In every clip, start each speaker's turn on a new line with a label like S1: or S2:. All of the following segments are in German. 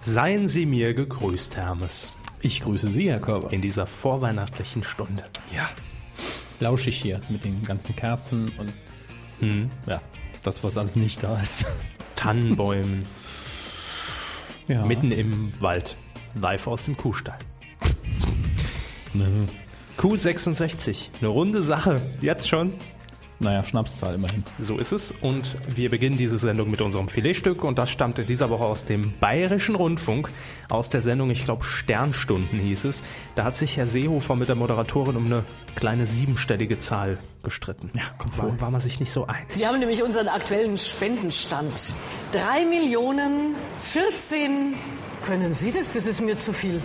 S1: Seien Sie mir gegrüßt, Hermes,
S2: Ich grüße Sie, Herr Körber.
S1: in dieser vorweihnachtlichen Stunde.
S2: Ja. Lauschig hier mit den ganzen Kerzen und
S1: Hm,
S2: ja, das, was alles nicht da ist.
S1: Tannenbäumen,
S2: Ja.
S1: mitten im Wald, live aus dem Kuhstall. Q66, eine runde Sache, jetzt schon.
S2: Naja, Schnapszahl immerhin.
S1: So ist es und wir beginnen diese Sendung mit unserem Filetstück und das stammt in dieser Woche aus dem Bayerischen Rundfunk, aus der Sendung, ich glaube Sternstunden hieß es. Da hat sich Herr Seehofer mit der Moderatorin um eine kleine siebenstellige Zahl gestritten. Ja,
S2: kommt
S1: war,
S2: vor.
S1: war man sich nicht so einig.
S3: Wir haben nämlich unseren aktuellen Spendenstand. Drei Millionen 14. Können Sie das? Das ist mir zu viel.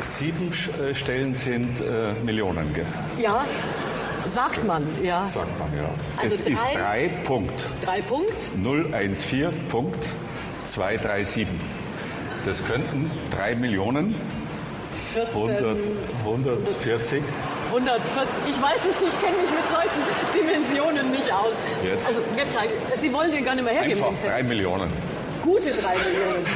S4: Sieben äh, Stellen sind äh, Millionen, gell?
S3: Ja, sagt man, ja.
S4: sagt man ja.
S3: Also
S4: es ist
S3: drei-
S4: drei Punkt
S3: Drei Punkt.
S4: 014 Punkt 237. Das könnten drei Millionen 100,
S3: 14.
S4: 140.
S3: 140. Ich weiß es nicht, ich kenne mich mit solchen Dimensionen nicht aus.
S4: Jetzt.
S3: Also wir zeigen, Sie wollen den gar nicht mehr hergeben.
S4: Einfach
S3: den Zettel.
S4: drei Millionen.
S3: Gute drei Millionen.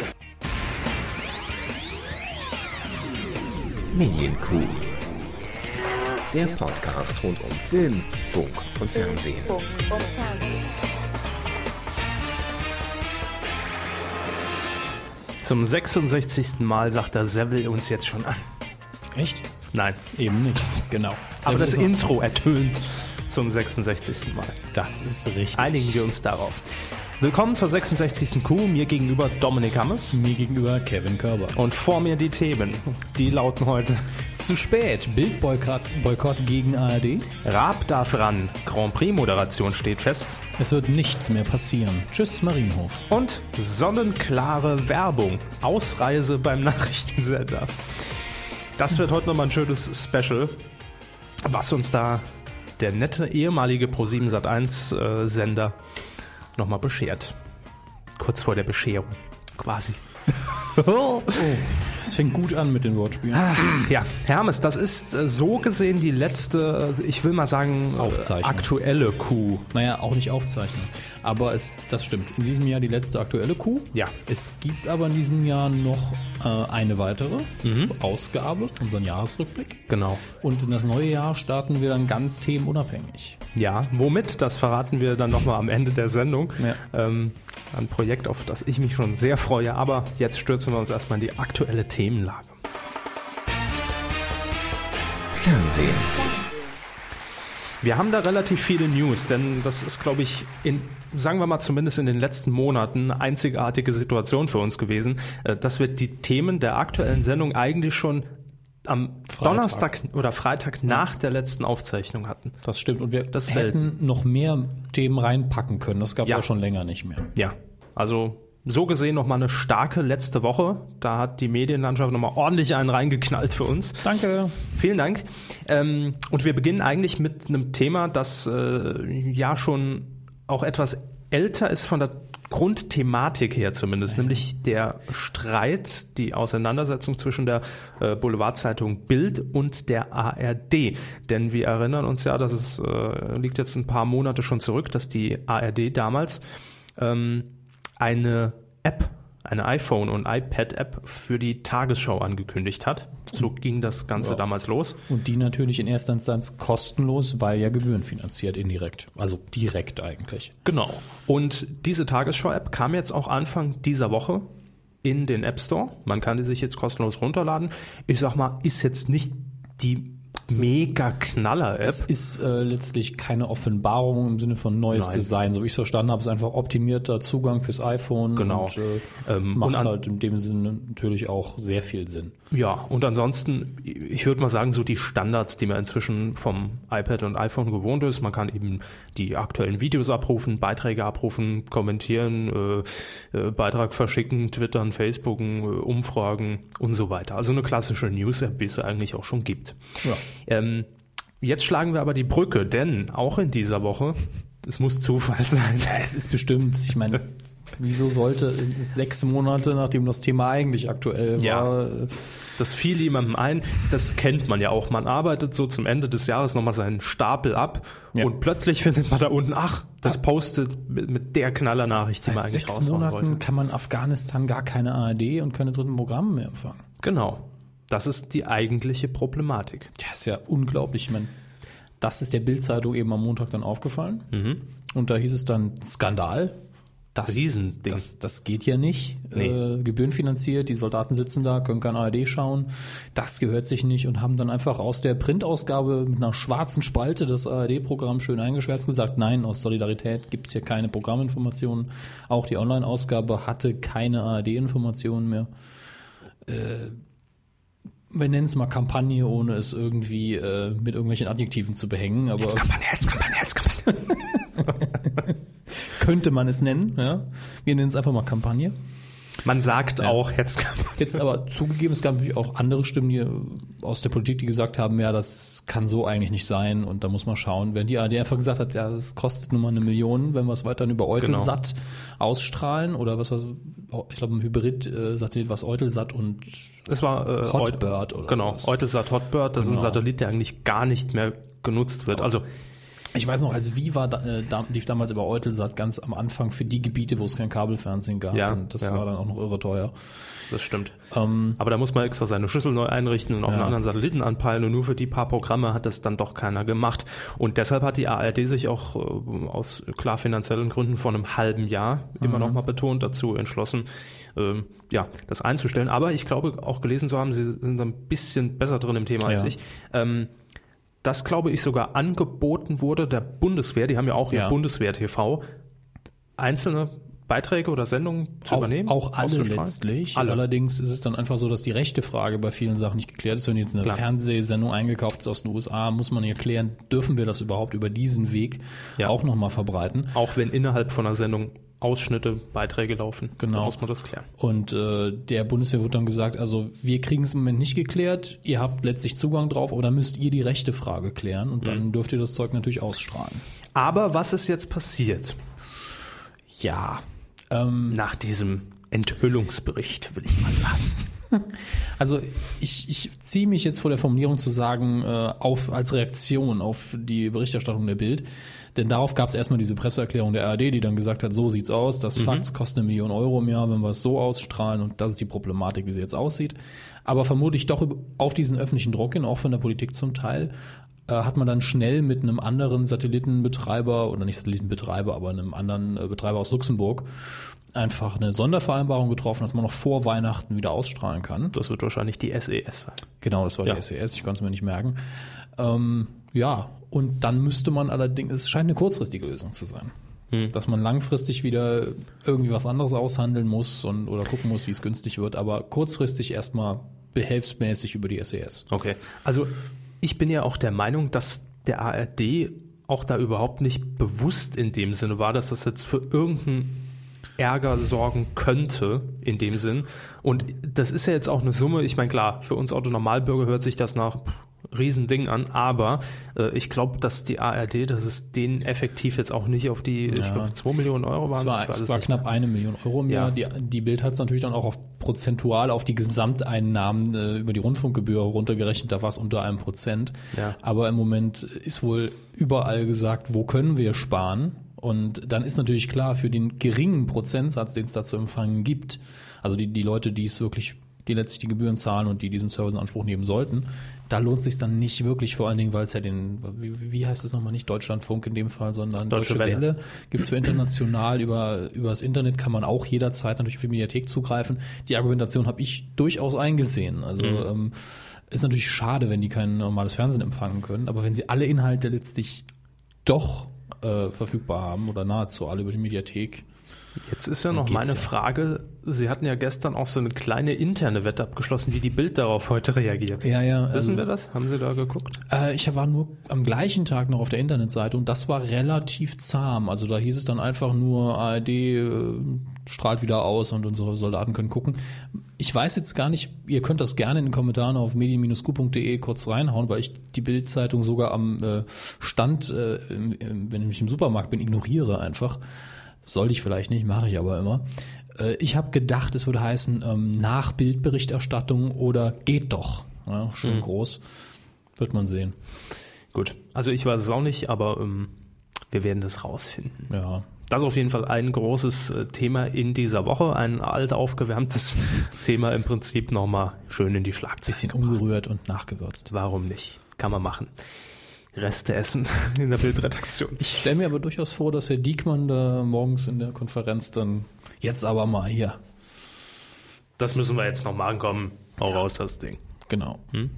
S5: Medienkuh. Der Podcast rund um Film, Funk und Fernsehen.
S1: Zum 66. Mal sagt der Seville uns jetzt schon an.
S2: Echt?
S1: Nein,
S2: Eben nicht. Genau.
S1: aber das
S2: ist
S1: Intro ertönt zum 66. Mal.
S2: das ist richtig.
S1: Einigen wir uns darauf. Willkommen zur 66. Q, mir gegenüber Dominik Hammes.
S2: Mir gegenüber Kevin Körber.
S1: Und vor mir die Themen. Die lauten heute:
S2: Zu spät. Bildboykott Boykott gegen ARD.
S1: Raab darf ran, Grand Prix-Moderation steht fest
S2: Es wird nichts mehr passieren. Tschüss, Marienhof.
S1: und sonnenklare Werbung. Ausreise beim Nachrichtensender. Das wird heute nochmal ein schönes Special, was uns da der nette ehemalige Pro7 Sat1 äh, Sender nochmal beschert. Kurz vor der Bescherung, quasi.
S2: Oh. Es fängt gut an mit den Wortspielen.
S1: Ah. Ja, Hermes, das ist äh, so gesehen die letzte, äh, ich will mal sagen, äh,
S2: Aufzeichnung.
S1: aktuelle Kuh.
S2: Naja, auch nicht aufzeichnen. Aber es, das stimmt. In diesem Jahr die letzte aktuelle Kuh.
S1: Ja.
S2: Es gibt aber in diesem Jahr noch äh, eine weitere Ausgabe, unseren Jahresrückblick.
S1: Genau.
S2: Und in das neue Jahr starten wir dann ganz themenunabhängig.
S1: Ja, womit, das verraten wir dann nochmal am Ende der Sendung.
S2: Ja.
S1: Ähm, ein Projekt, auf das ich mich schon sehr freue, aber jetzt stürzen wir uns erstmal in die aktuelle Themenlage.
S5: Fernsehen.
S1: Wir haben da relativ viele News, denn das ist, glaube ich, in, sagen wir mal zumindest in den letzten Monaten, eine einzigartige Situation für uns gewesen, äh, dass wir die Themen der aktuellen Sendung eigentlich schon am Donnerstag oder Freitag nach der letzten Aufzeichnung hatten.
S2: Das stimmt. Und wir
S1: Das ist
S2: hätten noch mehr Themen reinpacken können. Das gab es
S1: Ja.
S2: auch schon länger nicht mehr.
S1: Ja, also so gesehen nochmal eine starke letzte Woche. Da hat die Medienlandschaft nochmal ordentlich einen reingeknallt für uns.
S2: Danke.
S1: Vielen Dank. Ähm, und wir beginnen eigentlich mit einem Thema, das äh, ja schon auch etwas älter ist von der Grundthematik her zumindest, nämlich der Streit, die Auseinandersetzung zwischen der äh, Boulevardzeitung Bild und der ARD. Denn wir erinnern uns ja, dass es äh, liegt jetzt ein paar Monate schon zurück, dass die ARD damals ähm, eine App, eine iPhone- und iPad-App für die Tagesschau angekündigt hat. So ging das Ganze damals los.
S2: Und die natürlich in erster Instanz kostenlos, weil ja gebührenfinanziert indirekt. Also direkt eigentlich.
S1: Genau. Und diese Tagesschau-App kam jetzt auch Anfang dieser Woche in den App Store. Man kann die sich jetzt kostenlos runterladen. Ich sag mal, ist jetzt nicht die mega
S2: Es
S1: Knaller-App.
S2: ist äh, letztlich keine Offenbarung im Sinne von neues
S1: Nein.
S2: Design. So wie ich es verstanden habe, ist einfach optimierter Zugang fürs iPhone.
S1: Genau.
S2: Und, äh,
S1: Ähm,
S2: macht
S1: und an-
S2: halt in dem Sinne natürlich auch sehr viel Sinn.
S1: Ja, und ansonsten, ich würde mal sagen, so die Standards, die man inzwischen vom iPad und iPhone gewohnt ist. Man kann eben die aktuellen Videos abrufen, Beiträge abrufen, kommentieren, äh, äh, Beitrag verschicken, twittern, Facebooken, äh, Umfragen und so weiter. Also eine klassische News-App, wie es sie eigentlich auch schon gibt.
S2: Ja.
S1: Ähm, jetzt schlagen wir aber die Brücke, denn auch in dieser Woche, es muss Zufall sein,
S2: Es ist bestimmt, ich meine, Wieso sollte sechs Monate, nachdem das Thema eigentlich aktuell war,
S1: Ja. Das fiel jemandem ein, das kennt man ja auch. Man arbeitet so zum Ende des Jahres nochmal seinen Stapel ab
S2: Ja.
S1: und plötzlich findet man da unten, ach, das postet mit, mit der Knallernachricht, die man
S2: seit
S1: eigentlich
S2: sechs
S1: raushauen
S2: Monaten
S1: wollte.
S2: kann man Afghanistan gar keine ARD und keine dritten Programme mehr empfangen.
S1: Genau. Das ist die eigentliche Problematik.
S2: Ja, ist ja unglaublich. Ich meine, das ist der Bildzeitung eben am Montag dann aufgefallen.
S1: Mhm.
S2: Und da hieß es dann Skandal. Das,
S1: Riesending.
S2: Das, das geht ja nicht.
S1: Nee.
S2: Äh, gebührenfinanziert, die Soldaten sitzen da, können kein ARD schauen. Das gehört sich nicht und haben dann einfach aus der Printausgabe mit einer schwarzen Spalte das ARD-Programm schön eingeschwärzt und gesagt, nein, aus Solidarität gibt's hier keine Programminformationen. Auch die Online-Ausgabe hatte keine ARD-Informationen mehr Äh, wir nennen es mal Kampagne, ohne es irgendwie äh, mit irgendwelchen Adjektiven zu behängen, aber
S1: Herzkampagne, Herzkampagne, Herzkampagne.
S2: könnte man es nennen. Ja? Wir nennen es einfach mal Kampagne.
S1: Man sagt auch Herzkampagne.
S2: Jetzt aber zugegeben, es gab natürlich auch andere Stimmen hier äh, aus der Politik, die gesagt haben, ja, das kann so eigentlich nicht sein und da muss man schauen. Wenn die ARD einfach gesagt hat, ja, das kostet nun mal eine Million, wenn wir es weiterhin über
S1: Genau.
S2: Eutelsat ausstrahlen oder was weiß ich glaube, ein Hybrid-Satellit, was Eutelsat und
S1: Es war äh,
S2: Hotbird oder
S1: Genau,
S2: was. Genau.
S1: Eutelsat Hotbird, das ist ein Satellit, der eigentlich gar nicht mehr genutzt wird. Also
S2: Ich weiß noch, als Viva da, äh, da, lief damals über Eutelsat ganz am Anfang für die Gebiete, wo es kein Kabelfernsehen gab.
S1: Ja,
S2: und das
S1: ja.
S2: war dann auch noch irre teuer.
S1: Das stimmt.
S2: Ähm,
S1: Aber da muss man extra seine Schüssel neu einrichten und auf einen anderen Satelliten anpeilen. Und nur für die paar Programme hat das dann doch keiner gemacht. Und deshalb hat die ARD sich auch äh, aus klar finanziellen Gründen vor einem halben Jahr
S2: Mhm.
S1: immer noch mal betont dazu entschlossen, ähm, ja, das einzustellen. Aber ich glaube, auch gelesen zu haben, sie sind ein bisschen besser drin im Thema als
S2: Ja.
S1: ich. Ähm, das, glaube ich, sogar angeboten wurde der Bundeswehr. Die haben ja auch eine
S2: Ja.
S1: Bundeswehr TV. Einzelne Beiträge oder Sendungen zu
S2: auch,
S1: übernehmen.
S2: Auch alle
S1: auszustrahlen.
S2: letztlich.
S1: Alle.
S2: Allerdings ist es dann einfach so, dass die rechte Frage bei vielen Sachen nicht geklärt ist. Wenn jetzt eine
S1: Klar.
S2: Fernsehsendung eingekauft ist aus den USA, muss man hier klären, dürfen wir das überhaupt über diesen Weg
S1: Ja.
S2: auch nochmal verbreiten.
S1: Auch wenn innerhalb von einer Sendung Ausschnitte, Beiträge laufen.
S2: Genau.
S1: Dann muss man das klären.
S2: Und äh, der Bundeswehr wird dann gesagt, also wir kriegen es im Moment nicht geklärt, ihr habt letztlich Zugang drauf, aber dann müsst ihr die rechte Frage klären
S1: Mhm.
S2: und dann dürft ihr das Zeug natürlich ausstrahlen.
S1: Aber was ist jetzt passiert
S2: Ja. Ähm,
S1: nach diesem Enthüllungsbericht, will ich mal sagen?
S2: Also ich, ich ziehe mich jetzt vor der Formulierung zu sagen, äh, auf, als Reaktion auf die Berichterstattung der Bild. Denn darauf gab es erstmal diese Presseerklärung der ARD, die dann gesagt hat, so sieht's aus, das Fax kostet eine Million Euro im Jahr, wenn wir es so ausstrahlen und das ist die Problematik, wie sie jetzt aussieht. Aber vermutlich doch über- auf diesen öffentlichen Druck hin, auch von der Politik zum Teil, äh, hat man dann schnell mit einem anderen Satellitenbetreiber oder nicht Satellitenbetreiber, aber einem anderen äh, Betreiber aus Luxemburg einfach eine Sondervereinbarung getroffen, dass man noch vor Weihnachten wieder ausstrahlen kann.
S1: Das wird wahrscheinlich die SES sein.
S2: Genau, das war
S1: Ja.
S2: die SES, ich konnte es mir nicht merken. Ähm, ja, und dann müsste man allerdings, es scheint eine kurzfristige Lösung zu sein. Dass man langfristig wieder irgendwie was anderes aushandeln muss und, oder gucken muss, wie es günstig wird, aber kurzfristig erstmal behelfsmäßig über die E SES.
S1: Okay. Also ich bin ja auch der Meinung, dass der ARD auch da überhaupt nicht bewusst in dem Sinne war, dass das jetzt für irgendeinen Ärger sorgen könnte, in dem Sinn. Und das ist ja jetzt auch eine Summe, ich meine, klar, für uns Autonormalbürger hört sich das nach pff, Riesending an, aber äh, ich glaube, dass die ARD, dass es denen effektiv jetzt auch nicht auf die, ich glaube, 2 Millionen Euro waren.
S2: Es war,
S1: ich weiß
S2: es war
S1: nicht.
S2: knapp eine Million Euro im
S1: Ja.
S2: Jahr. Die, die Bild hat es natürlich dann auch auf prozentual auf die Gesamteinnahmen äh, über die Rundfunkgebühr runtergerechnet. Da war es unter einem Prozent.
S1: Ja.
S2: Aber im Moment ist wohl überall gesagt, wo können wir sparen? Und dann ist natürlich klar, für den geringen Prozentsatz, den es da zu empfangen gibt, also die, die Leute, die es wirklich, die letztlich die Gebühren zahlen und die diesen Service in Anspruch nehmen sollten, da lohnt es sich dann nicht wirklich, vor allen Dingen, weil es ja den, wie, wie heißt es nochmal, nicht Deutschlandfunk in dem Fall, sondern
S1: Deutsche
S2: Deutsche,
S1: Welle.
S2: Welle. Gibt es für international über, über das Internet kann man auch jederzeit natürlich auf die Mediathek zugreifen. Die Argumentation habe ich durchaus eingesehen. Also ähm, ist natürlich schade, wenn die kein normales Fernsehen empfangen können, aber wenn sie alle Inhalte letztlich doch äh, verfügbar haben oder nahezu alle über die Mediathek.
S1: Jetzt ist ja noch
S2: geht's
S1: meine
S2: ja.
S1: Frage, Sie hatten ja gestern auch so eine kleine interne Wette abgeschlossen, wie die Bild darauf heute reagiert.
S2: Ja, ja. also
S1: Wissen wir das? Haben Sie da geguckt?
S2: Äh, ich war nur am gleichen Tag noch auf der Internetseite und das war relativ zahm. Also da hieß es dann einfach nur, ARD äh, strahlt wieder aus und unsere Soldaten können gucken. Ich weiß jetzt gar nicht, ihr könnt das gerne in den Kommentaren auf medien-q.de e kurz reinhauen, weil ich die Bildzeitung sogar am äh, Stand, äh, im, im, wenn ich im Supermarkt bin, ignoriere einfach. Sollte ich vielleicht nicht, mache ich aber immer. Äh, ich habe gedacht, es würde heißen ähm, Nachbildberichterstattung oder geht doch. Ja, schön groß. Wird man sehen.
S1: Gut. Also ich weiß es auch nicht, aber ähm, wir werden das rausfinden.
S2: Ja.
S1: Das ist auf jeden Fall ein großes äh, Thema in dieser Woche, ein alt aufgewärmtes Thema im Prinzip nochmal schön in die Schlagzeilen.
S2: Bisschen umgerührt und nachgewürzt.
S1: Warum nicht? Kann man machen. Reste essen in der Bildredaktion.
S2: Ich stelle mir aber durchaus vor, dass Herr Diekmann da morgens in der Konferenz dann jetzt aber mal hier.
S1: Das müssen wir jetzt noch machen, komm, hau raus das Ding.
S2: Genau.
S1: Hm.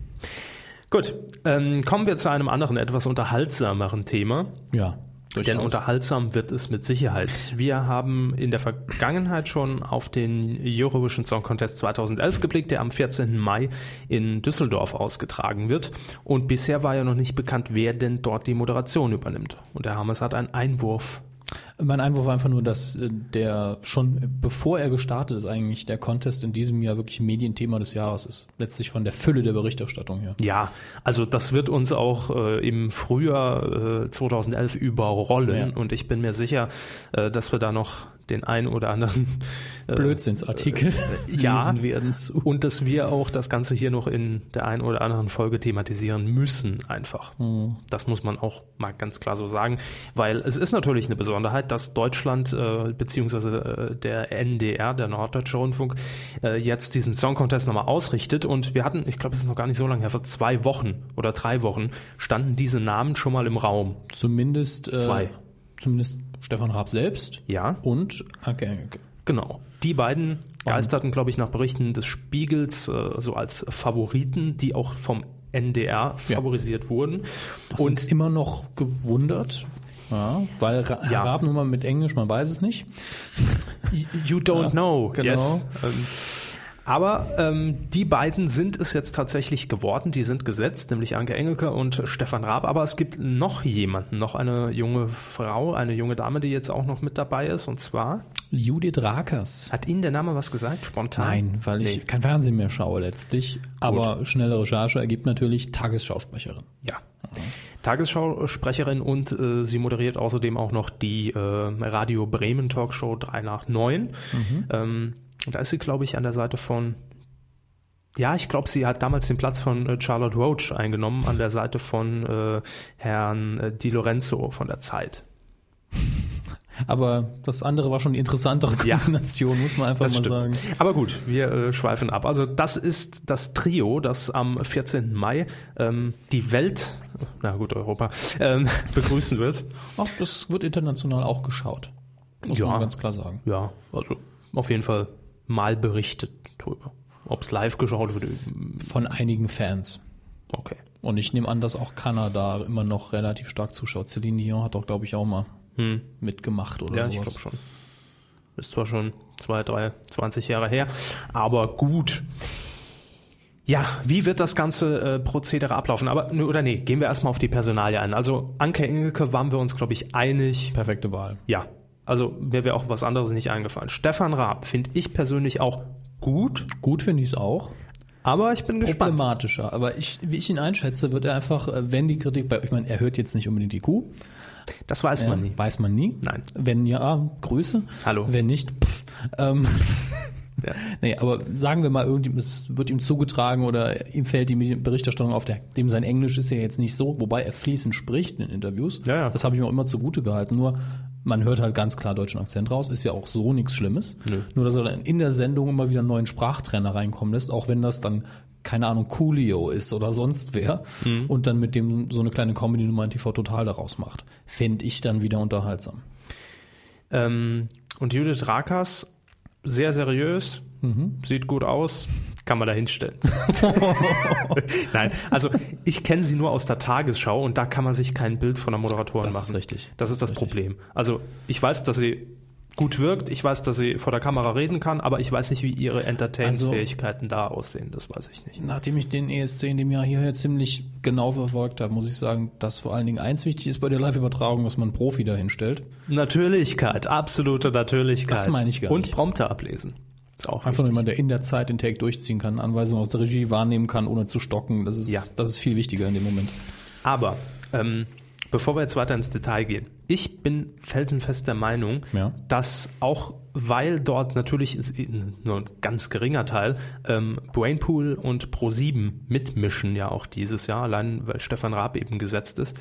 S1: Gut, ähm, kommen wir zu einem anderen, etwas unterhaltsameren Thema.
S2: Ja.
S1: Denn unterhaltsam wird es mit Sicherheit. Wir haben in der Vergangenheit schon auf den Eurovision Song Contest 2011 geblickt, der am 14. Mai in Düsseldorf ausgetragen wird. Und bisher war ja noch nicht bekannt, wer denn dort die Moderation übernimmt. Und der Hames hat einen Einwurf.
S2: Mein Einwurf war einfach nur, dass äh, der schon äh, bevor er gestartet ist, eigentlich der Contest in diesem Jahr wirklich Medienthema des Jahres ist. Letztlich von der Fülle der Berichterstattung her.
S1: Ja, also das wird uns auch äh, im Frühjahr äh, 2011 überrollen.
S2: Ja.
S1: Und ich bin mir sicher, äh, dass wir da noch den einen oder anderen äh,
S2: Blödsinnsartikel
S1: ja.
S2: lesen werden zu.
S1: und dass wir auch das Ganze hier noch in der einen oder anderen Folge thematisieren müssen, einfach. Das muss man auch mal ganz klar so sagen, weil es ist natürlich eine Besonderheit, dass Deutschland äh, beziehungsweise äh, der NDR, der Norddeutsche Rundfunk, äh, jetzt diesen Song Contest nochmal ausrichtet und wir hatten, ich glaube, es ist noch gar nicht so lange her, vor zwei Wochen oder drei Wochen standen diese Namen schon mal im Raum.
S2: Zumindest äh,
S1: Zwei.
S2: Zumindest Stefan Raab selbst.
S1: Ja.
S2: Und Anke Engelke.
S1: Genau. Die beiden geisterten, glaube ich, nach Berichten des Spiegels äh, so als Favoriten, die auch vom NDR favorisiert wurden. Und
S2: uns immer noch gewundert. Ja, weil Ra
S1: Ja.
S2: Raab nun mal mit Englisch, man weiß es nicht.
S1: you don't know.
S2: genau.
S1: Yes. Ähm, aber ähm, die beiden sind es jetzt tatsächlich geworden. Die sind gesetzt, nämlich Anke Engelke und Stefan Raab. Aber es gibt noch jemanden, noch eine junge Frau, eine junge Dame, die jetzt auch noch mit dabei ist. Und zwar,
S2: Judith Rakers.
S1: hat Ihnen der Name was gesagt? Spontan?
S2: Nein, weil ich kein Fernsehen mehr schaue letztlich. Aber schnelle Recherche ergibt natürlich Tagesschausprecherin.
S1: Ja. Tagesschausprecherin und äh, sie moderiert außerdem auch noch die äh, Radio Bremen Talkshow 3 nach 9.
S2: Mhm.
S1: Ähm, und da ist sie, glaube ich, an der Seite von. Ja, ich glaube, sie hat damals den Platz von äh, Charlotte Roach eingenommen, an der Seite von äh, Herrn äh, Di Lorenzo von der Zeit.
S2: Aber das andere war schon die interessantere
S1: Ja.
S2: Kombination, muss man einfach mal sagen.
S1: Aber gut, wir äh, schweifen ab. Also das ist das Trio, das am 14. Mai ähm, die Welt, na gut, Europa, ähm, begrüßen wird.
S2: Ach, das wird international auch geschaut. Muss
S1: Ja.
S2: man ganz klar sagen.
S1: Ja, also auf jeden Fall mal berichtet drüber. Ob's live geschaut wird,
S2: Von einigen Fans.
S1: okay.
S2: Und ich nehme an, dass auch Kanada immer noch relativ stark zuschaut. Celine Dion hat doch, glaube ich, auch mal mitgemacht oder
S1: Hm. Ja, ich
S2: sowas.
S1: glaube Also schon. Ist zwar schon zwei, drei, 20 Jahre her, aber gut. Ja, wie wird das ganze äh, Prozedere ablaufen? Aber, ne, oder nee, gehen wir erstmal auf die Personalie ein. Also, Anke Engelke waren wir uns, glaube ich, einig.
S2: Perfekte Wahl.
S1: Ja, also mir wäre auch was anderes nicht eingefallen. Stefan Raab finde ich persönlich auch gut,
S2: Gut finde ich es auch.
S1: aber ich bin gespannt.
S2: Problematischer. Aber ich, wie ich ihn einschätze, wird er einfach, äh, wenn die Kritik bei, ich meine, er hört jetzt nicht unbedingt die Kuh.
S1: Das weiß man nie.
S2: Weiß man nie.
S1: Nein.
S2: Wenn ja, Grüße.
S1: Hallo.
S2: Wenn nicht, pff. Ähm,
S1: Ja.
S2: nee, aber sagen wir mal, irgendwie, es wird ihm zugetragen oder ihm fällt die Berichterstattung auf, der, dem sein Englisch ist ja jetzt nicht so, wobei er fließend spricht in Interviews.
S1: Ja, ja.
S2: Das habe ich mir auch immer zugute gehalten. Nur man hört halt ganz klar deutschen Akzent raus, ist ja auch so nichts Schlimmes. Nur, dass er dann in der Sendung immer wieder einen neuen Sprachtrainer reinkommen lässt, auch wenn das dann keine Ahnung, Coolio ist oder sonst wer
S1: Mhm.
S2: und dann mit dem so eine kleine Comedy-Nummer in TV Total daraus macht. Fände ich dann wieder unterhaltsam.
S1: Ähm, und Judith Rakers, sehr seriös,
S2: Mhm.
S1: sieht gut aus, kann man da hinstellen. Nein, also ich kenne sie nur aus der Tagesschau und da kann man sich kein Bild von der Moderatorin
S2: Das
S1: machen.
S2: ist richtig.
S1: Das ist das
S2: Richtig.
S1: Problem. Also ich weiß, dass sie gut wirkt, ich weiß, dass sie vor der Kamera reden kann, aber ich weiß nicht, wie ihre
S2: Also
S1: Entertain-Fähigkeiten da aussehen, das weiß ich nicht.
S2: Nachdem ich den ESC in dem Jahr hierher ziemlich genau verfolgt habe, muss ich sagen, dass vor allen Dingen eins wichtig ist bei der Live-Übertragung, dass man einen Profi dahinstellt.
S1: Natürlichkeit, absolute Natürlichkeit.
S2: Das meine ich gar
S1: Und
S2: nicht.
S1: Prompter ablesen. Ist auch
S2: Einfach
S1: wichtig.
S2: nur jemand, der in der Zeit den Take durchziehen kann, Anweisungen aus der Regie wahrnehmen kann, ohne zu stocken. Das ist,
S1: Ja.
S2: das ist viel wichtiger in dem Moment.
S1: Aber ähm, Bevor wir jetzt weiter ins Detail gehen, ich bin felsenfest der Meinung,
S2: Ja.
S1: dass auch weil dort natürlich ist eh nur ein ganz geringer Teil ähm, Brainpool und Pro7 mitmischen ja auch dieses Jahr, allein weil Stefan Raab eben gesetzt ist.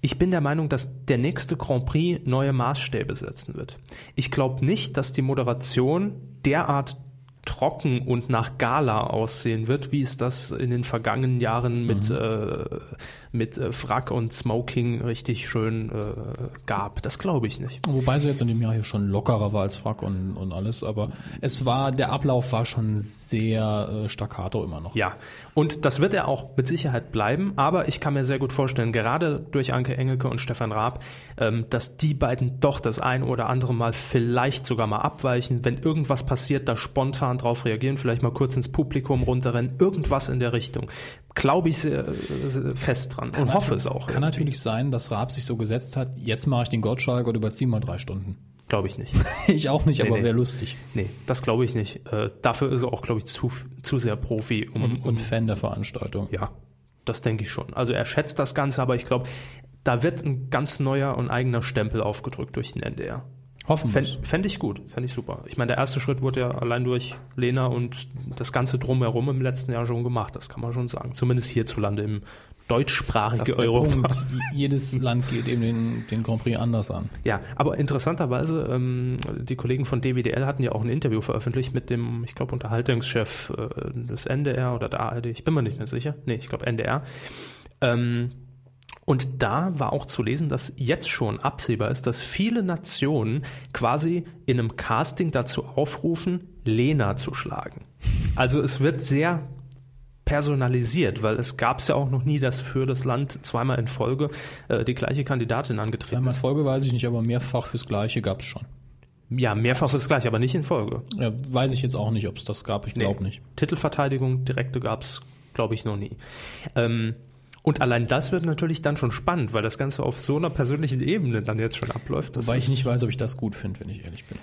S1: Ich bin der Meinung, dass der nächste Grand Prix neue Maßstäbe setzen wird. Ich glaube nicht, dass die Moderation derart trocken und nach Gala aussehen wird, wie es das in den vergangenen Jahren mit, äh, mit äh, Frack und Smoking richtig schön äh, gab. Das glaube ich nicht.
S2: Wobei sie jetzt in dem Jahr hier schon lockerer war als Frack und, und alles, aber es war, der Ablauf war schon sehr äh, staccato immer noch.
S1: Ja, und das wird er auch mit Sicherheit bleiben, aber ich kann mir sehr gut vorstellen, gerade durch Anke Engelke und Stefan Raab, ähm, dass die beiden doch das ein oder andere Mal vielleicht sogar mal abweichen, wenn irgendwas passiert, da spontan drauf reagieren, vielleicht mal kurz ins Publikum runterrennen, irgendwas in der Richtung. Glaube ich sehr, äh, sehr fest dran und hoffe es auch.
S2: Kann natürlich sein, dass Raab sich so gesetzt hat, jetzt mache ich den Gottschalk und überziehe mal drei Stunden.
S1: Glaube ich nicht.
S2: Ich auch nicht, aber
S1: nee.
S2: wäre lustig.
S1: Nee, das glaube ich nicht. Äh, dafür ist er auch, glaube ich, zu, zu sehr Profi, um, um
S2: Und Fan der Veranstaltung.
S1: Ja, das denke ich schon. Also er schätzt das Ganze, aber ich glaube, da wird ein ganz neuer und eigener Stempel aufgedrückt durch den NDR.
S2: Hoffen wir.
S1: Fände fänd ich gut, fände ich super. Ich meine, der erste Schritt wurde ja allein durch Lena und das Ganze drumherum im letzten Jahr schon gemacht, das kann man schon sagen. Zumindest hierzulande im
S2: Das
S1: deutschsprachigen
S2: ist der
S1: Europa.
S2: Punkt. Jedes Land geht eben den, den Grand Prix anders an.
S1: Ja, aber interessanterweise, ähm, die Kollegen von DWDL hatten ja auch ein Interview veröffentlicht mit dem, ich glaube, Unterhaltungschef äh, des NDR oder der ARD, ich bin mir nicht mehr sicher. Nee, ich glaube NDR. Ähm, und da war auch zu lesen, dass jetzt schon absehbar ist, dass viele Nationen quasi in einem Casting dazu aufrufen, Lena zu schlagen. Also es wird sehr personalisiert, weil es gab es ja auch noch nie, dass für das Land zweimal in Folge äh, die gleiche Kandidatin angetreten
S2: Einmal
S1: ist.
S2: Folge weiß ich nicht, aber mehrfach fürs Gleiche gab es schon.
S1: Ja, mehrfach ist gleich, aber nicht in Folge.
S2: Ja, weiß ich jetzt auch nicht, ob es das gab. Ich glaube
S1: Nee.
S2: nicht.
S1: Titelverteidigung, direkte gab's, glaube ich, noch nie. Ähm, und allein das wird natürlich dann schon spannend, weil das Ganze auf so einer persönlichen Ebene dann jetzt schon abläuft. Das
S2: Weil
S1: ist-
S2: ich nicht weiß, ob ich das gut finde, wenn ich ehrlich bin.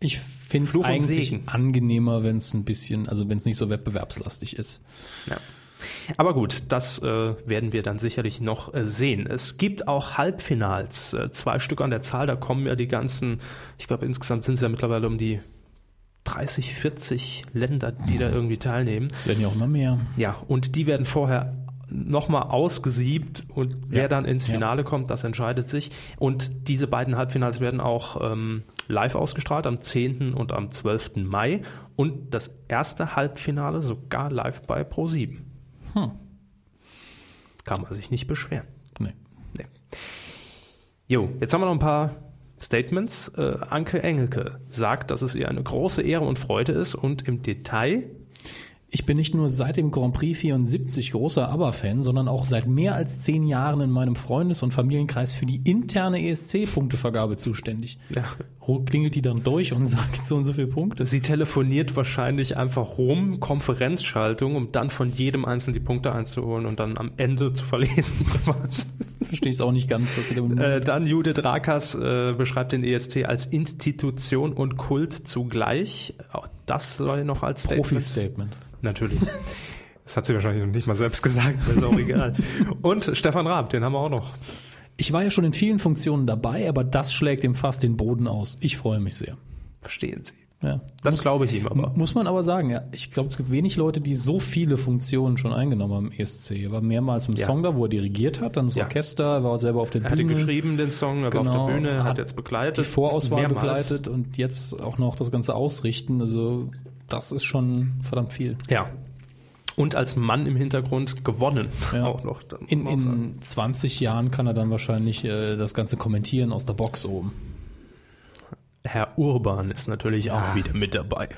S2: Ich finde es
S1: Fluch und
S2: eigentlich
S1: Segen.
S2: angenehmer, wenn es ein bisschen, also wenn es nicht so wettbewerbslastig ist.
S1: Ja. Aber gut, das äh, werden wir dann sicherlich noch äh, sehen. Es gibt auch Halbfinals, äh, zwei Stück an der Zahl. Da kommen ja die ganzen, ich glaube insgesamt sind es ja mittlerweile um die 30, 40 Länder, die da irgendwie teilnehmen.
S2: Es werden ja auch immer mehr.
S1: Ja, und die werden vorher nochmal ausgesiebt und wer dann ins
S2: ja.
S1: Finale kommt, das entscheidet sich. Und diese beiden Halbfinals werden auch ähm, live ausgestrahlt am 10. und am 12. Mai und das erste Halbfinale sogar live bei Pro7.
S2: Hm.
S1: Kann man sich nicht beschweren.
S2: Nee.
S1: Jo, jetzt haben wir noch ein paar Statements. Äh, Anke Engelke sagt, dass es ihr eine große Ehre und Freude ist und im Detail
S2: Ich bin nicht nur seit dem Grand Prix 74 großer ABBA-Fan, sondern auch seit mehr als zehn Jahren in meinem Freundes- und Familienkreis für die interne ESC-Punktevergabe zuständig.
S1: Ja.
S2: Klingelt die dann durch und sagt so und so viele Punkte.
S1: Sie telefoniert wahrscheinlich einfach rum, Konferenzschaltung, um dann von jedem einzeln die Punkte einzuholen und dann am Ende zu verlesen.
S2: Verstehe ich auch nicht ganz, was sie damit
S1: äh, dann Judith Rakas äh, beschreibt den ESC als Institution und Kult zugleich. Auch Das soll noch als Statement-
S2: Profi-Statement.
S1: Natürlich. Das hat sie wahrscheinlich noch nicht mal selbst gesagt, das ist auch egal. Und Stefan Raab, den haben wir auch noch.
S2: Ich war ja schon in vielen Funktionen dabei, aber das schlägt ihm fast den Boden aus. Ich freue mich sehr.
S1: Verstehen Sie.
S2: Ja.
S1: Das glaube ich ihm aber.
S2: Muss man aber sagen, ja, ich glaube, es gibt wenig Leute, die so viele Funktionen schon eingenommen haben im ESC. Er war mehrmals im
S1: Ja.
S2: Song da, wo er dirigiert hat, dann das
S1: Ja.
S2: Orchester, er war auch selber auf der
S1: Er hatte
S2: Bühne.
S1: geschrieben den Song, er war auf
S2: Mhm. Genau.
S1: der Bühne, hat,
S2: Hat
S1: jetzt begleitet.
S2: die Vorauswahl
S1: mehrmals.
S2: begleitet und jetzt auch noch das Ganze ausrichten. Also das ist schon verdammt viel.
S1: Ja. Und als Mann im Hintergrund gewonnen.
S2: Ja.
S1: Auch noch. das muss
S2: In,
S1: man auch sagen.
S2: in 20 Jahren kann er dann wahrscheinlich äh, das Ganze kommentieren aus der Box oben.
S1: Herr Urban ist natürlich auch wieder mit dabei.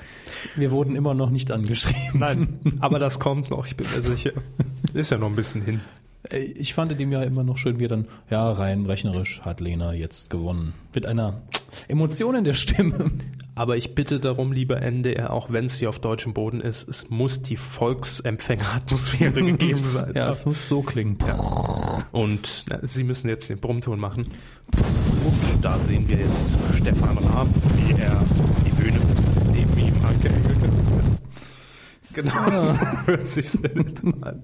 S2: Wir wurden immer noch nicht angeschrieben.
S1: Nein, aber das kommt noch, ich bin mir sicher. Ist ja noch ein bisschen hin.
S2: Äh, Ich fand in dem Jahr immer noch schön, wie er dann, ja, rein rechnerisch hat Lena jetzt gewonnen. Mit einer Emotion in der Stimme.
S1: Aber ich bitte darum, lieber NDR, auch wenn es hier auf deutschem Boden ist, es muss die Volksempfängeratmosphäre gegeben sein.
S2: muss so klingen.
S1: Und na, Sie müssen jetzt den Brummton machen. Und da sehen wir jetzt Stefan Raab, wie er die Bühne neben ihm Genau.
S2: Ah.
S1: angehängt hat. Genau, so hört sich an.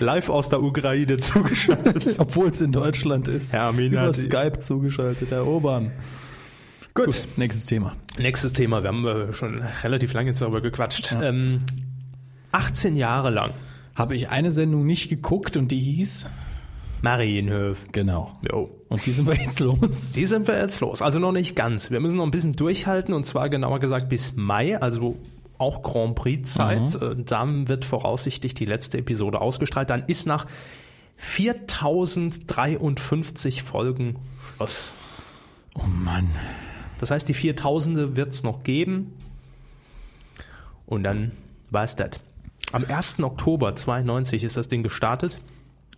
S1: live aus der Ukraine zugeschaltet.
S2: Obwohl es in Deutschland ist.
S1: Herr Amin
S2: Über
S1: hat-
S2: Skype zugeschaltet, erobern.
S1: Gut.
S2: nächstes Thema.
S1: Nächstes Thema, wir haben äh, schon relativ lange jetzt darüber gequatscht. Ähm, 18 Jahre lang
S2: Habe ich eine Sendung nicht geguckt und die hieß?
S1: Marienhöf.
S2: Genau.
S1: Jo.
S2: Und die sind wir jetzt los.
S1: Die sind wir jetzt los. Also noch nicht ganz. Wir müssen noch ein bisschen durchhalten und zwar genauer gesagt bis Mai, also auch Grand Prix-Zeit. Äh, Dann wird voraussichtlich die letzte Episode ausgestrahlt. Dann ist nach 4053 Folgen Schluss.
S2: Oh Mann.
S1: Das heißt, die 4000 wird es noch geben. Und dann war es das. Am 1. Oktober 92 ist das Ding gestartet.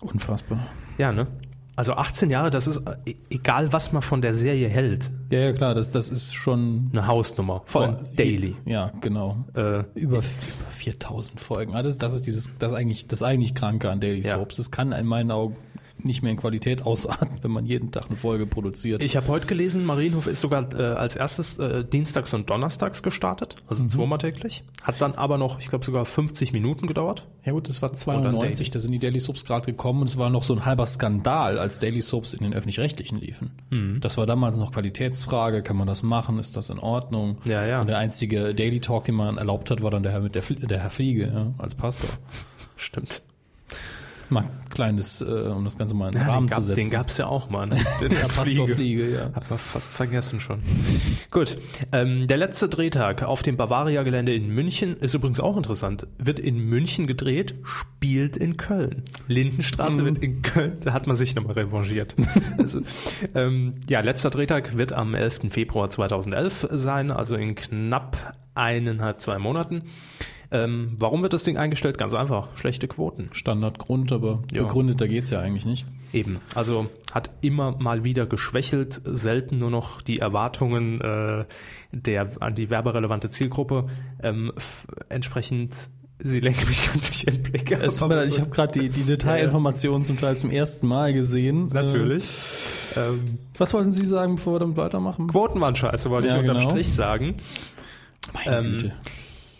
S2: Unfassbar.
S1: Ja, ne? Also 18 Jahre, das ist äh, e- egal, was man von der Serie hält.
S2: Ja, ja, klar, das, das ist schon.
S1: Eine Hausnummer von Daily.
S2: Ja, genau.
S1: Äh,
S2: Über, über 4000 Folgen. Ah, Das, das ist dieses, das eigentlich, das eigentlich Kranke an Daily
S1: Ja.
S2: Soaps. Das kann in meinen Augen nicht mehr in Qualität ausarten, wenn man jeden Tag eine Folge produziert.
S1: ich habe heute gelesen, Marienhof ist sogar äh, als erstes äh, dienstags und donnerstags gestartet, also zweimal täglich. Hat dann aber noch, ich glaube, sogar 50 Minuten gedauert.
S2: Ja gut, das war
S1: Oder
S2: 92,
S1: Daily.
S2: da sind die Daily Soaps gerade gekommen und es war noch so ein halber Skandal, als Daily Soaps in den Öffentlich-Rechtlichen liefen. Das war damals noch Qualitätsfrage, kann man das machen, ist das in Ordnung?
S1: Ja, ja.
S2: Und der einzige Daily Talk, den man erlaubt hat, war dann der Herr mit der, Fl- der Herr Fliege, ja, als Pastor.
S1: Stimmt.
S2: Mal ein kleines, äh, um das Ganze mal in den
S1: Ja,
S2: Rahmen
S1: den gab-
S2: zu setzen.
S1: Den gab's ja auch mal. Ne? Den
S2: der Herr Pastor Fliege, ja.
S1: Hab man fast vergessen schon. Gut, ähm, der letzte Drehtag auf dem Bavaria-Gelände in München ist übrigens auch interessant. Wird in München gedreht, spielt in Köln. Lindenstraße
S2: Mhm.
S1: wird in Köln, da hat man sich nochmal revanchiert. also, ähm, ja, letzter Drehtag wird am 11. Februar 2011 sein, also in knapp eineinhalb, zwei Monaten. Ähm, warum wird das Ding eingestellt? Ganz einfach, schlechte Quoten.
S2: Standardgrund, aber
S1: Ja.
S2: begründet, da geht's ja eigentlich nicht.
S1: Eben, also hat immer mal wieder geschwächelt, selten nur noch die Erwartungen äh, der an die werberelevante Zielgruppe ähm, f- entsprechend. Sie lenken mich ganz durch den Blick.
S2: Es tut mir leid, ich habe gerade die, die Detailinformationen zum Teil zum ersten Mal gesehen.
S1: natürlich. Ähm,
S2: Äh, was wollten Sie sagen, bevor wir damit weitermachen?
S1: Quoten waren scheiße, wollte
S2: Ja,
S1: ich unterm
S2: genau.
S1: Strich sagen.
S2: Meine
S1: Ähm,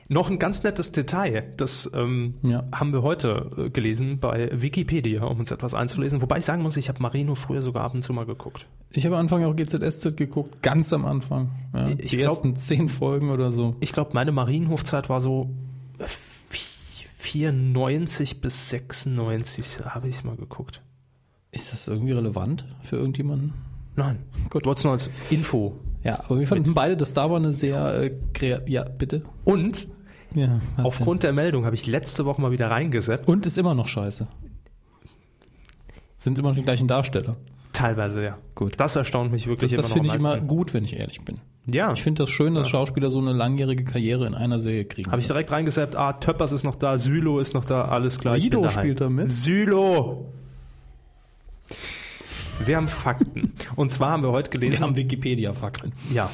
S1: Noch ein ganz nettes Detail, das ähm,
S2: Ja.
S1: haben wir heute äh, gelesen bei Wikipedia, um uns etwas einzulesen. Wobei ich sagen muss, ich habe Marino früher sogar ab und zu mal geguckt.
S2: Ich habe am Anfang auch GZSZ geguckt, ganz am Anfang. Ja,
S1: Ich
S2: die
S1: glaub-
S2: ersten zehn Folgen oder so.
S1: ich glaube, meine Marienhofzeit war so 94 bis 96, habe ich mal geguckt.
S2: Ist das irgendwie relevant für irgendjemanden?
S1: Nein. Gut. Du wolltest nur als Info.
S2: Ja, aber wir fanden beide, dass da war eine sehr äh, krea- Ja, bitte.
S1: Und
S2: Ja, aufgrund.
S1: aufgrund der Meldung habe ich letzte Woche mal wieder reingesetzt.
S2: Und ist immer noch scheiße. Sind immer noch die gleichen Darsteller.
S1: Teilweise, ja.
S2: Gut.
S1: Das erstaunt mich wirklich
S2: das
S1: immer
S2: finde
S1: noch
S2: ich
S1: am
S2: immer
S1: meisten.
S2: gut, wenn ich ehrlich bin.
S1: Ja.
S2: Ich finde das schön, dass Schauspieler so eine langjährige Karriere in einer Serie kriegen.
S1: habe ich direkt reingesetzt. Ah, Töppers ist noch da, Sylo ist noch da, halt. alles klar. ich
S2: Sido
S1: bin daheim.
S2: spielt da mit?
S1: Sylo! Wir haben Fakten. Und zwar haben wir heute gelesen.
S2: wir haben Wikipedia-Fakten.
S1: ja.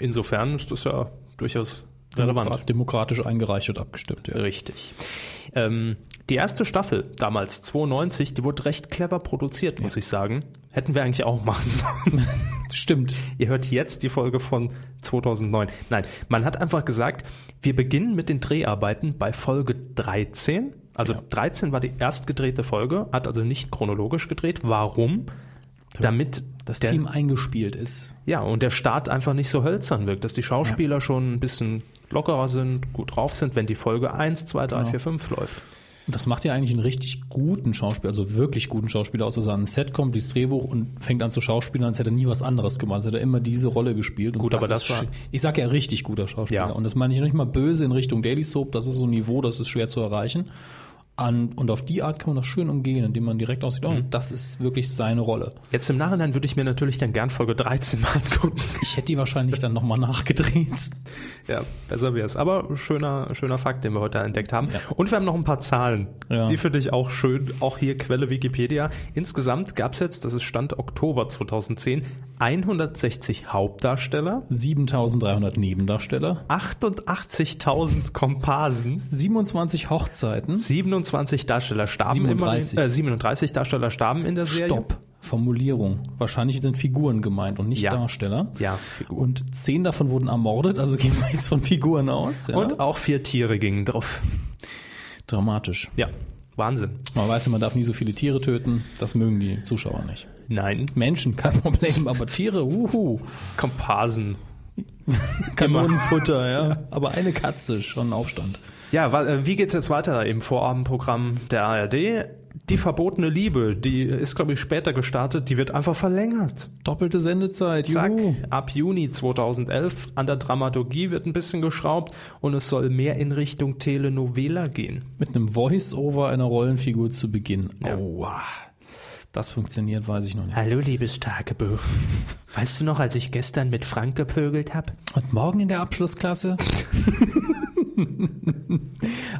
S1: Insofern ist das ja durchaus relevant.
S2: Demokrat, demokratisch eingereicht und abgestimmt. Ja.
S1: Richtig. Ähm, die erste Staffel, damals 92, die wurde recht clever produziert, muss ich sagen. Hätten wir eigentlich auch machen sollen.
S2: Stimmt.
S1: Ihr hört jetzt die Folge von 2009. Nein, man hat einfach gesagt, wir beginnen mit den Dreharbeiten bei Folge 13. Also 13 war die erst gedrehte Folge, hat also nicht chronologisch gedreht. Warum? Damit
S2: Das
S1: der,
S2: Team eingespielt ist.
S1: Ja, und der Start einfach nicht so hölzern wirkt, dass die Schauspieler schon ein bisschen lockerer sind, gut drauf sind, wenn die Folge 1, 2, 3,
S2: Genau.
S1: 4, 5 läuft.
S2: Und das macht ja eigentlich einen richtig guten Schauspieler, also wirklich guten Schauspieler aus, dass er an ein Set kommt, liest Drehbuch und fängt an zu schauspielern, als hätte er nie was anderes gemacht, als hätte er immer diese Rolle gespielt. Und
S1: Gut, aber das
S2: ist,
S1: war-
S2: sch- Ich sag ja richtig guter Schauspieler.
S1: Ja.
S2: Und das meine ich noch nicht mal böse in Richtung Daily Soap, das ist so ein Niveau, das ist schwer zu erreichen. An, und auf die Art kann man das schön umgehen, indem man direkt aussieht, oh,
S1: Mhm.
S2: das ist wirklich seine Rolle.
S1: Jetzt im Nachhinein würde ich mir natürlich dann gern Folge 13 mal angucken.
S2: Ich hätte die wahrscheinlich dann nochmal nachgedreht.
S1: Ja, besser wäre es. Aber schöner, schöner Fakt, den wir heute entdeckt haben.
S2: Ja.
S1: Und wir haben noch ein paar Zahlen.
S2: Ja.
S1: Die finde ich auch schön. Auch hier Quelle Wikipedia. Insgesamt gab es jetzt, das ist Stand Oktober 2010, 160 Hauptdarsteller,
S2: 7300 Nebendarsteller,
S1: 88.000 Komparsen,
S2: 27 Hochzeiten.
S1: 27 Darsteller starben
S2: 37.
S1: immer. Äh, 37 Darsteller starben in der Serie.
S2: Stopp. Formulierung. Wahrscheinlich sind Figuren gemeint und nicht
S1: Ja.
S2: Darsteller.
S1: Ja, Figuren.
S2: Und zehn davon wurden ermordet, also gehen wir jetzt von Figuren aus. Ja.
S1: Und auch vier Tiere gingen drauf.
S2: dramatisch.
S1: Ja. Wahnsinn.
S2: Man weiß ja, man darf nie so viele Tiere töten. Das mögen die Zuschauer nicht.
S1: Nein,
S2: Menschen, kein Problem, aber Tiere, uhu.
S1: Komparsen.
S2: Kanonenfutter, ja. Aber eine Katze, schon Aufstand.
S1: Ja, wa- äh, wie geht's jetzt weiter im Vorabendprogramm der ARD? Die verbotene Liebe, die ist, glaube ich, später gestartet, die wird einfach verlängert.
S2: Doppelte Sendezeit,
S1: Zack,
S2: juhu.
S1: ab Juni 2011. An der Dramaturgie wird ein bisschen geschraubt und es soll mehr in Richtung Telenovela gehen.
S2: Mit einem Voice-Over einer Rollenfigur zu Beginn. Aua. Das funktioniert, weiß ich noch nicht.
S1: Hallo, liebes Tagebuch. Weißt du noch, als ich gestern mit Frank gepögelt habe?
S2: Und morgen in der Abschlussklasse?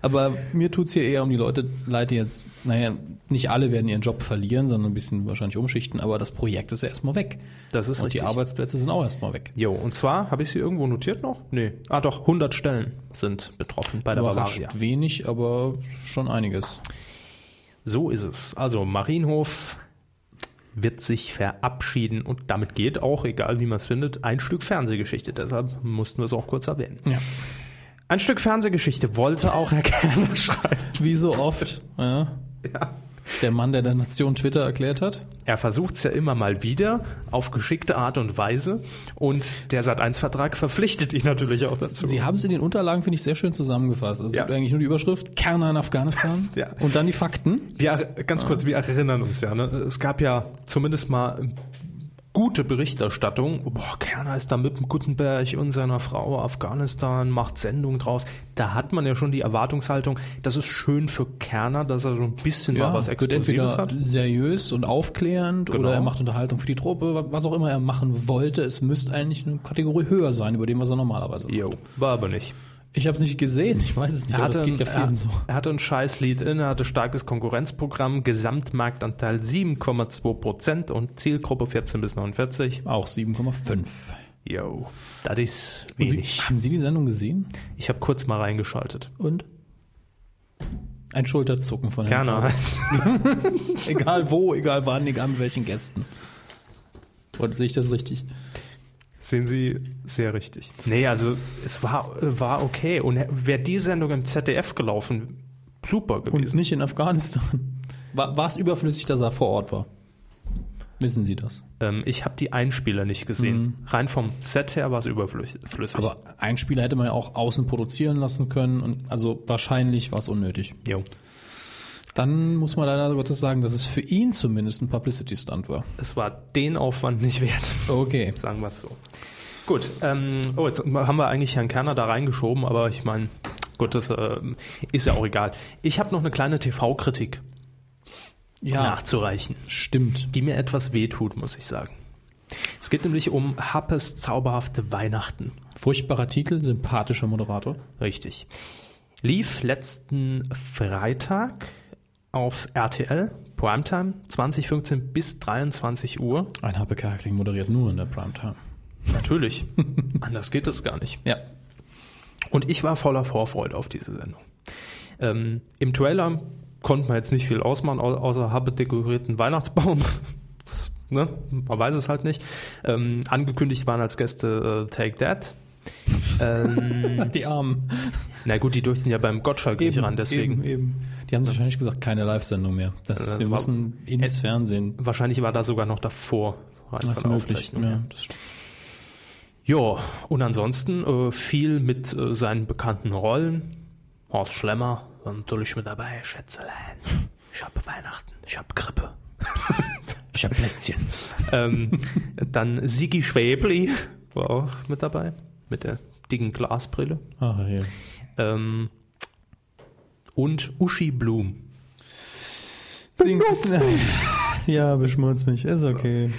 S2: Aber mir tut's hier eher um die Leute, leid, die jetzt, naja, nicht alle werden ihren Job verlieren, sondern ein bisschen wahrscheinlich umschichten, aber das Projekt ist ja erstmal weg.
S1: Das ist
S2: Und
S1: richtig.
S2: die Arbeitsplätze sind auch erstmal weg.
S1: Jo, und zwar, habe ich sie irgendwo notiert noch? Nee. Ah doch, 100 Stellen sind betroffen bei der
S2: Überrascht
S1: Bavaria.
S2: wenig, aber schon einiges.
S1: So ist es. Also Marienhof wird sich verabschieden und damit geht auch, egal wie man es findet, ein Stück Fernsehgeschichte. Deshalb mussten wir es auch kurz erwähnen.
S2: Ja.
S1: Ein Stück Fernsehgeschichte wollte auch Herr Kerner schreiben.
S2: Wie so oft. Ja. Der Mann, der der Nation Twitter erklärt hat.
S1: Er versucht es ja immer mal wieder auf geschickte Art und Weise und der Sat1-Vertrag verpflichtet ihn natürlich auch dazu.
S2: Sie haben es in den Unterlagen, finde ich, sehr schön zusammengefasst. Also es
S1: Ja.
S2: gibt eigentlich nur die Überschrift, Kerner in Afghanistan
S1: Ja.
S2: und dann die Fakten.
S1: Wir, er- ganz kurz, wir erinnern uns ja. Ne? Es gab ja zumindest mal gute Berichterstattung. Boah, Kerner ist da mit dem Gutenberg und seiner Frau Afghanistan, macht Sendung draus. Da hat man ja schon die Erwartungshaltung, das ist schön für Kerner, dass er so ein bisschen mal was
S2: wird
S1: Exklusives
S2: entweder
S1: hat.
S2: seriös und aufklärend
S1: Genau.
S2: oder er macht Unterhaltung für die Truppe, wa- was auch immer er machen wollte. Es müsste eigentlich eine Kategorie höher sein über dem, was er normalerweise macht.
S1: Jo, war aber nicht.
S2: Ich habe es nicht gesehen, ich weiß es nicht, aber das geht ja vielen
S1: er,
S2: so.
S1: er hatte ein scheiß Lead-In, er hatte starkes Konkurrenzprogramm, Gesamtmarktanteil 7,2% und Zielgruppe 14 bis 49.
S2: Auch 7,5.
S1: Jo, das ist
S2: Und wie-
S1: wenig.
S2: Haben Sie die Sendung gesehen?
S1: Ich habe kurz mal reingeschaltet.
S2: Und? Ein Schulterzucken von Herrn
S1: Kerner.
S2: Faber. Egal wo, egal wann, egal mit welchen Gästen. Und sehe ich das richtig?
S1: Sehen Sie sehr richtig. Nee, also es war, äh, war okay. Und wäre die Sendung im ZDF gelaufen, super
S2: Und
S1: gewesen.
S2: nicht in Afghanistan. War, war es überflüssig, dass er vor Ort war? Wissen Sie das?
S1: Ähm, ich habe die Einspieler nicht gesehen. Rein vom Set her war es überflüssig.
S2: Mhm. Aber ein Spieler hätte man ja auch außen produzieren lassen können und also wahrscheinlich war es unnötig.
S1: jo.
S2: Dann muss man leider Gottes sagen, dass es für ihn zumindest ein Publicity-Stunt war.
S1: es war den Aufwand nicht wert.
S2: Okay.
S1: Sagen wir es so. Gut, ähm, oh, jetzt haben wir eigentlich Herrn Kerner da reingeschoben, aber ich meine, gut, das äh, ist ja auch egal. Ich habe noch eine kleine TV-Kritik
S2: Ja,
S1: nachzureichen.
S2: stimmt.
S1: die mir etwas wehtut, muss ich sagen. Es geht nämlich um Happes zauberhafte Weihnachten.
S2: Furchtbarer Titel, sympathischer Moderator.
S1: Richtig. Lief letzten Freitag auf RTL, Primetime, 2015 bis 23 Uhr.
S2: Ein Happe Kerkeling moderiert nur in der Primetime.
S1: Natürlich. Anders geht es gar nicht.
S2: Ja.
S1: Und ich war voller Vorfreude auf diese Sendung. Ähm, Im Trailer konnte man jetzt nicht viel ausmachen, au- außer habe dekorierten Weihnachtsbaum. Das, ne? Man weiß es halt nicht. Ähm, angekündigt waren als Gäste äh, Take That. Ähm,
S2: Die Armen.
S1: na gut, die durften ja beim Gottschalk nicht ran, deswegen.
S2: Eben, eben. Die haben sich wahrscheinlich gesagt, keine Live-Sendung mehr. Also Das,
S1: das
S2: wir
S1: war-
S2: müssen ins Fernsehen.
S1: Wahrscheinlich war da sogar noch davor. rein
S2: Das ist
S1: von der
S2: möglich.
S1: Aufzeichnung.
S2: Ja, das stimmt.
S1: Ja, und ansonsten äh, viel mit äh, seinen bekannten Rollen. Horst Schlemmer war natürlich mit dabei, Schätzelein. Ich habe Weihnachten, ich habe Grippe.
S2: Ich habe Plätzchen.
S1: ähm, dann Sigi Schwäbli war auch mit dabei, mit der dicken Glasbrille.
S2: Ach, Ah, ja.
S1: Ähm, und Uschi Blum.
S2: Ja, beschmutz mich. Ist okay.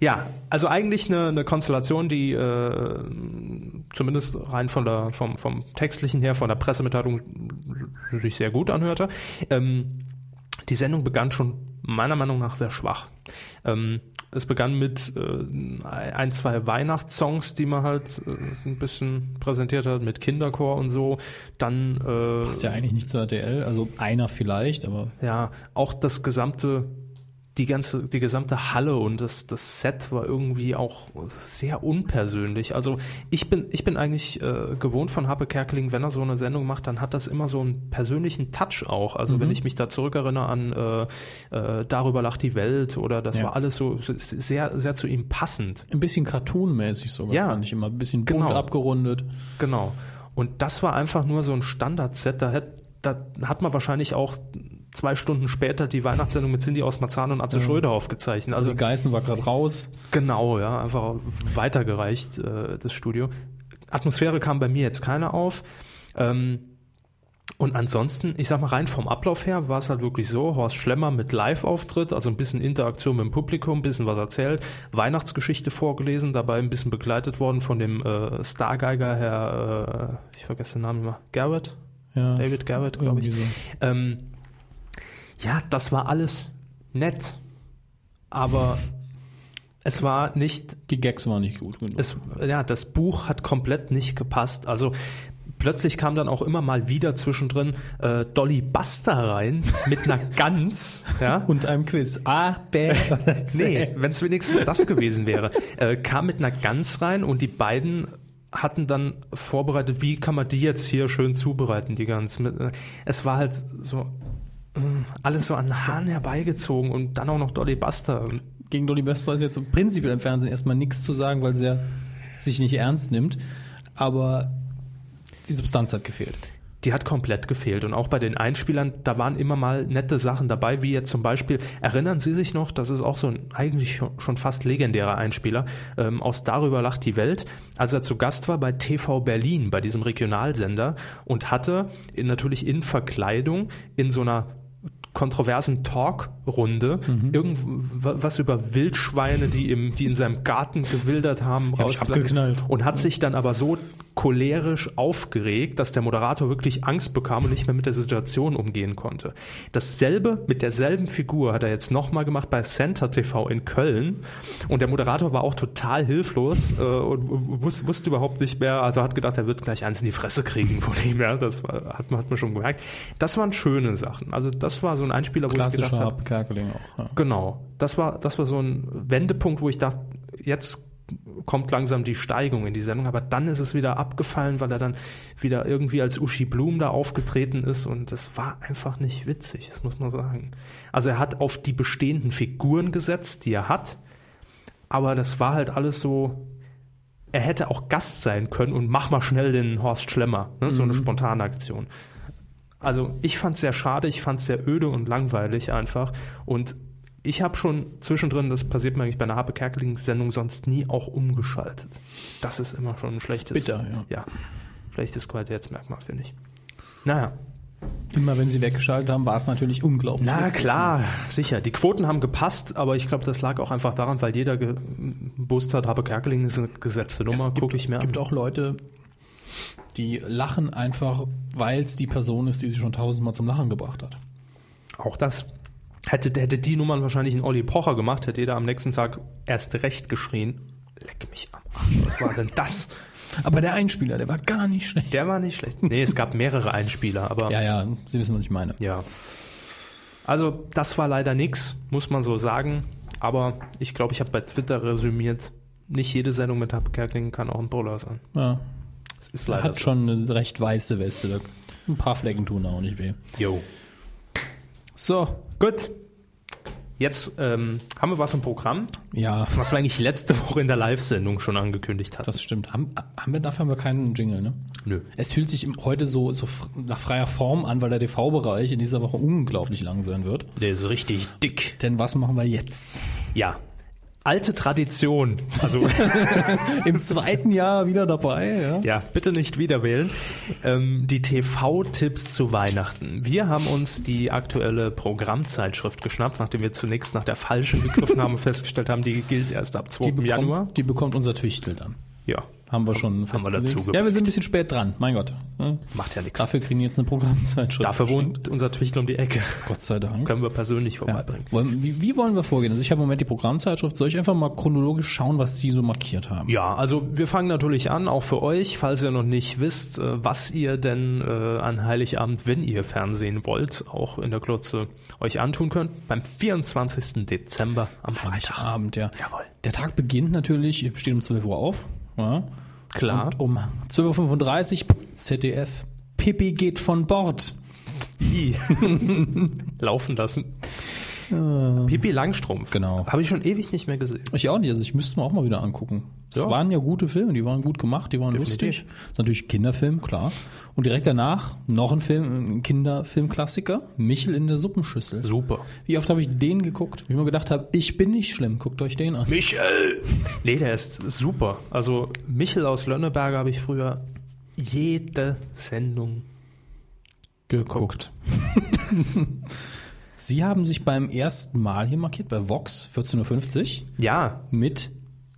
S1: Ja, also eigentlich eine, eine Konstellation, die äh, zumindest rein von der, vom, vom textlichen her, von der Pressemitteilung sich sehr gut anhörte. Ähm, die Sendung begann schon meiner Meinung nach sehr schwach. Ähm, es begann mit äh, ein, zwei Weihnachtssongs, die man halt äh, ein bisschen präsentiert hat, mit Kinderchor und so. Dann äh,
S2: Ist ja eigentlich nicht zu RTL. Also einer vielleicht, aber
S1: ja, auch das gesamte die ganze, die gesamte Halle und das, das Set war irgendwie auch sehr unpersönlich. Also ich bin, ich bin eigentlich äh, gewohnt von Happe Kerkeling, wenn er so eine Sendung macht, dann hat das immer so einen persönlichen Touch auch. Also wenn ich mich da zurückerinnere an äh, äh, Darüber lacht die Welt oder das
S2: Ja.
S1: war alles so so sehr, sehr zu ihm passend.
S2: Ein bisschen cartoonmäßig sogar,
S1: Ja.
S2: fand ich immer. Ein bisschen bunt
S1: Genau.
S2: abgerundet.
S1: Genau. Und das war einfach nur so ein Standardset. Da, hätt, da hat man wahrscheinlich auch zwei Stunden später die Weihnachtssendung mit Cindy aus Marzahn und Atze Schröder aufgezeichnet. Also
S2: Die Geißen war gerade raus.
S1: genau, ja, einfach weitergereicht, äh, das Studio. Atmosphäre kam bei mir jetzt keine auf. Ähm, und ansonsten, ich sag mal, rein vom Ablauf her war es halt wirklich so, Horst Schlemmer mit Live-Auftritt, also ein bisschen Interaktion mit dem Publikum, ein bisschen was erzählt, Weihnachtsgeschichte vorgelesen, dabei ein bisschen begleitet worden von dem äh, Stargeiger, Herr, äh, ich vergesse den Namen immer, Garrett?
S2: Ja,
S1: David Garrett, glaube ich.
S2: irgendwie
S1: Ähm, ja, das war alles nett, aber es war nicht
S2: Die Gags waren nicht gut genug.
S1: es, ja, das Buch hat komplett nicht gepasst. Also plötzlich kam dann auch immer mal wieder zwischendrin äh, Dolly Buster rein mit einer Gans. ja.
S2: und einem Quiz. A, B,
S1: Nee, wenn es wenigstens das gewesen wäre. Äh, kam mit einer Gans rein und die beiden hatten dann vorbereitet, wie kann man die jetzt hier schön zubereiten, die Gans. Mit, äh, es war halt so äh, alles so an den Haaren herbeigezogen und dann auch noch Dolly Buster.
S2: Gegen Dolly Bester ist jetzt prinzipiell im Fernsehen erstmal nichts zu sagen, weil sie ja sich nicht ernst nimmt. Aber die Substanz hat gefehlt.
S1: die hat komplett gefehlt. Und auch bei den Einspielern, da waren immer mal nette Sachen dabei, wie jetzt zum Beispiel, erinnern Sie sich noch, das ist auch so ein eigentlich schon- schon fast legendärer Einspieler, ähm, aus Darüber lacht die Welt, als er zu Gast war bei TV Berlin, bei diesem Regionalsender und hatte in, natürlich in Verkleidung in so einer kontroversen Talkrunde irgendwas über Wildschweine, die, im, die in seinem Garten gewildert haben,
S2: mich
S1: rausgelassen
S2: abgeknallt.
S1: und hat sich dann aber so cholerisch aufgeregt, dass der Moderator wirklich Angst bekam und nicht mehr mit der Situation umgehen konnte. Dasselbe mit derselben Figur hat er jetzt nochmal gemacht bei Center TV in Köln und der Moderator war auch total hilflos äh, und w- wus wusste überhaupt nicht mehr, also hat gedacht, er wird gleich eins in die Fresse kriegen von ihm, ja, das war, hat, man, hat man schon gemerkt. Das waren schöne Sachen, also das war so ein Einspieler, wo ich
S2: Klassischer
S1: gedacht habe,
S2: Abkerkeling auch. Ja.
S1: Genau. Das war, das war so ein Wendepunkt, wo ich dachte, jetzt kommt langsam die Steigung in die Sendung, aber dann ist es wieder abgefallen, weil er dann wieder irgendwie als Uschi Blum da aufgetreten ist und das war einfach nicht witzig, das muss man sagen. Also er hat auf die bestehenden Figuren gesetzt, die er hat, aber das war halt alles so, er hätte auch Gast sein können und mach mal schnell den Horst Schlemmer, ne? so eine spontane Aktion. Also ich fand es sehr schade, ich fand es sehr öde und langweilig einfach. Und ich habe schon zwischendrin, das passiert mir eigentlich bei einer Harpe Kerkeling-Sendung sonst nie auch umgeschaltet. Das ist immer schon ein schlechtes,
S2: bitter, ja.
S1: schlechtes Qualitätsmerkmal, finde ich. Naja,
S2: Immer wenn sie weggeschaltet haben, war es natürlich unglaublich.
S1: na
S2: witzig.
S1: klar, sicher. Die Quoten haben gepasst, aber ich glaube, das lag auch einfach daran, weil jeder gewusst hat, Harpe Kerkeling ist eine gesetzte Nummer,
S2: Es gibt,
S1: gucke ich mir
S2: gibt
S1: an.
S2: auch Leute, die lachen einfach, weil es die Person ist, die sie schon tausendmal zum Lachen gebracht hat.
S1: Auch das. Hätte, hätte die Nummern wahrscheinlich einen Olli Pocher gemacht, hätte jeder am nächsten Tag erst recht geschrien. Leck mich am Arsch, was war denn das?
S2: Aber der Einspieler, der war gar nicht schlecht.
S1: Der war nicht schlecht. Nee, es gab mehrere Einspieler, aber ja.
S2: ja, ja, Sie wissen, was ich meine.
S1: Also, das war leider nix, muss man so sagen. Aber ich glaube, ich habe bei Twitter resümiert, nicht jede Sendung mit Happe Kerkeling kann auch ein Brüller sein.
S2: Ja.
S1: Das ist
S2: Er
S1: leider
S2: hat schon eine recht weiße Weste. Da- Ein paar Flecken tun auch nicht weh.
S1: so. Jo.
S2: So,
S1: Gut. Jetzt ähm, haben wir was im Programm,
S2: ja,
S1: was wir eigentlich letzte Woche in der Live-Sendung schon angekündigt hatten.
S2: das stimmt. Haben, haben wir dafür haben wir keinen Jingle, ne?
S1: Nö.
S2: Es fühlt sich im- heute so, so fr- nach freier Form an, weil der TV-Bereich in dieser Woche unglaublich lang sein wird.
S1: Der ist richtig dick.
S2: Denn was machen wir jetzt?
S1: Ja. Alte Tradition. Also,
S2: Im zweiten Jahr wieder dabei, ja?
S1: ja, bitte nicht wieder wählen. Ähm, die TV-Tipps zu Weihnachten. Wir haben uns die aktuelle Programmzeitschrift geschnappt, nachdem wir zunächst nach der falschen gegriffen haben und festgestellt haben, die gilt erst ab 2.
S2: Die bekommt,
S1: Januar.
S2: die bekommt unser Twichtel dann.
S1: Ja,
S2: Haben wir schon
S1: Haben wir
S2: festgelegt.
S1: dazu
S2: ja, wir sind ein bisschen spät dran. Mein Gott. Ne?
S1: Macht ja nichts.
S2: Dafür kriegen wir jetzt eine Programmzeitschrift.
S1: Dafür wohnt unser Twichtel um die Ecke.
S2: Gott sei Dank.
S1: Können wir persönlich
S2: Ja.
S1: vorbeibringen.
S2: Wollen, wie, wie wollen wir vorgehen? Also ich habe im Moment die Programmzeitschrift. Soll ich einfach mal chronologisch schauen, was die so markiert haben?
S1: Ja, also wir fangen natürlich an, auch für euch, falls ihr noch nicht wisst, äh, was ihr denn äh, an Heiligabend, wenn ihr Fernsehen wollt, auch in der Klotze euch antun könnt. Beim 24. Dezember am Freitag.
S2: Freitagabend, ja.
S1: Jawohl.
S2: Der Tag beginnt natürlich, ihr steht um 12 Uhr auf. Ja.
S1: Klar.
S2: Und um 12.35 Uhr ZDF. Pippi geht von Bord.
S1: I. Laufen lassen. Pipi Langstrumpf.
S2: Genau.
S1: Habe ich schon ewig nicht mehr gesehen.
S2: Ich auch nicht, also ich müsste mir auch mal wieder angucken. Das
S1: Ja.
S2: waren ja gute Filme, die waren gut gemacht, die waren
S1: Definitiv.
S2: lustig. Das ist natürlich ein Kinderfilm, klar. Und direkt danach noch ein Film, ein Kinderfilmklassiker, Michel in der Suppenschüssel.
S1: Super.
S2: Wie oft habe ich den geguckt? Wie ich mir gedacht habe, ich bin nicht schlimm, guckt euch den an.
S1: Michel! Nee, der ist super. Also Michel aus Lönneberger habe ich früher jede Sendung
S2: Geguckt. Sie haben sich beim ersten Mal hier markiert, bei Vox 14.50 Uhr,
S1: Ja,
S2: mit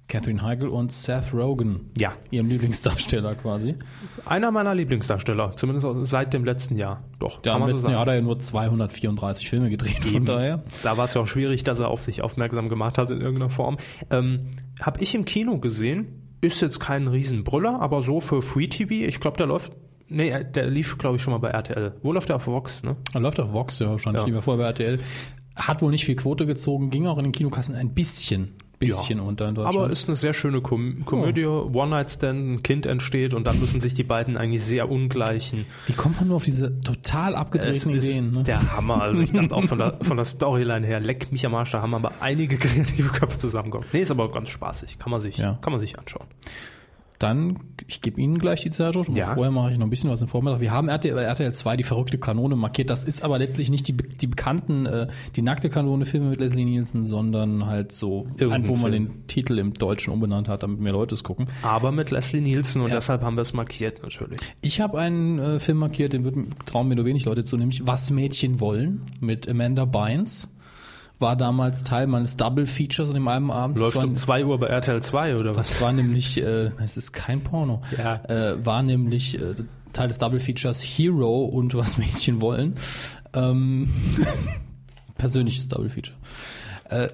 S2: Catherine Heigl und Seth Rogen.
S1: Ja.
S2: Ihrem Lieblingsdarsteller quasi.
S1: Einer meiner Lieblingsdarsteller, zumindest aus- seit dem letzten Jahr. Doch,
S2: Der im letzten Jahr hat er ja nur 234 Filme gedreht, von daher.
S1: Da war es ja auch schwierig, dass er auf sich aufmerksam gemacht hat in irgendeiner Form. Ähm, Habe ich im Kino gesehen, ist jetzt kein Riesenbrüller, aber so für Free TV, ich glaube, der läuft. Nee, äh, der lief, glaube ich, schon mal bei RTL. Wo läuft der auf Vox, ne?
S2: Er läuft auf Vox, ja, stand ja.
S1: Ja.
S2: lieber vor bei RTL. Hat wohl nicht viel Quote gezogen, ging auch in den Kinokassen ein bisschen, bisschen unter in Deutschland.
S1: Aber ist eine sehr schöne
S2: Oh.
S1: Kom Komödie. One-Night-Stand, ein Kind entsteht und dann müssen sich die beiden eigentlich sehr ungleichen.
S2: Wie kommt man nur auf diese total
S1: Es
S2: abgedrehten
S1: ist
S2: Ideen? Ne?
S1: der Hammer. Also ich dachte auch von der, von der Storyline her, leck mich am Arsch, da haben aber einige kreative Köpfe zusammengekommen. Nee, ist aber ganz spaßig. Kann man sich,
S2: Ja.
S1: kann man sich anschauen.
S2: Dann, ich gebe Ihnen gleich die Zeitschrift, aber
S1: Ja.
S2: vorher mache ich noch ein bisschen was im Vormittag. Wir haben RTL, bei RTL 2 die verrückte Kanone markiert. Das ist aber letztlich nicht die, be- die bekannten, äh, die nackte Kanone-Filme mit Leslie Nielsen, sondern halt so,
S1: Irgendein
S2: ein, wo man
S1: Film.
S2: den Titel im Deutschen umbenannt hat, damit mehr Leute es gucken.
S1: Aber mit Leslie Nielsen und
S2: Ja.
S1: deshalb haben wir es markiert natürlich.
S2: Ich habe einen äh, Film markiert, den würden- trauen mir nur wenig Leute zu, nämlich Was Mädchen wollen mit Amanda Bynes. War damals Teil meines Double Features an dem einen Abend.
S1: Läuft
S2: das war,
S1: um 2 Uhr bei RTL 2 oder was?
S2: das war nämlich, äh, es ist kein Porno,
S1: Ja.
S2: äh, war nämlich äh, Teil des Double Features Hero und Was Mädchen wollen. Ähm, persönliches Double Feature. Äh,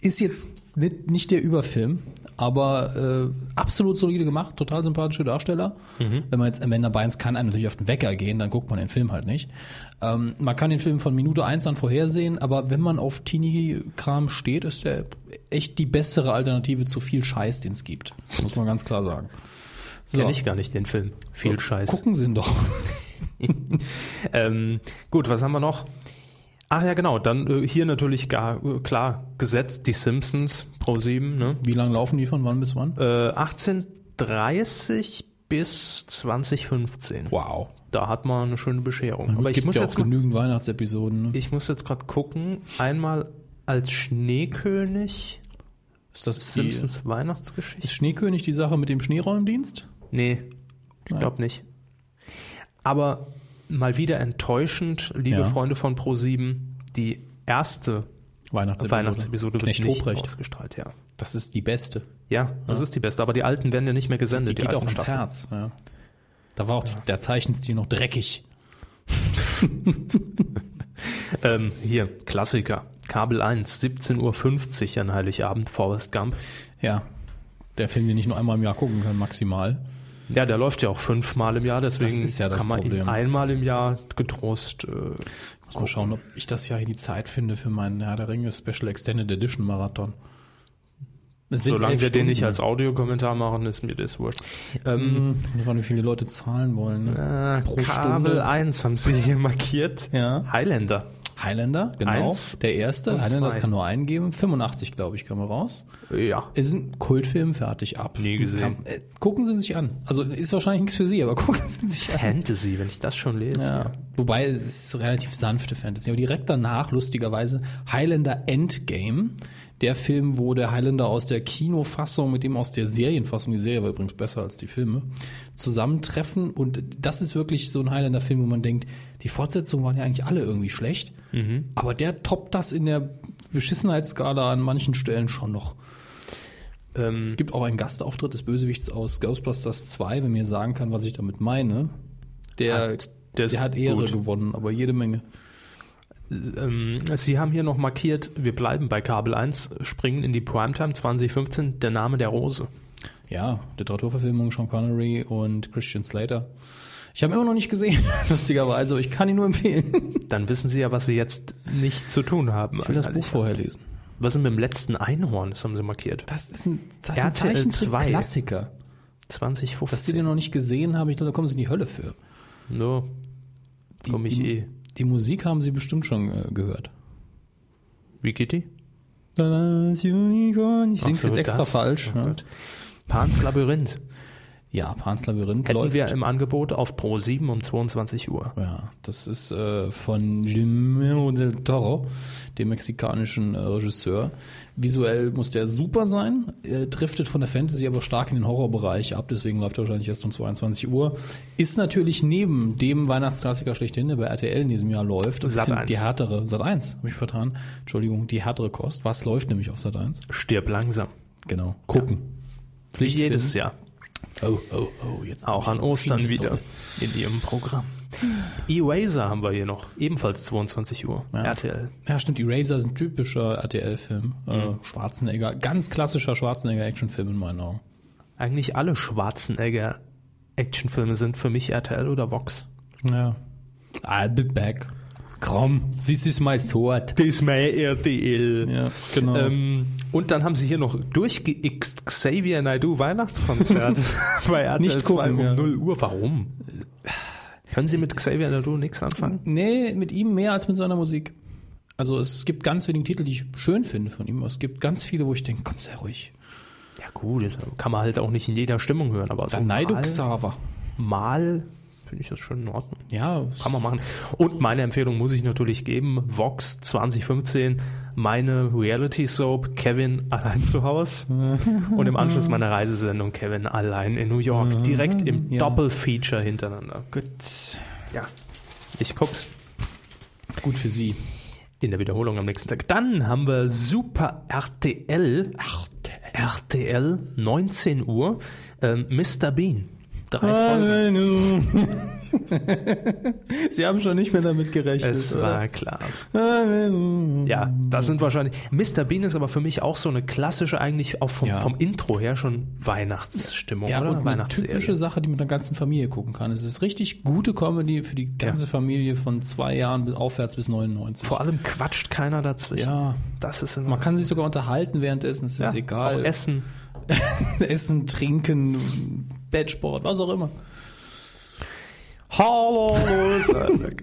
S2: ist jetzt nicht, nicht der Überfilm, aber äh, absolut solide gemacht, total sympathische Darsteller.
S1: Mhm.
S2: Wenn man jetzt Amanda Bynes kann einem natürlich auf den Wecker gehen, dann guckt man den Film halt nicht. Ähm, man kann den Film von Minute 1 an vorhersehen, aber wenn man auf Teenie-Kram steht, ist der echt die bessere Alternative zu viel Scheiß, den es gibt. Muss man ganz klar sagen. So.
S1: Kenn ich gar nicht den Film. Viel Scheiß.
S2: Gucken Sie ihn doch.
S1: Ähm, gut, was haben wir noch? Ach ja, genau. Dann äh, hier natürlich gar, äh, klar gesetzt die Simpsons Pro 7. Ne?
S2: Wie lange laufen die von wann bis wann?
S1: Äh, 1830 bis 2015.
S2: Wow.
S1: Da hat man eine schöne Bescherung. Aber ich
S2: gibt
S1: muss
S2: ja
S1: jetzt
S2: auch
S1: mal
S2: genügend Weihnachtsepisoden. Ne?
S1: Ich muss jetzt gerade gucken. Einmal als Schneekönig.
S2: Ist das
S1: Simpsons Weihnachtsgeschichte?
S2: Ist Schneekönig die Sache mit dem Schneeräumdienst?
S1: Nee, ich glaube nicht. Aber mal wieder enttäuschend, liebe
S2: Ja.
S1: Freunde von Pro7, die erste
S2: Weihnachtsepisode.
S1: Weihnachtsepisode wird
S2: Knecht
S1: nicht
S2: Ruprecht.
S1: ausgestrahlt, ja.
S2: Das ist die beste.
S1: Ja, das ist die beste. Aber die alten werden ja nicht mehr gesendet.
S2: Die, geht auch
S1: alten
S2: ins
S1: Staffeln.
S2: Herz. Ja. Da war auch die, der Zeichenstil noch dreckig.
S1: Ähm, hier, Klassiker. Kabel 1, 17.50 Uhr an Heiligabend, Forrest Gump.
S2: Ja. Der Film, den ich nur einmal im Jahr gucken kann, maximal.
S1: Ja, der läuft ja auch fünfmal im Jahr, deswegen
S2: ist ja das
S1: kann man ihn
S2: Problem.
S1: einmal im Jahr getrost. Äh,
S2: Muss mal schauen, ob ich das Jahr hier die Zeit finde für meinen Herr der Ringe Special Extended Edition Marathon. Es sind
S1: Solange
S2: elf
S1: wir den
S2: Stunden.
S1: nicht als Audiokommentar machen, ist mir das wurscht. Ähm,
S2: Ich weiß, wie viele Leute zahlen wollen. Ne?
S1: äh,
S2: pro
S1: Kabel
S2: Stunde.
S1: 1 haben sie hier markiert.
S2: Ja.
S1: Highlander.
S2: Highlander, genau.
S1: Eins
S2: der erste.
S1: und
S2: Highlander, das
S1: zwei.
S2: kann nur eingeben. 85, glaube ich, kam er raus.
S1: Ja.
S2: Ist ein Kultfilm, fertig, ab.
S1: Nie gesehen.
S2: Kann- äh, gucken Sie sich an. Also ist wahrscheinlich nichts für Sie, aber gucken Sie sich an.
S1: Fantasy, wenn ich das schon lese.
S2: Ja. Wobei es ist relativ sanfte Fantasy. Aber direkt danach, lustigerweise, Highlander Endgame. Der Film, wo der Highlander aus der Kinofassung mit dem aus der Serienfassung, die Serie war übrigens besser als die Filme, zusammentreffen. Und das ist wirklich so ein Highlander-Film, wo man denkt, die Fortsetzungen waren ja eigentlich alle irgendwie schlecht.
S1: Mhm.
S2: Aber der toppt das in der Beschissenheitsskala an manchen Stellen schon noch.
S1: Ähm,
S2: Es gibt auch einen Gastauftritt des Bösewichts aus Ghostbusters 2, wenn mir sagen kann, was ich damit meine. Der,
S1: Hat- der
S2: der,
S1: ist
S2: hat Ehre
S1: gut.
S2: gewonnen, aber jede Menge.
S1: ähm, Sie haben hier noch markiert, wir bleiben bei Kabel 1, springen in die Primetime 2015, der Name der Rose.
S2: Ja, Literaturverfilmung, Sean Connery und Christian Slater. Ich habe ihn immer noch nicht gesehen, lustigerweise, aber ich kann ihn nur empfehlen.
S1: Dann wissen Sie ja, was Sie jetzt nicht zu tun haben.
S2: Ich will das Buch vorher lesen.
S1: Was ist mit dem letzten Einhorn? Das haben Sie markiert.
S2: Das ist ein, das
S1: ist ein Zeichentrick-
S2: Klassiker. Dass Sie
S1: 2015.
S2: den noch nicht gesehen haben, ich glaube, da kommen Sie in die Hölle für.
S1: No, komm ich eh.
S2: Die Musik haben Sie bestimmt schon äh, gehört.
S1: Wie geht die?
S2: Ich sing's
S1: so,
S2: jetzt extra
S1: das.
S2: falsch.
S1: Oh
S2: ja.
S1: Gott. Pans Labyrinth
S2: ja, Pans Labyrinth
S1: hätten
S2: läuft.
S1: wir im Angebot auf Pro 7 um 22 Uhr.
S2: Ja, das ist äh, von Guillermo del Toro, dem mexikanischen äh, Regisseur. Visuell muss der super sein, äh, driftet von der Fantasy aber stark in den Horrorbereich ab, deswegen läuft er wahrscheinlich erst um 22 Uhr. Ist natürlich neben dem Weihnachtsklassiker schlechthin, der bei RTL in diesem Jahr läuft, ein
S1: Sat.
S2: bisschen
S1: 1.
S2: die härtere, Sat 1, habe ich vertan, Entschuldigung, die härtere Kost. Was läuft nämlich auf Sat 1?
S1: Stirb langsam.
S2: Genau, gucken.
S1: Wie
S2: Pflichtfilm.
S1: jedes Jahr.
S2: Oh, oh, oh, jetzt.
S1: Auch an Ostern wieder
S2: Schienenpistole.
S1: in ihrem Programm. Eraser haben wir hier noch. Ebenfalls 22 Uhr. RTL.
S2: Ja, stimmt. Eraser ist ein typischer RTL-Film. Äh, Schwarzenegger. Ganz klassischer Schwarzenegger-Actionfilm in meinen Augen.
S1: Eigentlich alle Schwarzenegger Actionfilme sind für mich RTL oder Vox.
S2: Ja. I'll be back. Komm, this is my sword.
S1: Das ist mein RTL.
S2: Ja, genau.
S1: Ähm, und dann haben sie hier noch durchgeixt Xavier Naidoo Weihnachtskonzert bei RTL
S2: Nicht gucken,
S1: 2 um
S2: ja.
S1: 0 Uhr. Warum? Können Sie mit Xavier Naidoo nichts anfangen?
S2: nee, mit ihm mehr als mit seiner Musik. Also es gibt ganz wenige Titel, die ich schön finde von ihm. aber Es gibt ganz viele, wo ich denke, komm, sei ruhig.
S1: Ja gut, das kann man halt auch nicht in jeder Stimmung hören, aber so
S2: Dann Naidu
S1: mal,
S2: Xaver.
S1: mal finde ich das schon in Ordnung.
S2: Ja,
S1: Kann man machen. Und meine Empfehlung muss ich natürlich geben, Vox 2015, meine Reality Soap Kevin allein zu Hause und im Anschluss meine Reisesendung Kevin allein in New York, direkt im
S2: Ja.
S1: Doppelfeature hintereinander.
S2: gut.
S1: Ja. Ich guck's
S2: Gut für Sie.
S1: in der Wiederholung am nächsten Tag. Dann haben wir Super RTL. RTL, 19 Uhr, ähm, Mr. Bean. Drei
S2: Äh.
S1: Folgen.
S2: Sie haben schon nicht mehr damit gerechnet.
S1: Es war klar. Ja, das sind wahrscheinlich. Mr. Bean ist aber für mich auch so eine klassische, eigentlich auch vom,
S2: Ja.
S1: vom Intro her schon Weihnachtsstimmung,
S2: Ja,
S1: oder?
S2: und eine
S1: Weihnachtsserie.
S2: typische Sache, die man der ganzen Familie gucken kann. Es ist richtig gute Comedy für die ganze
S1: Ja.
S2: Familie von zwei Jahren bis aufwärts bis 99.
S1: Vor allem quatscht keiner dazwischen.
S2: ja,
S1: Das ist immer.
S2: man kann sich sogar unterhalten währenddessen, es
S1: ja,
S2: ist egal.
S1: Auch essen.
S2: Essen, Trinken, Bettsport, was auch immer.
S1: Hallo, Leute.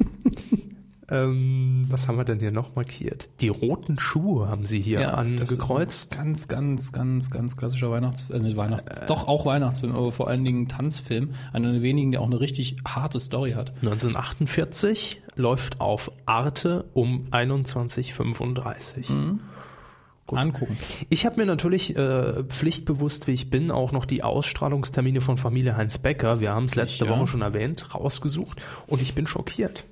S1: ähm, was haben wir denn hier noch markiert? Die roten Schuhe haben sie hier
S2: das ist
S1: angekreuzt.
S2: ein Ganz, ganz, ganz, ganz klassischer Weihnachtsfilm. Äh, nicht Weihnachts doch auch Weihnachtsfilm, aber vor allen Dingen Tanzfilm. Einer der wenigen, der auch eine richtig harte Story hat.
S1: 1948 läuft auf Arte um 21.35 Uhr.
S2: Angucken.
S1: Ich habe mir natürlich äh, pflichtbewusst, wie ich bin, auch noch die Ausstrahlungstermine von Familie Heinz Becker, wir haben es letzte
S2: Sicher.
S1: Woche schon erwähnt, rausgesucht und ich bin schockiert.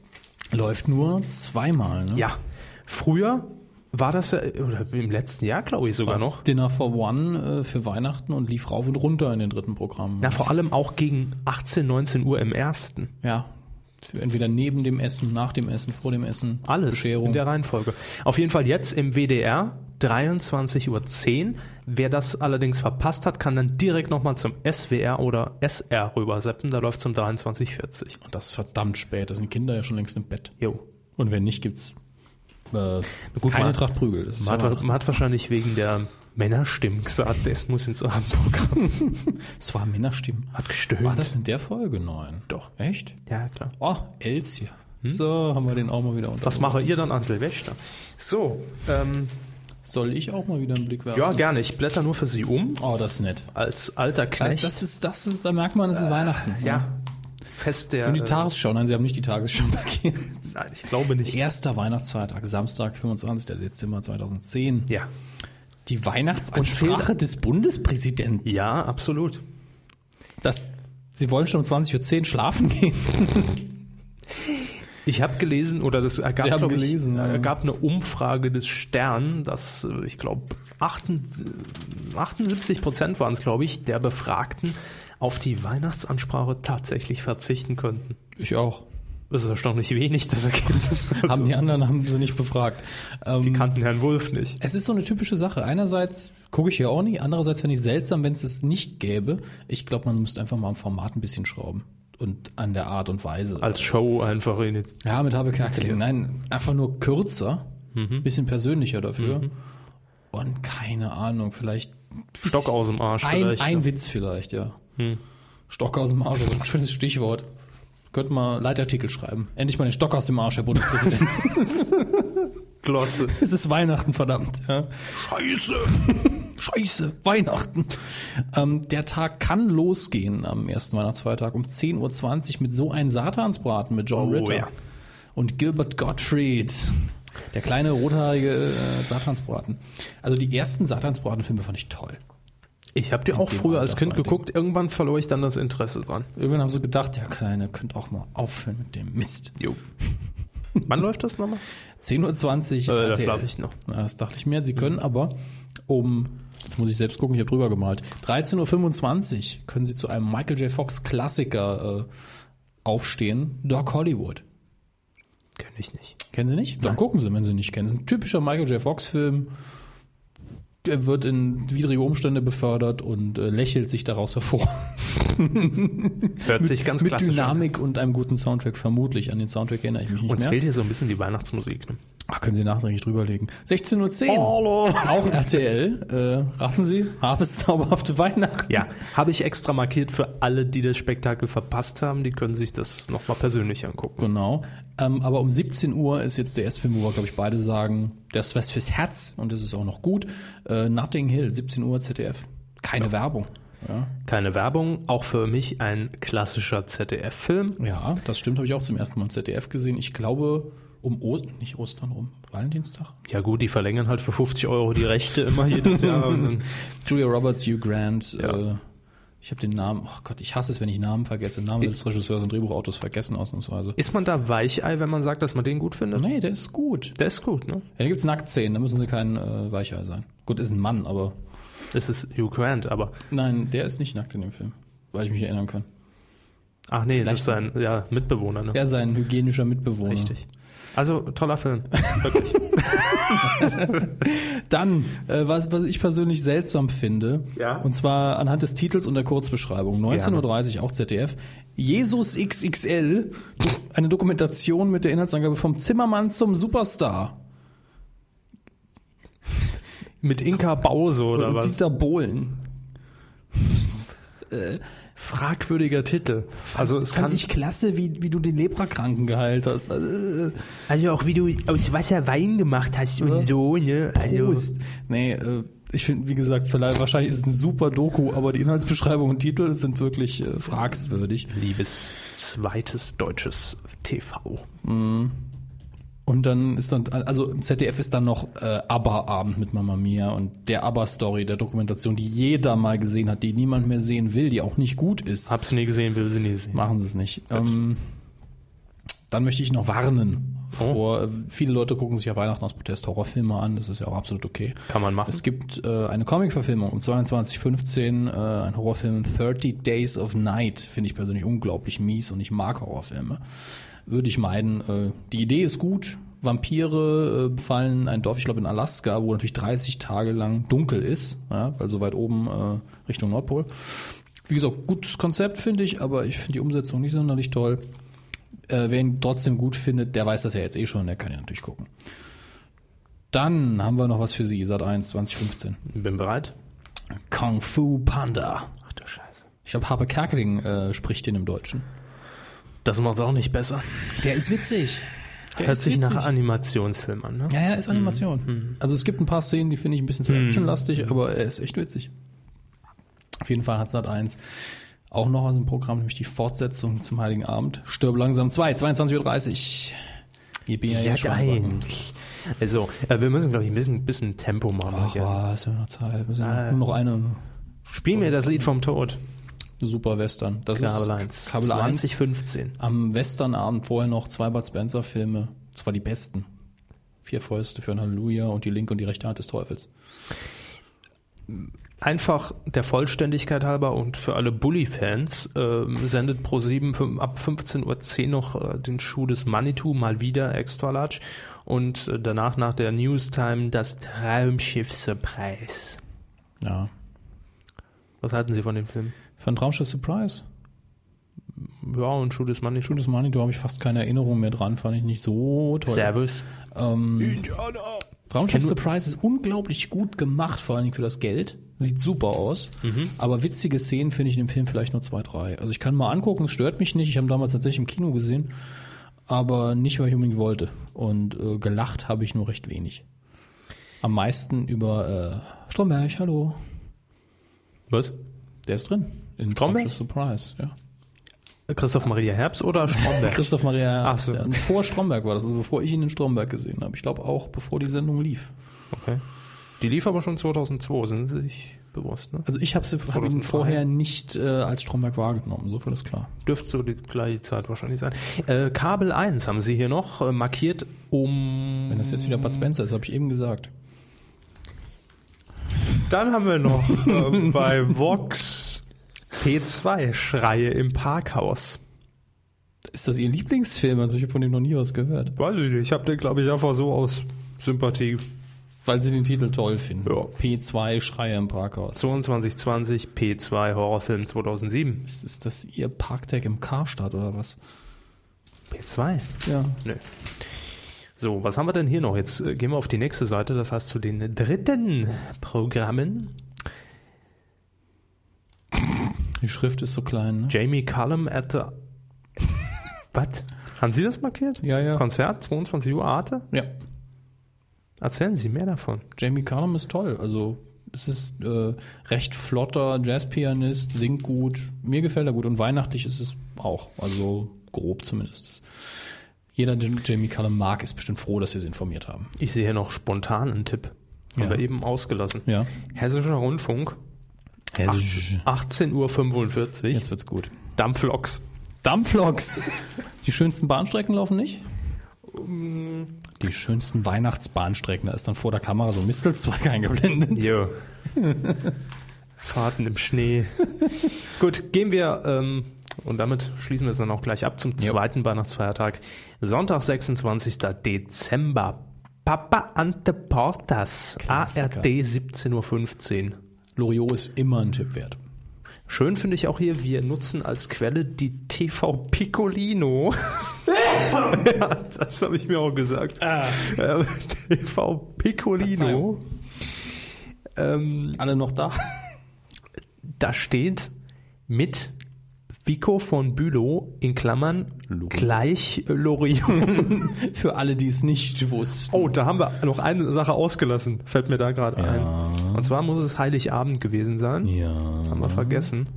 S2: Läuft nur zweimal, ne?
S1: Ja, früher war das ja, äh, oder im letzten Jahr glaube ich sogar
S2: Was?
S1: noch.
S2: Dinner for One äh, für Weihnachten und lief rauf und runter in den dritten Programmen.
S1: Na, vor allem auch gegen 18, 19 Uhr im ersten.
S2: Ja. Für Entweder neben dem Essen, nach dem Essen, vor dem Essen.
S1: Alles in
S2: Bescherung.
S1: der Reihenfolge. Auf jeden Fall jetzt im WDR 23.10 Uhr. Wer das allerdings verpasst hat, kann dann direkt nochmal zum SWR oder SR rüberseppen. Da um läuft zum 23.40
S2: Und das ist verdammt spät. Da sind die Kinder ja schon längst im Bett.
S1: Jo.
S2: Und wenn nicht, gibt's äh,
S1: Gut,
S2: keine
S1: man-
S2: Tracht Prügel. Das ist
S1: Man
S2: ja
S1: hat, man hat wahrscheinlich wegen der Männerstimmen gesagt, es muss ins Abendprogramm.
S2: es war Männerstimmen.
S1: Hat gestöhnt.
S2: War das in der Folge? Nein.
S1: Doch.
S2: Echt?
S1: Ja, klar.
S2: Oh, Elsie. So, haben wir den auch mal wieder unter.
S1: Was mache ihr dann an Silvester? So, ähm,
S2: Soll ich auch mal wieder einen Blick werfen?
S1: ja, gerne. Ich blätter nur für Sie um.
S2: Oh, das ist nett.
S1: Als alter
S2: Das,
S1: Knecht.
S2: das ist, das ist, da merkt man, es ist Weihnachten.
S1: Äh, ja, fest der.
S2: Und die
S1: äh,
S2: Tagesschau. Nein, sie haben nicht die Tagesschau markiert.
S1: Nein, ich glaube nicht.
S2: Erster Weihnachtsfeiertag, Samstag, 25. Dezember 2010.
S1: Ja.
S2: Die Weihnachtsansprache des Bundespräsidenten.
S1: Ja, absolut.
S2: Das, Sie wollen schon um 20.10 Uhr schlafen gehen.
S1: Ich habe gelesen, oder das ergab,
S2: haben
S1: glaub ich,
S2: gelesen, ja.
S1: ergab eine Umfrage des Stern, dass äh, ich glaube 78 Prozent waren es, glaube ich, der Befragten auf die Weihnachtsansprache tatsächlich verzichten könnten.
S2: Ich auch.
S1: Das ist erstaunlich wenig, das Ergebnis. Also,
S2: Haben die anderen haben sie nicht befragt. Ähm,
S1: kannten Herrn Wolf nicht.
S2: Es ist so eine typische Sache. Einerseits gucke ich ja auch nie, andererseits fände ich seltsam, wenn es es nicht gäbe. Ich glaube, man müsste einfach mal am Format ein bisschen schrauben. Und an der Art und Weise.
S1: Als Show einfach in jetzt.
S2: ja, mit Habe Kerkeling. Nein, einfach nur kürzer,
S1: Mhm.
S2: bisschen persönlicher dafür. Und keine Ahnung, vielleicht.
S1: Stock aus dem Arsch
S2: Ein,
S1: vielleicht, Hm.
S2: ein
S1: ne?
S2: Witz vielleicht, ja. Stock aus dem Arsch, das ist ein schönes Stichwort. Könnt mal Leitartikel schreiben. Endlich mal den Stock aus dem Arsch, Herr Bundespräsident.
S1: Glosse.
S2: es ist Weihnachten, verdammt. Ja.
S1: Scheiße.
S2: Scheiße, Weihnachten. Ähm, der Tag kann losgehen am ersten Weihnachtsfeiertag um 10.20 Uhr mit so ein Satansbraten mit John
S1: Oh,
S2: Ritter
S1: ja.
S2: und Gilbert Gottfried. Der kleine rothaarige äh, Satansbraten. Also die ersten Satansbratenfilme fand ich toll.
S1: Ich habe die auch
S2: dem
S1: früher
S2: Alter
S1: als Kind
S2: vor allen
S1: geguckt, irgendwann verlor ich dann das Interesse dran.
S2: Irgendwann haben sie gedacht, der Kleine könnte auch mal aufhören mit dem Mist.
S1: Jo. Wann läuft das nochmal?
S2: 10.20 Uhr.
S1: Äh, da
S2: RTL.
S1: schlaf ich noch.
S2: Ja, das dachte ich mir. Sie können aber um, jetzt muss ich selbst gucken, ich habe drüber gemalt, 13.25 Uhr können Sie zu einem Michael J. Fox Klassiker äh, aufstehen. Doc Hollywood.
S1: Kenn ich nicht.
S2: Kennen Sie nicht? Dann gucken Sie, wenn Sie nicht kennen. Das ist ein typischer Michael J. Fox-Film. Er wird in widrige Umstände befördert und äh, lächelt sich daraus hervor.
S1: Hört sich ganz
S2: Mit
S1: klassisch an.
S2: Dynamik ne? und einem guten Soundtrack vermutlich. An den Soundtrack erinnere ich mich nicht
S1: Uns
S2: mehr.
S1: fehlt hier so ein bisschen die Weihnachtsmusik. Ne?
S2: Ach, können Sie nachträglich drüberlegen. 16.10 Uhr. Auch RTL. Äh, raten Sie? Harpes zauberhafte Weihnachten.
S1: Ja, habe ich extra markiert für alle, die das Spektakel verpasst haben. Die können sich das nochmal persönlich angucken.
S2: Genau. Ähm, aber um 17 Uhr ist jetzt der erste Film, wo wir, glaube ich, beide sagen, der ist was fürs Herz und das ist auch noch gut. Äh, Notting Hill, 17 Uhr ZDF. Keine Werbung.
S1: Keine Werbung, auch für mich ein klassischer ZDF-Film.
S2: Ja, das stimmt, habe ich auch zum ersten Mal im ZDF gesehen. Ich glaube, um o nicht Ostern rum, Valentinstag.
S1: Ja gut, die verlängern halt für 50 Euro die Rechte immer jedes Jahr. Und dann-
S2: Julia Roberts, Hugh Grant.
S1: Ja.
S2: Äh, ich habe den Namen, ach Gott, ich hasse es, wenn ich Namen vergesse. Namen des Regisseurs und Drehbuchautors vergessen ausnahmsweise.
S1: Ist man da Weichei, wenn man sagt, dass man den gut findet?
S2: Nee, der ist gut.
S1: Der ist gut, ne?
S2: Ja, da gibt's Nacktszenen, da müssen sie kein äh, Weichei sein. Gut, ist ein Mann, aber.
S1: Es ist Hugh Grant, aber
S2: Nein, der ist nicht nackt in dem Film, weil ich mich erinnern kann.
S1: ach nee, es ist sein ja, Mitbewohner, ne?
S2: Er ist ein hygienischer Mitbewohner.
S1: Richtig. Also toller Film. Wirklich.
S2: Dann, äh, was, was ich persönlich seltsam finde, ja. und zwar anhand des Titels und der Kurzbeschreibung. 19.30 Uhr, auch ZDF. Jesus XXL, eine Dokumentation mit der Inhaltsangabe vom Zimmermann zum Superstar.
S1: Mit Inka Bause oder
S2: und
S1: was?
S2: Dieter Bohlen.
S1: Fragwürdiger Titel. Also es
S2: Fand
S1: kann
S2: ich klasse, wie, wie du den Leprakranken geheilt hast. Also, äh,
S1: also auch wie du aus Wasser Wein gemacht hast und so, ne? Also
S2: Prost. Nee, äh, ich finde, wie gesagt, vielleicht, wahrscheinlich ist es ein super Doku, aber die Inhaltsbeschreibung und Titel sind wirklich äh, fragwürdig.
S1: liebes zweites deutsches TV.
S2: Und dann ist dann, also im ZDF ist dann noch äh, ABBA-Abend mit Mama Mia und der ABBA-Story, der Dokumentation, die jeder mal gesehen hat, die niemand mehr sehen will, die auch nicht gut ist.
S1: Hab's nie gesehen, will sie nie sehen.
S2: Machen Sie es nicht. Ähm, dann möchte ich noch warnen.
S1: Oh.
S2: Vor, äh, viele Leute gucken sich ja Weihnachten aus Protest Horrorfilme an, das ist ja auch absolut okay.
S1: Kann man machen.
S2: Es gibt äh, eine Comic-Verfilmung um 22.15, äh, ein Horrorfilm 30 Days of Night, finde ich persönlich unglaublich mies und ich mag Horrorfilme. Würde ich meiden. Äh, die Idee ist gut. Vampire äh, befallen ein Dorf, ich glaube in Alaska, wo natürlich 30 Tage lang dunkel ist, ja, weil so weit oben äh, Richtung Nordpol. Wie gesagt, gutes Konzept finde ich, aber ich finde die Umsetzung nicht sonderlich toll. Äh, wer ihn trotzdem gut findet, der weiß das ja jetzt eh schon, der kann ja natürlich gucken. Dann haben wir noch was für Sie, Sat 1 2015.
S1: Bin bereit.
S2: Kung Fu Panda.
S1: Ach du Scheiße.
S2: Ich glaube, Harpe Kerkeling äh, spricht den im Deutschen.
S1: Das macht's auch nicht besser.
S2: Der ist witzig. Der
S1: Hört
S2: ist
S1: sich nach Mhm.
S2: witzig.
S1: Animationsfilm an, ne?
S2: Ja, ja, ist Animation. Also es gibt ein paar Szenen, die finde ich ein bisschen zu actionlastig, aber er ist echt witzig. Auf jeden Fall hat Sat 1 auch noch aus dem Programm, nämlich die Fortsetzung zum Heiligen Abend. Stirb langsam 2, 22.30 Uhr. Ihr bin ja, ja schon.
S1: Also, äh, wir müssen, glaube ich, ein bisschen, bisschen Tempo machen.
S2: Ach
S1: ja.
S2: was, wir haben noch Zeit. Wir sind nur noch eine
S1: Spiel mir das Lied vom Tod.
S2: Super Western. Das
S1: Kabel
S2: ist
S1: 1.
S2: Kabel 1.
S1: 2015.
S2: Am Westernabend vorher noch zwei Bud Spencer Filme. Das war die besten. Vier Fäuste für ein Halleluja und die linke und die rechte Hand des Teufels.
S1: Einfach der Vollständigkeit halber und für alle Bully-Fans ähm, sendet Pro7 ab 15.10 Uhr noch äh, den Schuh des Manitou, mal wieder extra large. Und äh, danach nach der Newstime das Traumschiff-Surprise.
S2: Ja.
S1: Was halten Sie von dem Film?
S2: Für ein Traumschiff Surprise.
S1: Ja, und Schuh des Manitou.
S2: Gutes Manitou habe ich fast keine Erinnerung mehr dran. Fand ich nicht so toll.
S1: Servus.
S2: Traumschiff Surprise ist unglaublich gut gemacht, vor allen Dingen für das Geld. Sieht super aus.
S1: Mhm.
S2: Aber witzige Szenen finde ich in dem Film vielleicht nur zwei, drei. Also ich kann mal angucken, es stört mich nicht. Ich habe ihn damals tatsächlich im Kino gesehen, aber nicht, weil ich unbedingt wollte. Und äh, gelacht habe ich nur recht wenig. Am meisten über äh, Stromberg, hallo.
S1: Was?
S2: Der ist drin. In
S1: Stromberg?
S2: Traumschiff Surprise, ja.
S1: Christoph Maria Herbst oder Stromberg?
S2: Christoph Maria,
S1: Ach so.
S2: Ernst, ja. vor Stromberg war das, also bevor ich ihn in Stromberg gesehen habe. Ich glaube auch, bevor die Sendung lief.
S1: Okay. Die lief aber schon 2002, sind Sie sich bewusst, ne?
S2: Also ich habe hab
S1: 2003.
S2: ihn vorher nicht äh, als Stromberg wahrgenommen, so viel ist klar.
S1: Dürfte so die gleiche Zeit wahrscheinlich sein. Äh, Kabel 1 haben Sie hier noch äh, markiert um.
S2: Wenn das jetzt wieder Bud Spencer ist, habe ich eben gesagt.
S1: Dann haben wir noch äh, bei Vox P2 Schreie im Parkhaus.
S2: Ist das Ihr Lieblingsfilm? Also ich habe von dem noch nie was gehört.
S1: Weiß ich nicht, ich habe den, glaube ich, einfach so aus Sympathie.
S2: Weil Sie den Titel toll finden.
S1: Ja.
S2: P2 Schreie im Parkhaus.
S1: 2220 P2 Horrorfilm 2007.
S2: Ist, ist das Ihr Parktag im Karstadt oder was?
S1: P2?
S2: Ja.
S1: Nö. So, was haben wir denn hier noch? Jetzt äh, gehen wir auf die nächste Seite, das heißt zu den dritten Programmen.
S2: Die Schrift ist so klein. Ne?
S1: Jamie Cullum at the. Was? Haben Sie das markiert?
S2: Ja, ja.
S1: Konzert, 22 Uhr Arte?
S2: Ja.
S1: Erzählen Sie mehr davon.
S2: Jamie Cullum ist toll. Also es ist äh, recht flotter Jazzpianist, singt gut. Mir gefällt er gut und weihnachtlich ist es auch. Also grob zumindest. Jeder, der Jamie Cullum mag, ist bestimmt froh, dass wir sie informiert haben.
S1: Ich sehe hier noch spontan einen Tipp. Haben
S2: Ja.
S1: wir eben ausgelassen.
S2: Ja.
S1: Hessischer Rundfunk,
S2: Jetzt
S1: 18.45 Uhr,
S2: wird's gut.
S1: Dampfloks.
S2: Dampfloks. Die schönsten Bahnstrecken laufen nicht? Die schönsten Weihnachtsbahnstrecken. Da ist dann vor der Kamera so ein Mistelzweig eingeblendet.
S1: Jo. Fahrten im Schnee. Gut, gehen wir, ähm, und damit schließen wir es dann auch gleich ab zum zweiten Weihnachtsfeiertag. Sonntag, 26. Dezember. Papa Ante Portas,
S2: Klassiker.
S1: ARD 17.15 Uhr.
S2: Loriot ist immer ein Tipp wert.
S1: Schön finde ich auch hier, wir nutzen als Quelle die TV Piccolino. ja, das habe ich mir auch gesagt. Ähm, TV Piccolino.
S2: Ah. Verzeihung.
S1: Ähm,
S2: Alle noch da?
S1: da steht mit Vico von Bülow in Klammern gleich Loriot.
S2: Für alle, die es nicht wussten.
S1: Oh, da haben wir noch eine Sache ausgelassen, fällt mir da gerade ein. Und zwar muss es Heiligabend gewesen sein.
S2: Ja.
S1: Haben wir vergessen.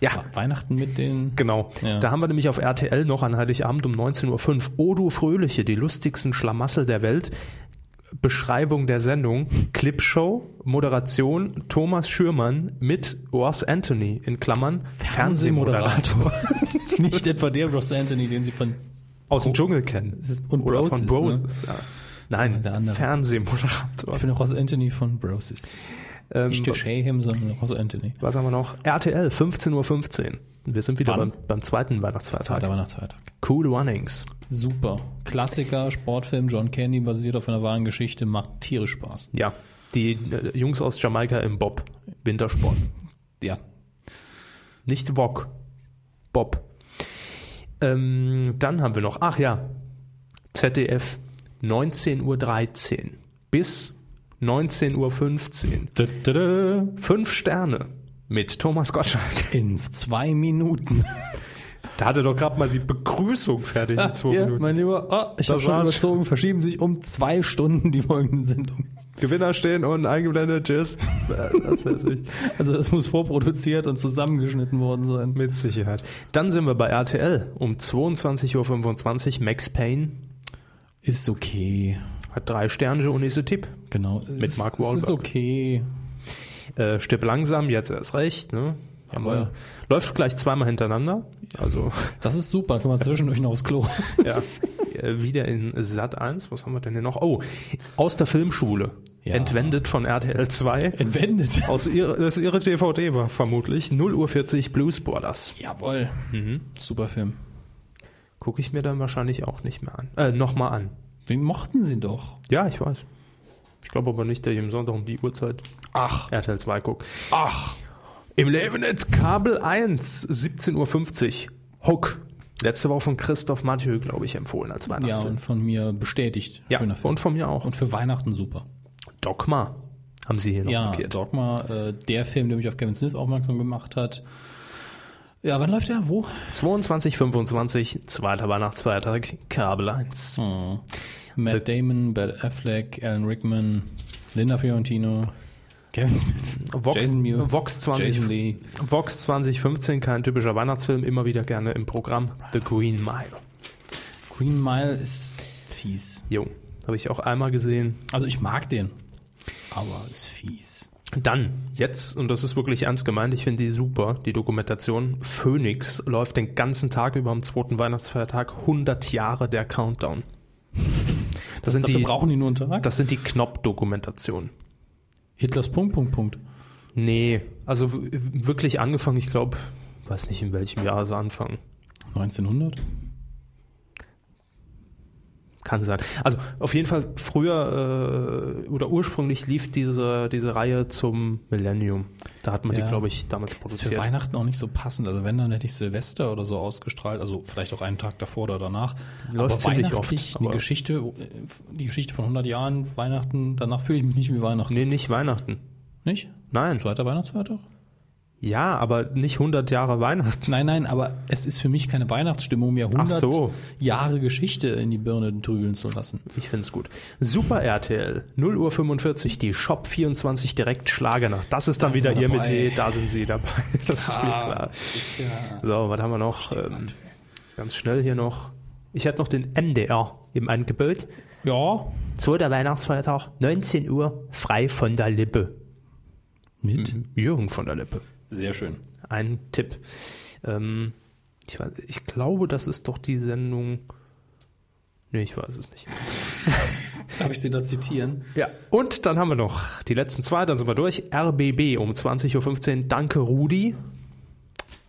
S1: Ja,
S2: Weihnachten mit den.
S1: Genau.
S2: Ja.
S1: Da haben wir nämlich auf RTL noch an Heiligabend um 19.05 Uhr. Odo Fröhliche, die lustigsten Schlamassel der Welt. Beschreibung der Sendung, Clipshow, Moderation Thomas Schürmann mit Ross Anthony in Klammern Fernsehmoderator
S2: nicht etwa der Ross Anthony, den sie von.
S1: aus dem Dschungel kennen.
S2: ist- und
S1: Oder
S2: Broses, ne?
S1: von Broses. Ja. Nein,
S2: der andere.
S1: Fernsehmoderator.
S2: Ich bin Ross Anthony von Broses.
S1: Ähm,
S2: Nicht der Shayham, sondern Ross Anthony.
S1: was haben wir noch? RTL, 15.15 Uhr. Wir sind wieder
S2: Wann?
S1: beim, beim zweiten Weihnachtsfeiertag.
S2: Zweiter Weihnachtsfeiertag.
S1: Cool Runnings.
S2: Super. Klassiker, Sportfilm, John Candy, basiert auf einer wahren Geschichte, macht tierisch Spaß.
S1: Ja, die äh, Jungs aus Jamaika im Bob, Wintersport.
S2: Ja.
S1: Nicht Wok. Bob. Ähm, dann haben wir noch, ach ja, ZDF 19.13 Uhr bis 19.15 Uhr. Fünf Sterne mit Thomas Gottschalk.
S2: In zwei Minuten.
S1: Da hatte doch gerade mal die Begrüßung fertig in zwei
S2: Ah, ja,
S1: Minuten.
S2: mein Lieber, oh, ich habe
S1: Das
S2: schon
S1: war's.
S2: überzogen, verschieben sich um zwei Stunden die folgenden Sendungen.
S1: Gewinner stehen und eingeblendet, tschüss. Äh, das weiß ich.
S2: Also es muss vorproduziert und zusammengeschnitten worden sein.
S1: Mit Sicherheit. Dann sind wir bei RTL um 22.25 Uhr. Max Payne
S2: Ist okay.
S1: Hat drei Sterne und ist ein Tipp.
S2: Genau. Mit
S1: Mark
S2: Es ist
S1: Wahlberg.
S2: okay.
S1: Äh, stirb langsam, jetzt erst recht. Ne? Aber läuft gleich zweimal hintereinander. Also
S2: Das ist super, kann man zwischendurch noch aufs Klo.
S1: ja. Äh, wieder in Sat 1. Was haben wir denn hier noch? Oh, aus der Filmschule.
S2: Ja.
S1: Entwendet von RTL 2.
S2: Entwendet.
S1: Aus ihre, das ist ihre DVD war vermutlich. 0 Uhr 40 Blues Brothers.
S2: Jawohl.
S1: Mhm.
S2: Super Film.
S1: Gucke ich mir dann wahrscheinlich auch nicht mehr an. Äh, nochmal an.
S2: Den mochten sie doch.
S1: Ja, ich weiß. Ich glaube aber nicht, dass ich am Sonntag um die Uhrzeit
S2: Ach,
S1: RTL 2 gucke.
S2: ach.
S1: Im Levenet Kabel 1, 17.50 Uhr. Hook. Letzte Woche von Christoph Mathieu, glaube ich, empfohlen als
S2: Ja,
S1: Weihnachtsfilm.
S2: und von mir bestätigt.
S1: Ja,
S2: Schöner Film.
S1: und von mir auch.
S2: Und für Weihnachten super.
S1: Dogma haben sie hier noch
S2: Ja,
S1: markiert.
S2: Dogma, äh, der Film, der mich auf Kevin Smith aufmerksam gemacht hat. Ja, wann läuft der? Wo?
S1: 22, 25, zweiter Weihnachtsfeiertag, Kabel 1.
S2: Hm. Matt Damon, Ben Affleck, Alan Rickman, Linda Fiorentino, Kevin Smith,
S1: Vox,
S2: Jason Mewes,
S1: Vox, 20,
S2: Jason Lee.
S1: Vox 2015, kein typischer Weihnachtsfilm, immer wieder gerne im Programm. The Green Mile.
S2: Green Mile ist fies.
S1: Jo, habe ich auch einmal gesehen.
S2: Also ich mag den, aber ist fies.
S1: Dann, jetzt, und das ist wirklich ernst gemeint, ich finde die super, die Dokumentation. Phoenix läuft den ganzen Tag über am zweiten Weihnachtsfeiertag 100 Jahre der Countdown. Das, sind,
S2: Dafür
S1: die,
S2: brauchen die nur einen Tag.
S1: das sind die Knopf-Dokumentationen.
S2: Hitlers Punkt, Punkt, Punkt.
S1: Nee, also w- wirklich angefangen, ich glaube, weiß nicht in welchem Jahr sie anfangen.
S2: 1900?
S1: Kann sein. Also auf jeden Fall früher äh, oder ursprünglich lief diese, diese Reihe zum Millennium. Da hat man
S2: Ja.
S1: die, glaube ich, damals
S2: Ist für
S1: produziert.
S2: Weihnachten auch nicht so passend. Also wenn, dann hätte ich Silvester oder so ausgestrahlt. Also vielleicht auch einen Tag davor oder danach.
S1: Läuft ziemlich oft,
S2: weihnachtlich Eine
S1: aber-
S2: Geschichte, äh, die Geschichte von 100 Jahren, Weihnachten, danach fühle ich mich nicht wie Weihnachten.
S1: Nee, nicht Weihnachten.
S2: Nicht?
S1: Nein.
S2: Zweiter Weihnachtsfeiertag?
S1: Ja, aber nicht 100 Jahre Weihnachten.
S2: Nein, nein, aber es ist für mich keine Weihnachtsstimmung, mir 100
S1: Ach so.
S2: Jahre Geschichte in die Birne trügeln zu lassen.
S1: Ich find's gut. Super RTL, 0 Uhr 45, die Shop 24 direkt Schlager nach. Das ist dann
S2: Da sind
S1: wieder
S2: wir
S1: ihr
S2: dabei.
S1: Metier, da sind sie dabei. Das ist mir klar.
S2: Sicher.
S1: So, was haben wir noch? Ähm, ganz schnell hier noch. Ich hätte noch den MDR im Angebot.
S2: Ja.
S1: Zweiter Weihnachtsfeiertag, 19 Uhr, frei von der Lippe.
S2: Mit.
S1: Jürgen von der Lippe.
S2: Sehr schön.
S1: Ein Tipp. Ähm, ich, weiß, ich glaube, das ist doch die Sendung. Nee, ich weiß es nicht.
S2: Darf ich Sie da zitieren?
S1: Ja, und dann haben wir noch die letzten zwei, dann sind wir durch. RBB um 20.15 Uhr. Danke, Rudi.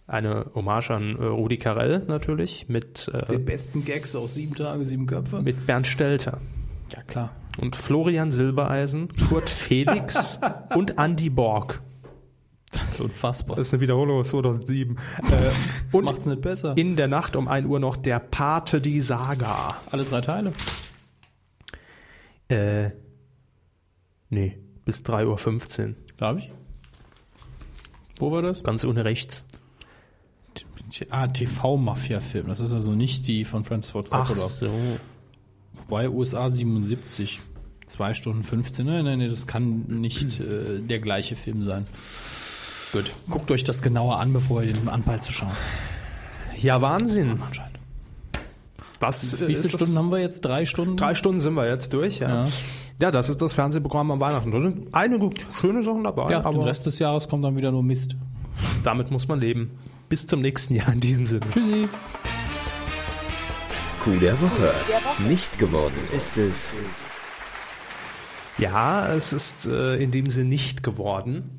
S1: Eine Hommage an äh, Rudi Carell natürlich mit, äh,
S2: besten Gags aus sieben Tage, sieben Köpfe.
S1: mit Bernd Stelter.
S2: Ja, klar.
S1: Und Florian Silbereisen, Kurt Felix und Andy Borg.
S2: Das ist unfassbar.
S1: Das ist eine Wiederholung aus 2007. Äh,
S2: Das
S1: und
S2: macht's nicht besser.
S1: in der Nacht um 1 Uhr noch der Pate die Saga.
S2: Alle drei Teile.
S1: Äh, nee, bis 3.15 Uhr.
S2: Darf ich? Wo war das?
S1: Ganz ohne rechts.
S2: Ah, TV-Mafia-Film. Das ist also nicht die von Francis Ford Coppola. Bei USA 77. 2 Stunden 15. Nein, nein, nein, das kann nicht äh, der gleiche Film sein. Gut. Guckt euch das genauer an, bevor ihr den anpeilt zu schauen.
S1: Ja, Wahnsinn.
S2: Anscheinend.
S1: Was, äh,
S2: Wie
S1: ist
S2: viele
S1: das?
S2: Stunden haben wir jetzt? Drei Stunden?
S1: Drei Stunden sind wir jetzt durch, ja.
S2: Hm. Ja.
S1: ja. das ist das Fernsehprogramm am Weihnachten. Da sind einige schöne Sachen dabei,
S2: Ja, den
S1: aber
S2: Rest des Jahres kommt dann wieder nur Mist.
S1: damit muss man leben. Bis zum nächsten Jahr in diesem Sinne.
S2: Tschüssi.
S5: Coup der Woche. Nicht geworden ist es
S1: Ja, es ist äh, in dem Sinne nicht geworden.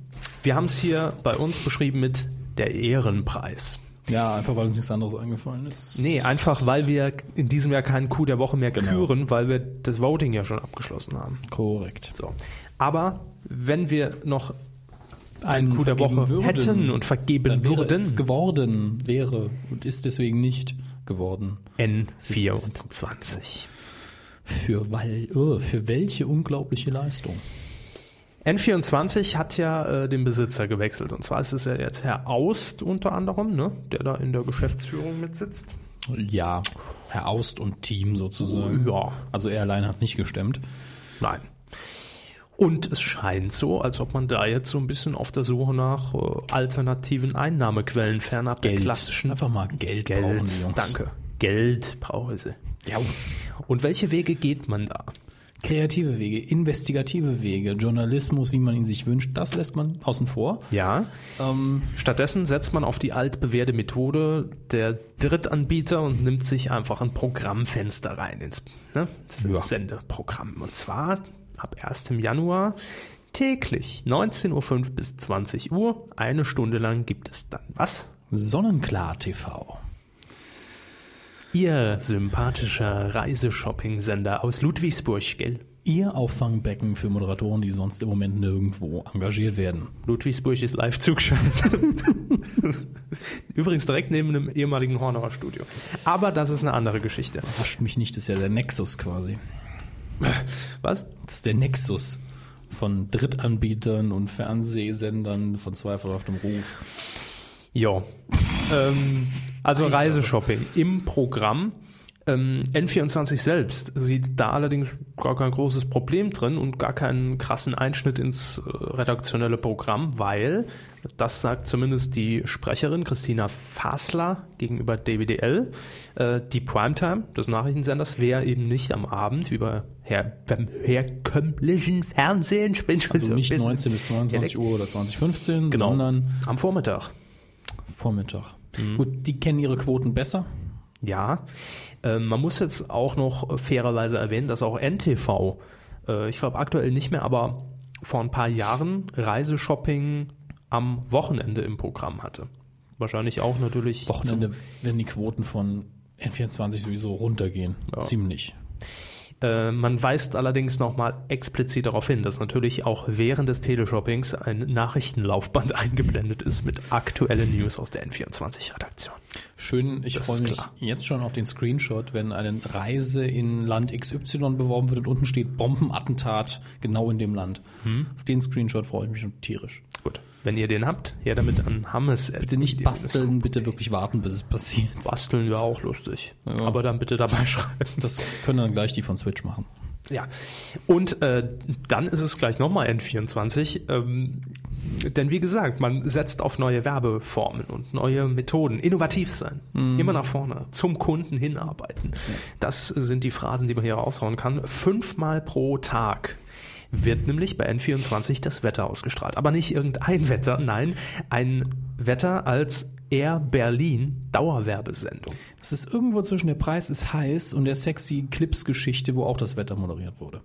S1: Wir haben es hier bei uns beschrieben mit der Ehrenpreis.
S2: Ja, einfach weil uns nichts anderes eingefallen ist.
S1: Nee, einfach weil wir in diesem Jahr keinen Coup der Woche mehr
S2: Genau.
S1: küren, weil wir das Voting ja schon abgeschlossen haben.
S2: Korrekt.
S1: So. Aber wenn wir noch
S2: Ein
S1: Coup der Woche hätten und
S2: dann
S1: vergeben
S2: wäre es
S1: würden,
S2: geworden, wäre und ist deswegen nicht geworden.
S1: N24.
S2: Für, weil, oh, für welche unglaubliche Leistung?
S1: N24 hat ja äh, den Besitzer gewechselt. Und zwar ist es ja jetzt Herr Aust unter anderem, ne? der da in der Geschäftsführung mitsitzt.
S2: Ja, Herr Aust und Team sozusagen.
S1: Ja.
S2: Also er allein hat es nicht gestemmt.
S1: Nein. Und es scheint so, als ob man da jetzt so ein bisschen auf der Suche nach äh, alternativen Einnahmequellen fernab der klassischen
S2: Einfach mal Geld, brauchen die Jungs.
S1: Danke. Geld brauche sie.
S2: Ja,
S1: Und welche Wege geht man da?
S2: Kreative Wege, investigative Wege, Journalismus, wie man ihn sich wünscht, das lässt man außen vor.
S1: Ja. Stattdessen setzt man auf die altbewährte Methode der Drittanbieter und nimmt sich einfach ein Programmfenster rein ins ne, das Sendeprogramm. Und zwar ab 1. Januar täglich 19.05 Uhr bis 20 Uhr. Eine Stunde lang gibt es dann was?
S2: Sonnenklar TV.
S1: Ihr sympathischer Reiseshopping-Sender aus Ludwigsburg, gell?
S2: Ihr Auffangbecken für Moderatoren, die sonst im Moment nirgendwo engagiert werden.
S1: Ludwigsburg ist live zugeschaltet. Übrigens direkt neben einem ehemaligen Hornauer Studio. Aber das ist eine andere Geschichte.
S2: Hascht mich nicht, das ist ja der Nexus quasi.
S1: Was?
S2: Das ist der Nexus von Drittanbietern und Fernsehsendern von Zweifel auf dem Ruf.
S1: Jo. ähm, also Reiseshopping im Programm. Ähm, N24 selbst sieht da allerdings gar kein großes Problem drin und gar keinen krassen Einschnitt ins äh, redaktionelle Programm, weil, das sagt zumindest die Sprecherin Christina Fasler gegenüber DWDL, äh, die Primetime des Nachrichtensenders wäre eben nicht am Abend wie bei her beim herkömmlichen Fernsehen, Spinsch-
S2: Also nicht
S1: Business-
S2: 19 bis 22 Uhr oder 2015,
S1: genau,
S2: sondern
S1: am Vormittag.
S2: Vormittag.
S1: Mhm.
S2: Gut, die kennen ihre Quoten besser.
S1: Ja, ähm, man muss jetzt auch noch äh, fairerweise erwähnen, dass auch NTV, äh, ich glaube aktuell nicht mehr, aber vor ein paar Jahren Reiseshopping am Wochenende im Programm hatte. Wahrscheinlich auch natürlich.
S2: Wochenende werden die Quoten von N24 sowieso runtergehen. Ziemlich.
S1: Zum, äh, man weist allerdings nochmal explizit darauf hin, dass natürlich auch während des Teleshoppings ein Nachrichtenlaufband eingeblendet ist mit aktuellen News aus der N24-Redaktion.
S2: Schön, ich
S1: Das
S2: freue
S1: ist
S2: mich
S1: klar.
S2: jetzt schon auf den Screenshot, wenn eine Reise in Land XY beworben wird und unten steht Bombenattentat genau in dem Land.
S1: Mhm.
S2: Auf den Screenshot freue ich mich schon tierisch.
S1: Gut, wenn ihr den habt, her damit an Hammes.
S2: Bitte nicht basteln, bitte wirklich warten, bis es passiert.
S1: Basteln wäre auch lustig. Aber dann bitte dabei schreiben.
S2: Das können dann gleich die von Switch machen.
S1: Ja, und äh, dann ist es gleich nochmal N24. Ähm, denn wie gesagt, man setzt auf neue Werbeformen und neue Methoden. Innovativ sein, immer nach vorne, zum Kunden hinarbeiten. Das sind die Phrasen, die man hier raushauen kann. Fünfmal pro Tag wird nämlich bei N24 das Wetter ausgestrahlt. Aber nicht irgendein Wetter, nein, ein Wetter als Air Berlin Dauerwerbesendung.
S2: Es ist irgendwo zwischen der Preis ist heiß und der sexy Clips-Geschichte, wo auch das Wetter moderiert wurde.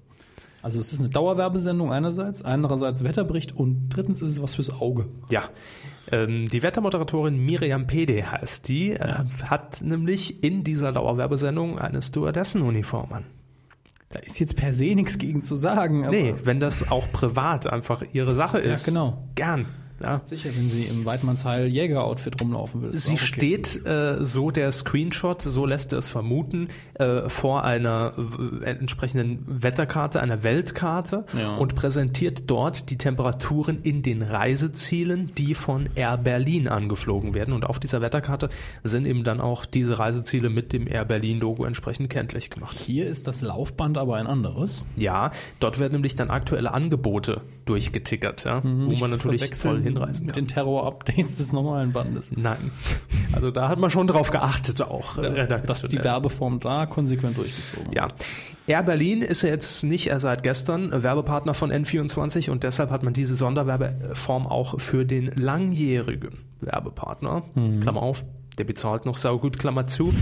S2: Also es ist eine Dauerwerbesendung einerseits, andererseits Wetterbericht und drittens ist es was fürs Auge.
S1: Ja. Ähm, die Wettermoderatorin Miriam Pede heißt die, äh, hat nämlich in dieser Dauerwerbesendung eine Stewardessenuniform an.
S2: Da ist jetzt per se nichts gegen zu sagen. Aber
S1: Nee, wenn das auch privat einfach ihre Sache ist.
S2: genau.
S1: Gern. Ja.
S2: Sicher, wenn sie im Weidmannsheil Jäger-Outfit rumlaufen will. ist
S1: Sie
S2: auch okay.
S1: steht, äh, so der Screenshot, so lässt er es vermuten, äh, vor einer äh, entsprechenden Wetterkarte, einer Weltkarte
S2: Ja.
S1: und präsentiert dort die Temperaturen in den Reisezielen, die von Air Berlin angeflogen werden. Und auf dieser Wetterkarte sind eben dann auch diese Reiseziele mit dem Air Berlin-Logo entsprechend kenntlich gemacht.
S2: Hier ist das Laufband aber ein anderes.
S1: Ja, dort werden nämlich dann aktuelle Angebote durchgetickert, ja, wo man
S2: Mhm. Nichts
S1: natürlich
S2: verwechseln
S1: voll hinreisen
S2: Mit
S1: kann.
S2: den Terror-Updates des normalen Bandes.
S1: Nein. Also da hat man schon drauf geachtet, auch äh, redaktionell.
S2: Dass die Werbeform da konsequent durchgezogen wird.
S1: Ja. Air Berlin ist ja jetzt nicht erst seit gestern Werbepartner von N24 und deshalb hat man diese Sonderwerbeform auch für den langjährigen Werbepartner,
S2: Mhm.
S1: Klammer auf, der bezahlt noch saugut, Klammer zu.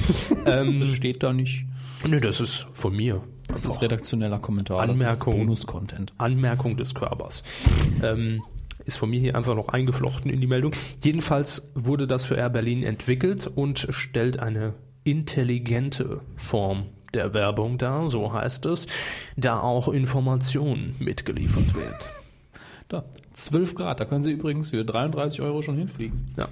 S1: ähm,
S2: Das steht da nicht.
S1: nee, das ist von mir.
S2: Das ist redaktioneller Kommentar. Das ist
S1: Anmerkung.
S2: Bonus-Content.
S1: Anmerkung des Körpers. ähm, ist von mir hier einfach noch eingeflochten in die Meldung. Jedenfalls wurde das für Air Berlin entwickelt und stellt eine intelligente Form der Werbung dar, so heißt es, da auch Information mitgeliefert wird.
S2: Da, 12 Grad. Da können Sie übrigens für 33 Euro schon hinfliegen.
S1: Ja.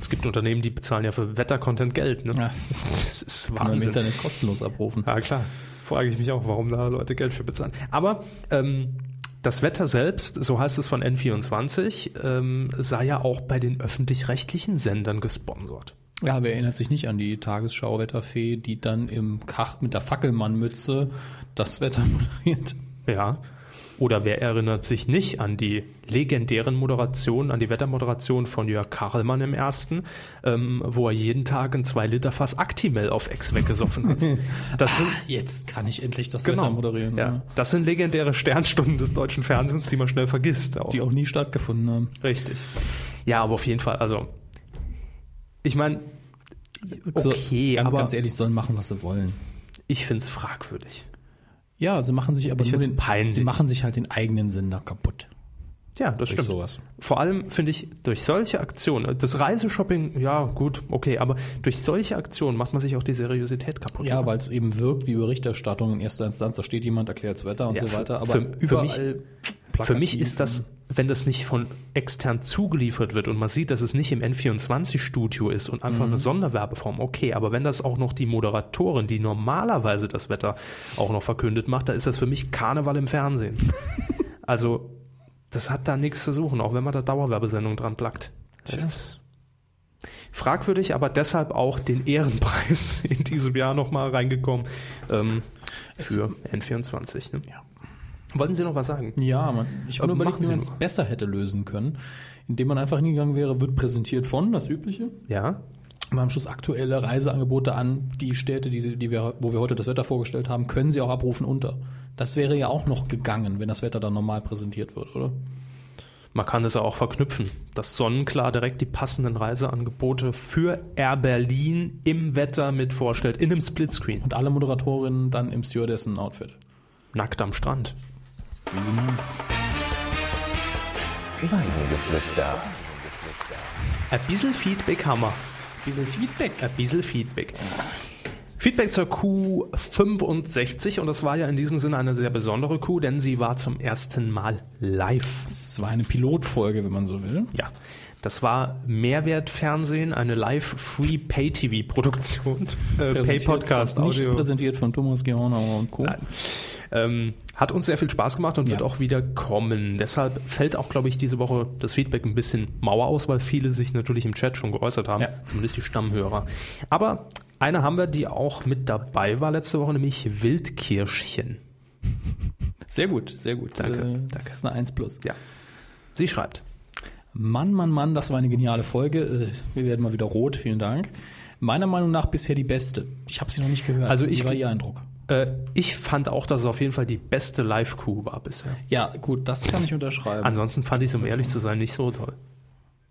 S1: Es gibt Unternehmen, die bezahlen ja für Wettercontent Geld. Ne?
S2: das ist
S1: Das ist
S2: kann man im
S1: Wahnsinn.
S2: Internet kostenlos abrufen.
S1: Ja, klar. Frage ich mich auch, warum da Leute Geld für bezahlen. Aber ähm, das Wetter selbst, so heißt es von N24, ähm, sei ja auch bei den öffentlich-rechtlichen Sendern gesponsert.
S2: Ja, wer erinnert sich nicht an die Tagesschau-Wetterfee, die dann im Kach mit der Fackelmannmütze das Wetter moderiert?
S1: Ja. Oder wer erinnert sich nicht an die legendären Moderationen, an die Wettermoderation von Jörg Karlmann im ersten, ähm, wo er jeden Tag ein 2-Liter-Fass Actimel auf Ex weggesoffen hat? Das sind,
S2: Jetzt kann ich endlich das Ah, Wetter moderieren.
S1: Genau. ja. Das sind legendäre Sternstunden des deutschen Fernsehens, die man schnell vergisst. Auch.
S2: Die auch nie stattgefunden haben.
S1: Richtig. Ja, aber auf jeden Fall, also ich meine, okay,
S2: so, Also, ganz,
S1: aber
S2: ganz ehrlich, sollen machen, was sie wollen.
S1: ich finde es fragwürdig.
S2: Ja, sie machen sich aber
S1: Ich
S2: nur
S1: find's
S2: den,
S1: peinlich.
S2: sie machen sich halt den eigenen Sender kaputt.
S1: Ja, das
S2: Durch
S1: stimmt.
S2: sowas.
S1: Vor allem finde ich, durch solche Aktionen, das Reiseshopping, ja gut, okay, aber durch solche Aktionen macht man sich auch die Seriosität kaputt.
S2: Ja,
S1: oder?
S2: weil es eben wirkt wie Berichterstattung in erster Instanz. Da steht jemand, erklärt das Wetter und
S1: Ja,
S2: so
S1: für-
S2: weiter. Aber
S1: für- für
S2: überall
S1: mich-
S2: plakativ.
S1: Für mich ist das, wenn das nicht von extern zugeliefert wird und man sieht, dass es nicht im N24-Studio ist und einfach eine Sonderwerbeform, okay, aber wenn das auch noch die Moderatorin, die normalerweise das Wetter auch noch verkündet macht, dann ist das für mich Karneval im Fernsehen. also, das hat da nichts zu suchen, auch wenn man da Dauerwerbesendung dran plackt. Das ist fragwürdig, aber deshalb auch den Ehrenpreis in diesem Jahr nochmal reingekommen ähm, für N24. Ne? Wollten Sie noch was sagen?
S2: Ja, man, ich habe
S1: Aber
S2: nur überlegt,
S1: machen
S2: wie
S1: Sie
S2: man es
S1: nur.
S2: besser hätte lösen können, indem man einfach hingegangen wäre, wird präsentiert von, das Übliche.
S1: Ja.
S2: Man schluss aktuelle Reiseangebote an, die Städte, die, sie- die wir, wo wir heute das Wetter vorgestellt haben, können sie auch abrufen unter. Das wäre ja auch noch gegangen, wenn das Wetter dann normal präsentiert wird, oder?
S1: Man kann es auch verknüpfen, dass Sonnenklar direkt die passenden Reiseangebote für Air Berlin im Wetter mit vorstellt, in einem Splitscreen,
S2: Und alle Moderatorinnen dann im Stewardessen-Outfit.
S1: nackt am Strand.
S5: Weidengeflüster.
S1: Ein bisschen Feedback haben wir.
S2: Dieses Feedback.
S1: Ein bisschen Feedback. Feedback zur Q65 und das war ja in diesem Sinne eine sehr besondere Q, denn sie war zum ersten Mal live.
S2: Das war eine Pilotfolge, wenn man so will.
S1: Ja, das war Mehrwertfernsehen, eine Live-Free-Pay-TV-Produktion. Äh,
S2: von, nicht präsentiert von Thomas Gehornauer und Co.
S1: Nein. Ähm, hat uns sehr viel Spaß gemacht und wird
S2: Ja.
S1: auch wieder kommen. Deshalb fällt auch, glaube ich, diese Woche das Feedback ein bisschen mauer aus, weil viele sich natürlich im Chat schon geäußert haben,
S2: Ja.
S1: zumindest die Stammhörer. Aber eine haben wir, die auch mit dabei war letzte Woche, nämlich Wildkirschchen.
S2: Sehr gut, sehr gut.
S1: Danke,
S2: äh,
S1: danke.
S2: Das ist eine 1 plus.
S1: Ja. Sie schreibt.
S2: Mann, Mann, Mann, das war eine geniale Folge. Äh, Wir werden mal wieder rot, vielen Dank. Meiner Meinung nach bisher die beste. Ich habe sie noch nicht gehört.
S1: Also
S2: Wie
S1: ich-
S2: war Ihr Eindruck?
S1: Äh, ich fand auch, dass es auf jeden Fall die beste Live-Crew war bisher.
S2: Ja, gut, das kann ich unterschreiben.
S1: Ansonsten fand ich es, um ehrlich zu sein, nicht so toll.
S2: Also,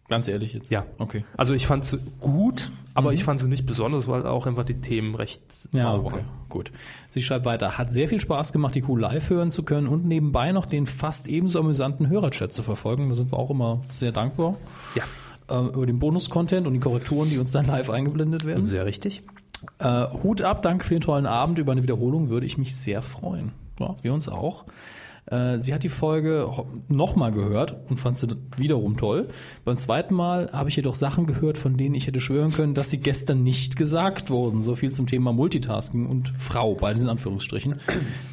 S2: Ganz ehrlich jetzt.
S1: Ja.
S2: Okay. Mhm.
S1: Also ich fand sie gut, aber ich fand sie nicht besonders, weil auch einfach die Themen recht
S2: Ja,
S1: mau
S2: okay.
S1: waren.
S2: Gut. Sie schreibt weiter. Hat sehr viel Spaß gemacht, die Kuh live hören zu können und nebenbei noch den fast ebenso amüsanten Hörerchat zu verfolgen. Da sind wir auch immer sehr dankbar.
S1: Ja,
S2: Äh, über den Bonus-Content und die Korrekturen, die uns dann live eingeblendet werden.
S1: sehr richtig.
S2: Äh, Hut ab, danke für den tollen Abend. Über eine Wiederholung würde ich mich sehr freuen. Ja, wir uns auch. Äh, Sie hat die Folge nochmal gehört und fand sie wiederum toll. Beim zweiten Mal habe ich jedoch Sachen gehört, von denen ich hätte schwören können, dass sie gestern nicht gesagt wurden. So viel zum Thema Multitasking und Frau, beides in Anführungsstrichen.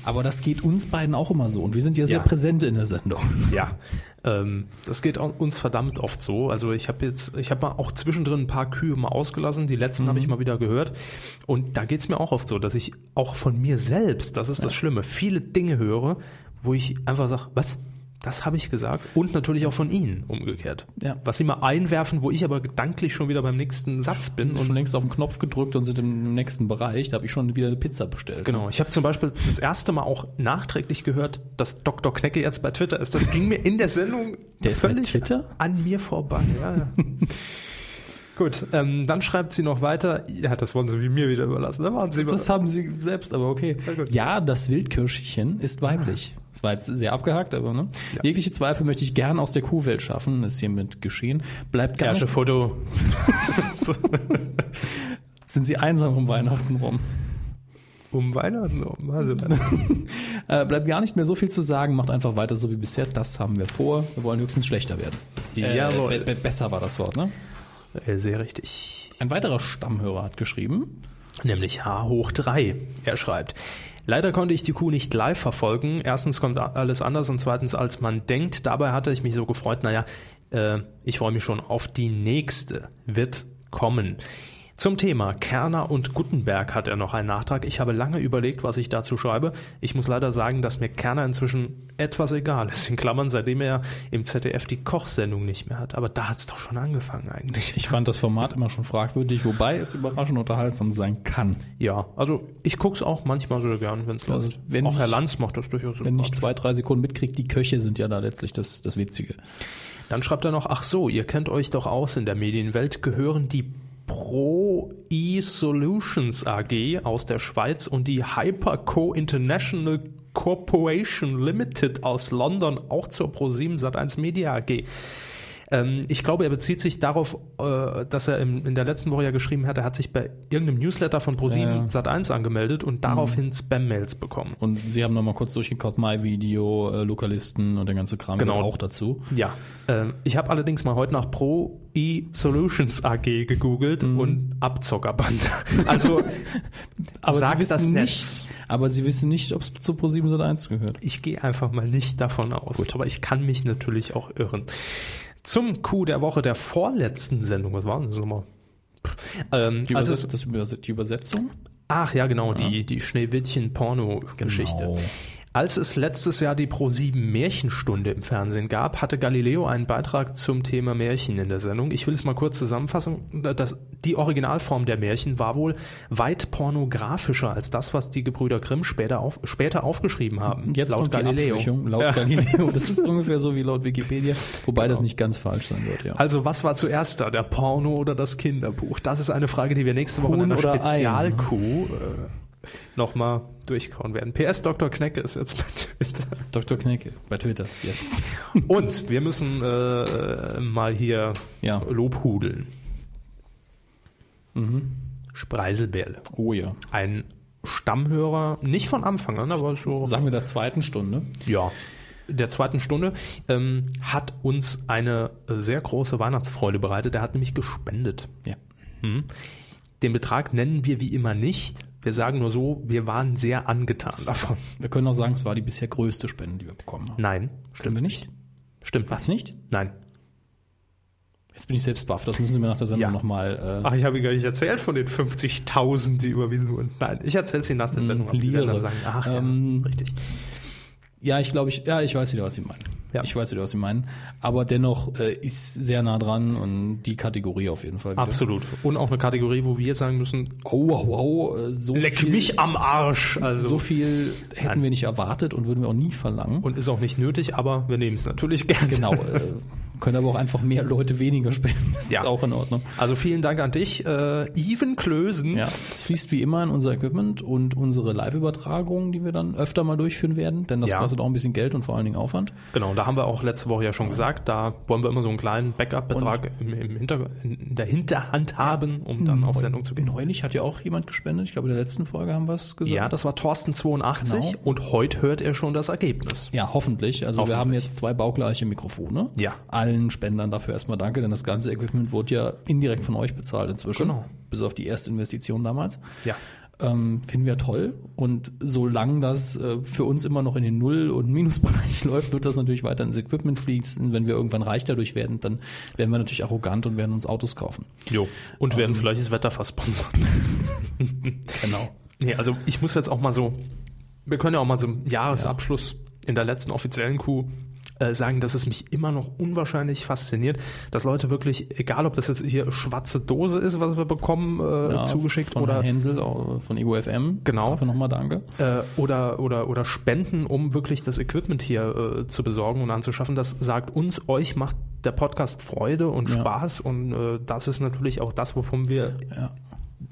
S2: Aber das geht uns beiden auch immer so. Und wir sind ja sehr
S1: Ja.
S2: präsent in der Sendung.
S1: Ja, ähm, das geht auch uns verdammt oft so. Also ich habe jetzt, ich habe mal auch zwischendrin ein paar Kühe mal ausgelassen. Die letzten habe ich mal wieder gehört. Und da geht's mir auch oft so, dass ich auch von mir selbst, das ist das Schlimme, viele Dinge höre, wo ich einfach sage, was? Das habe ich gesagt. Und natürlich auch von Ihnen umgekehrt.
S2: Ja.
S1: Was Sie mal einwerfen, wo ich aber gedanklich schon wieder beim nächsten Satz bin.
S2: Und schon längst auf den Knopf gedrückt und sind im nächsten Bereich. Da habe ich schon wieder eine Pizza bestellt.
S1: Genau, ich habe zum Beispiel das erste Mal auch nachträglich gehört, dass Dr. Knecke jetzt bei Twitter ist. Das ging mir in der Sendung
S2: Der ist bei Twitter?
S1: an mir vorbei. Ja, ja. Gut, ähm, dann schreibt sie noch weiter. Ja, das wollen sie wie mir wieder überlassen. Da waren sie
S2: Das
S1: über-
S2: haben sie selbst, aber okay.
S1: gut. Ah.
S2: Ja, das Wildkirschchen ist weiblich. Das war jetzt sehr abgehakt, aber ne? Jegliche Zweifel möchte ich gern aus der Kuhwelt schaffen, ist hiermit geschehen. Bleibt gar
S1: Herrsche
S2: nicht.
S1: Foto.
S2: Sind sie einsam um Weihnachten rum?
S1: Um Weihnachten. Um Weihnachten.
S2: Äh, bleibt gar nicht mehr so viel zu sagen, macht einfach weiter so wie bisher. Das haben wir vor. Wir wollen höchstens schlechter werden. Äh,
S1: Jawohl.
S2: be- be- besser war das Wort, ne?
S1: Äh, Sehr richtig.
S2: Ein weiterer Stammhörer hat geschrieben.
S1: nämlich H hoch 3. Er schreibt, leider konnte ich die Kuh nicht live verfolgen. Erstens kommt a- alles anders und zweitens, als man denkt. Dabei hatte ich mich so gefreut, naja, äh, ich freue mich schon auf die nächste. Wird kommen. Zum Thema Kerner und Gutenberg hat er noch einen Nachtrag. Ich habe lange überlegt, was ich dazu schreibe. Ich muss leider sagen, dass mir Kerner inzwischen etwas egal ist. In Klammern, seitdem er im ZDF die Kochsendung nicht mehr hat. Aber da hat es doch schon angefangen eigentlich.
S2: Ich fand das Format immer schon fragwürdig, wobei es überraschend unterhaltsam sein kann.
S1: Ja, also ich gucke es auch manchmal so gern, wenn's
S2: Also
S1: läuft.
S2: wenn
S1: auch
S2: ich-
S1: Herr Lanz macht das durchaus
S2: Wenn ich
S1: sympathisch.
S2: zwei, drei Sekunden mitkriege, die Köche sind ja da letztlich das, das Witzige.
S1: Dann schreibt er noch, ach so, ihr kennt euch doch aus in der Medienwelt, gehören die Pro E-Solutions AG aus der Schweiz und die Hyperco International Corporation Limited aus London auch zur Pro7 Sat1 Media AG. Ähm, ich glaube, er bezieht sich darauf, äh, dass er im, in der letzten Woche ja geschrieben hat, er hat sich bei irgendeinem Newsletter von Pro7
S2: Ja, Mhm. ja.
S1: Sat1 angemeldet und daraufhin Spam-Mails bekommen.
S2: Und sie haben nochmal kurz durchgekaut, MyVideo, äh, Lokalisten und der ganze Kram
S1: Genau.
S2: gehört auch dazu.
S1: Ja, ähm, ich habe allerdings mal heute nach Pro E Solutions AG gegoogelt und Abzockerbande. Also
S2: Aber
S1: Sagt
S2: sie wissen
S1: das Netz.
S2: nicht, aber sie wissen nicht, ob es zu Pro7 oder 1 gehört.
S1: ich gehe einfach mal nicht davon aus. Gut. Aber ich kann mich natürlich auch irren. Zum Coup der Woche der vorletzten Sendung. Was war denn das nochmal? Pff, Ähm,
S2: Die,
S1: also,
S2: Überset das Überse die Übersetzung?
S1: ach ja, genau, die, die Schneewittchen-Porno-Geschichte.
S2: Genau.
S1: Als es letztes Jahr die Pro7 Märchenstunde im Fernsehen gab, hatte Galileo einen Beitrag zum Thema Märchen in der Sendung. Ich will es mal kurz zusammenfassen. Das, die Originalform der Märchen war wohl weit pornografischer als das, was die Gebrüder Grimm später, auf, später aufgeschrieben haben.
S2: Jetzt kommt die Abschwächung, laut
S1: Ja. Genau.
S2: Galileo. Das ist ungefähr so wie laut Wikipedia, wobei das nicht ganz falsch sein wird, ja.
S1: Also was war zuerst da, der Porno oder das Kinderbuch? Das ist eine Frage, die wir nächste Woche
S2: Huhn
S1: in einer
S2: oder Ei, ne?
S1: Spezialkuh äh, nochmal durchkauen werden. PS Dr. Knecke ist jetzt bei Twitter.
S2: Dr. Knecke bei Twitter jetzt.
S1: Und wir müssen äh, äh, mal hier
S2: Ja.
S1: Lobhudeln.
S2: Mhm.
S1: Spreiselbärle.
S2: Oh ja.
S1: Ein Stammhörer, nicht von Anfang an, aber so
S2: Sagen wir der zweiten Stunde.
S1: ja, der zweiten Stunde, ähm, hat uns eine äh, sehr große Weihnachtsfreude bereitet. Er hat nämlich gespendet.
S2: Ja.
S1: Den Betrag nennen wir wie immer nicht. Wir sagen nur so, wir waren sehr angetan davon.
S2: Wir können auch sagen, es war die bisher größte Spende, die wir bekommen haben.
S1: Nein,
S2: Stimmt nicht?
S1: stimmt.
S2: Was nicht?
S1: Nein.
S2: Jetzt bin ich selbst baff. Das müssen wir nach der Sendung
S1: Ja.
S2: nochmal. Äh,
S1: Ach, ich habe Ihnen gar nicht erzählt von den 50.000, die überwiesen wurden. Nein, ich erzähle es Ihnen nach der Sendung. aber Sie werden
S2: Lire.
S1: dann sagen, ach,
S2: Ähm,
S1: ja, richtig.
S2: ja, ich glaube, ich, ja, ich weiß wieder, was Sie meinen.
S1: Ja.
S2: Ich weiß wieder, was Sie meinen. Aber dennoch äh, ist sehr nah dran und die Kategorie auf jeden Fall. Wieder.
S1: Absolut. Und auch eine Kategorie, wo wir sagen müssen,
S2: Oh, wow, wow. äh, So
S1: leck
S2: viel,
S1: mich am Arsch. Also.
S2: So viel hätten wir nicht erwartet und würden wir auch nie verlangen.
S1: und ist auch nicht nötig, aber wir nehmen es natürlich gerne.
S2: genau. Äh, können aber auch einfach mehr Leute weniger spenden. Das
S1: Ja.
S2: ist auch in Ordnung.
S1: Also vielen Dank an dich, äh, Even Klösen.
S2: Ja, es fließt wie immer in unser Equipment und unsere Live-Übertragungen, die wir dann öfter mal durchführen werden, denn das
S1: Ja.
S2: kostet auch ein bisschen Geld und vor allen Dingen Aufwand.
S1: Genau, da haben wir auch letzte Woche ja schon gesagt, da wollen wir immer so einen kleinen Backup-Betrag im, im Hinter, in der Hinterhand haben, um dann
S2: Genau.
S1: auf Sendung zu gehen.
S2: Neulich hat ja auch jemand gespendet, ich glaube in der letzten Folge haben wir es gesagt.
S1: Ja, das war Thorsten82
S2: Genau.
S1: und heute hört er schon das Ergebnis.
S2: Ja, hoffentlich. Also wir haben
S1: Hoffentlich.
S2: jetzt zwei baugleiche Mikrofone.
S1: Ja.
S2: Allen Spendern dafür erstmal danke, denn das ganze Equipment wurde ja indirekt von euch bezahlt inzwischen.
S1: Genau.
S2: Bis auf die erste Investition damals.
S1: Ja.
S2: Ähm, finden wir toll. Und solange das äh, für uns immer noch in den Null- und Minusbereich läuft, wird das natürlich weiter ins Equipment fließen. Wenn wir irgendwann reich dadurch werden, dann werden wir natürlich arrogant und werden uns Autos kaufen.
S1: Jo. Und werden vielleicht das Wetter versponsern.
S2: Ähm. Genau.
S1: Nee, also ich muss jetzt auch mal so, wir können ja auch mal so im Jahresabschluss in der letzten offiziellen Kuh äh, sagen, dass es mich immer noch unwahrscheinlich fasziniert, dass Leute wirklich, egal ob das jetzt hier schwarze Dose ist, was wir bekommen, äh, zugeschickt
S2: von
S1: oder,
S2: Herrn Hensel äh, von EUFM.
S1: Genau.
S2: Dafür nochmal danke.
S1: äh, oder, oder, oder spenden, um wirklich das Equipment hier äh, zu besorgen und anzuschaffen, das sagt uns, euch macht der Podcast Freude und
S2: Ja.
S1: Spaß und äh, das ist natürlich auch das, wovon wir
S2: Ja.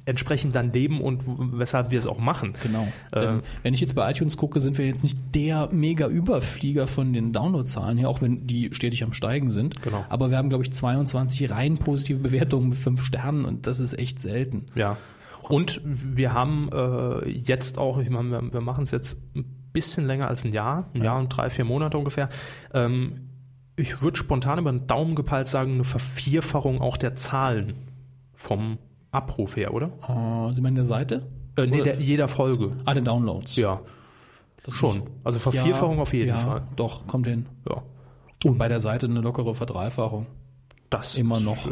S1: entsprechend dann leben und w- weshalb wir es auch machen.
S2: Genau.
S1: Äh,
S2: Denn wenn ich jetzt bei iTunes gucke, sind wir jetzt nicht der mega Überflieger von den Downloadzahlen her, auch wenn die stetig am Steigen sind.
S1: Genau.
S2: Aber wir haben, glaube ich, 22 rein positive Bewertungen mit fünf Sternen und das ist echt selten.
S1: Ja. Und wir haben äh, jetzt auch, ich meine, wir, wir machen es jetzt ein bisschen länger als ein Jahr, ein Jahr und drei, vier Monate ungefähr. Ähm, ich würde spontan über den Daumen gepeilt sagen, eine Vervierfachung auch der Zahlen vom Abruf her, oder?
S2: Äh, Sie meinen der Seite?
S1: Äh, nee,
S2: Oder-
S1: der, jeder Folge.
S2: Ah, den Downloads.
S1: Ja,
S2: Das
S1: schon.
S2: muss-
S1: Also Vervierfachung auf jeden
S2: ja,
S1: Fall.
S2: Doch, kommt hin.
S1: Ja.
S2: Und bei der Seite eine lockere Verdreifachung.
S1: Das
S2: Immer noch.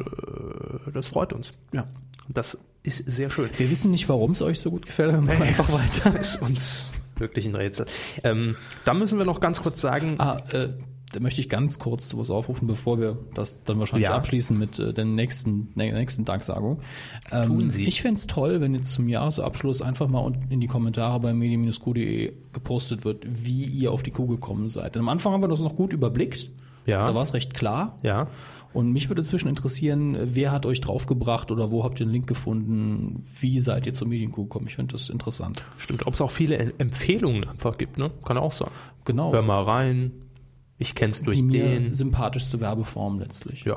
S1: Das freut uns.
S2: Ja.
S1: Das ist sehr schön.
S2: Wir wissen nicht, warum es euch so gut gefällt, aber wir machen einfach weiter.
S1: Das ist uns wirklich ein Rätsel. Ähm, da müssen wir noch ganz kurz sagen,
S2: Ah, äh, da möchte ich ganz kurz zu was aufrufen, bevor wir das dann wahrscheinlich
S1: Ja.
S2: abschließen mit äh, der nächsten, der nächsten Danksagung. Ähm,
S1: Tun Sie.
S2: Ich fänd's toll, wenn jetzt zum Jahresabschluss einfach mal unten in die Kommentare bei medien-q.de gepostet wird, wie ihr auf die Kuh gekommen seid. Denn am Anfang haben wir das noch gut überblickt.
S1: Ja.
S2: Da war es recht klar.
S1: ja,
S2: Und mich würde zwischen interessieren, wer hat euch draufgebracht oder wo habt ihr den Link gefunden? Wie seid ihr zur Medienkuh gekommen? Ich finde das interessant.
S1: stimmt, ob es auch viele Em- Empfehlungen einfach gibt, ne? Kann auch sein.
S2: Genau.
S1: Hör mal rein, ich kenn's durch
S2: die mir
S1: den.
S2: sympathischste Werbeform letztlich.
S1: Ja.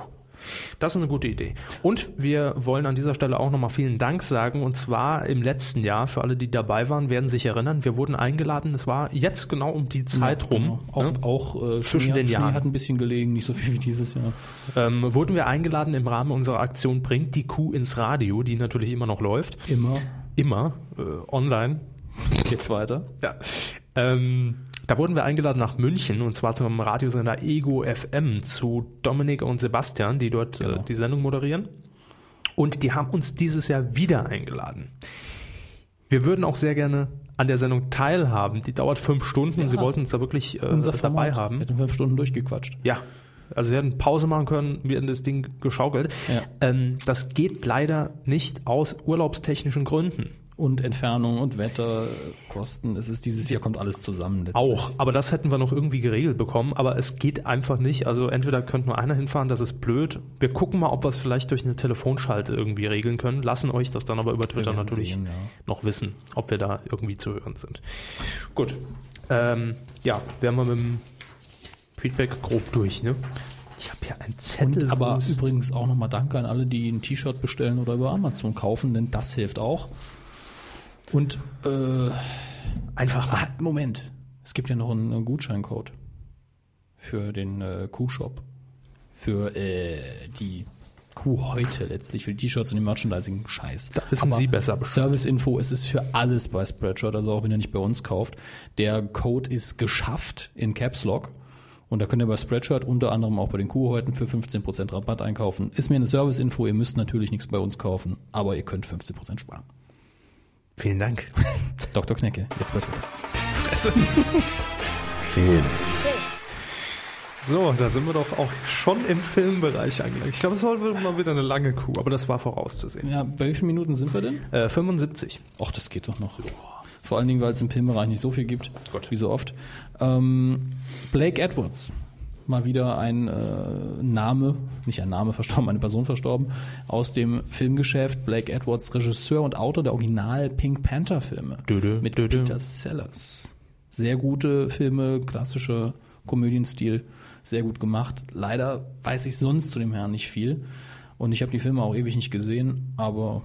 S1: Das ist eine gute Idee. Und wir wollen an dieser Stelle auch nochmal vielen Dank sagen. Und zwar im letzten Jahr, für alle, die dabei waren, werden sich erinnern, wir wurden eingeladen. Es war jetzt genau um die Zeit rum.
S2: Auch,
S1: ne?
S2: auch äh,
S1: Zwischen
S2: Schnee,
S1: den
S2: Schnee
S1: Jahren.
S2: hat ein bisschen gelegen, nicht so viel wie dieses Jahr.
S1: Ähm, wurden wir eingeladen im Rahmen unserer Aktion Bringt die Kuh ins Radio, die natürlich immer noch läuft.
S2: Immer.
S1: Immer äh, online.
S2: Geht's weiter?
S1: Ja. Ähm, da wurden wir eingeladen nach München und zwar zum Radiosender Ego FM zu Dominik und Sebastian, die dort äh,
S2: Genau.
S1: die Sendung moderieren. Und die haben uns dieses Jahr wieder eingeladen. Wir würden auch sehr gerne an der Sendung teilhaben. Die dauert fünf Stunden und sie wollten uns da wirklich äh,
S2: Unser
S1: dabei
S2: Format.
S1: haben.
S2: Hätten fünf Stunden durchgequatscht.
S1: Ja. Also wir hätten Pause machen können, wir hätten das Ding geschaukelt.
S2: Ja.
S1: Ähm, das geht leider nicht aus urlaubstechnischen Gründen.
S2: Und Entfernung und Wetter, äh, Kosten. Es ist dieses Jahr kommt alles zusammen. letztlich.
S1: Auch, aber das hätten wir noch irgendwie geregelt bekommen, aber es geht einfach nicht. Also entweder könnte nur einer hinfahren, das ist blöd. Wir gucken mal, ob wir es vielleicht durch eine Telefonschalte irgendwie regeln können, lassen euch das dann aber über Twitter
S2: werden
S1: natürlich
S2: sehen, ja.
S1: noch wissen, ob wir da irgendwie zu hören sind. Gut. Ähm, ja, werden wir mit dem Feedback grob durch, ne? Ich habe hier einen Zettel.
S2: Und
S1: wo
S2: aber
S1: es-
S2: übrigens auch nochmal Danke an alle, die ein T-Shirt bestellen oder über Amazon kaufen, denn das hilft auch. Und äh,
S1: einfach
S2: ah, Moment, es gibt ja noch einen äh, Gutscheincode für den äh, Kuhshop. Für äh, die Kuh heute letztlich, für die T-Shirts und den Merchandising-Scheiß. Da
S1: wissen Sie besser Bescheid.
S2: Service-Info, es ist für alles bei Spreadshirt, also auch wenn ihr nicht bei uns kauft. Der Code ist geschafft in Caps Lock. Und da könnt ihr bei Spreadshirt unter anderem auch bei den Kuhhäuten für 15% Rabatt einkaufen. Ist mir eine Service-Info, ihr müsst natürlich nichts bei uns kaufen, aber ihr könnt 15% sparen.
S1: Vielen Dank.
S2: Dr. Knecke, jetzt bei Twitter.
S1: Also,
S5: Film.
S1: So, da sind wir doch auch schon im Filmbereich angelangt. Ich glaube, es war mal wieder eine lange Kuh, aber das war vorauszusehen.
S2: Ja, bei wie vielen Minuten sind wir denn?
S1: Äh, 75.
S2: Ach, das geht doch noch. Vor allen Dingen, weil es im Filmbereich nicht so viel gibt, wie so oft. Ähm, Blake Edwards, mal wieder ein äh, Name, nicht ein Name verstorben, eine Person verstorben, aus dem Filmgeschäft. Blake Edwards, Regisseur und Autor der Original Pink Panther Filme
S1: Dödö,
S2: mit
S1: dödö.
S2: Peter Sellers. Sehr gute Filme, klassischer Komödienstil, sehr gut gemacht. Leider weiß ich sonst zu dem Herrn nicht viel. Und ich habe die Filme auch ewig nicht gesehen, aber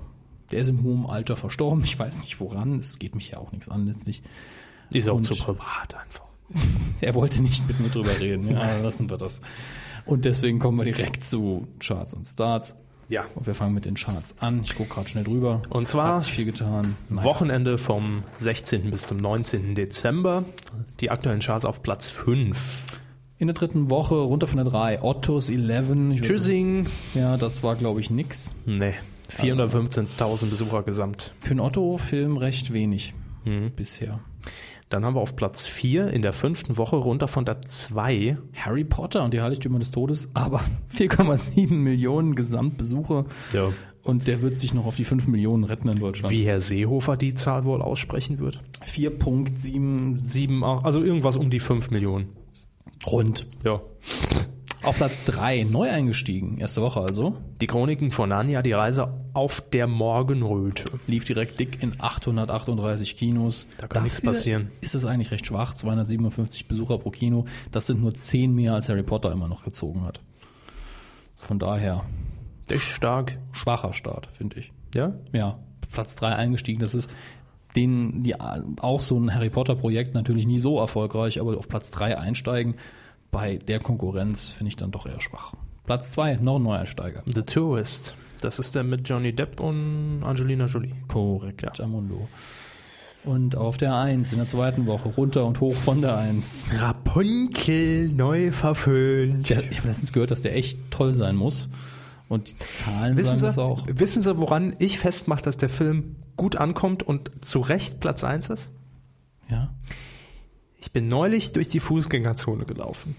S2: der ist im hohen Alter verstorben. Ich weiß nicht woran. Es geht mich ja auch nichts an letztlich.
S1: Ist auch
S2: Und-
S1: zu privat einfach.
S2: Er wollte nicht mit mir drüber reden. Ja, lassen wir das. Und deswegen kommen wir direkt zu Charts und Starts.
S1: Ja.
S2: Und wir fangen mit den Charts an. Ich gucke gerade schnell drüber.
S1: Und zwar-
S2: Hat sich viel getan. Nein.
S1: Wochenende vom 16. bis zum 19. Dezember. Die aktuellen Charts auf Platz 5.
S2: In der dritten Woche runter von der 3. Ottos 11. Ich würd
S1: Tschüssing.
S2: sagen, Ja, das war, glaube ich, nix.
S1: Nee. 415.000 Besucher gesamt.
S2: Für einen Otto-Film recht wenig
S1: Mhm.
S2: bisher.
S1: Dann haben wir auf Platz 4 in der fünften Woche runter von der 2.
S2: Harry Potter und die Heiligtümer des Todes, aber 4,7 Millionen Gesamtbesucher.
S1: Ja.
S2: Und der wird sich noch auf die 5 Millionen retten in Deutschland.
S1: Wie Herr Seehofer die Zahl wohl aussprechen wird.
S2: 4,7
S1: Sieben, acht, also irgendwas um die 5 Millionen.
S2: rund.
S1: Ja.
S2: Auf Platz 3, neu eingestiegen, erste Woche also.
S1: Die Chroniken von Narnia, die Reise auf der Morgenröte.
S2: Lief direkt dick in 838 Kinos.
S1: Da kann nichts passieren.
S2: Ist es eigentlich recht schwach, 257 Besucher pro Kino. Das sind nur 10 mehr, als Harry Potter immer noch gezogen hat. Von daher,
S1: Das ist stark.
S2: schwacher Start, finde ich.
S1: Ja?
S2: ja, Platz 3 eingestiegen. Das ist den, die auch so ein Harry Potter Projekt natürlich nie so erfolgreich, aber auf Platz 3 einsteigen bei der Konkurrenz finde ich dann doch eher schwach. Platz 2, noch ein Neueinsteiger.
S1: The Tourist. Das ist der mit Johnny Depp und Angelina Jolie.
S2: Korrekt, Jamundo. Und auf der 1 in der zweiten Woche runter und hoch von der 1.
S1: Rapunzel neu verföhnt.
S2: Der, ich habe letztens gehört, dass der echt toll sein muss. Und die Zahlen
S1: Wissen
S2: sagen
S1: Sie,
S2: das auch.
S1: wissen Sie, woran ich festmache, dass der Film gut ankommt und zu Recht Platz 1 ist?
S2: Ja.
S1: Ich bin neulich durch die Fußgängerzone gelaufen.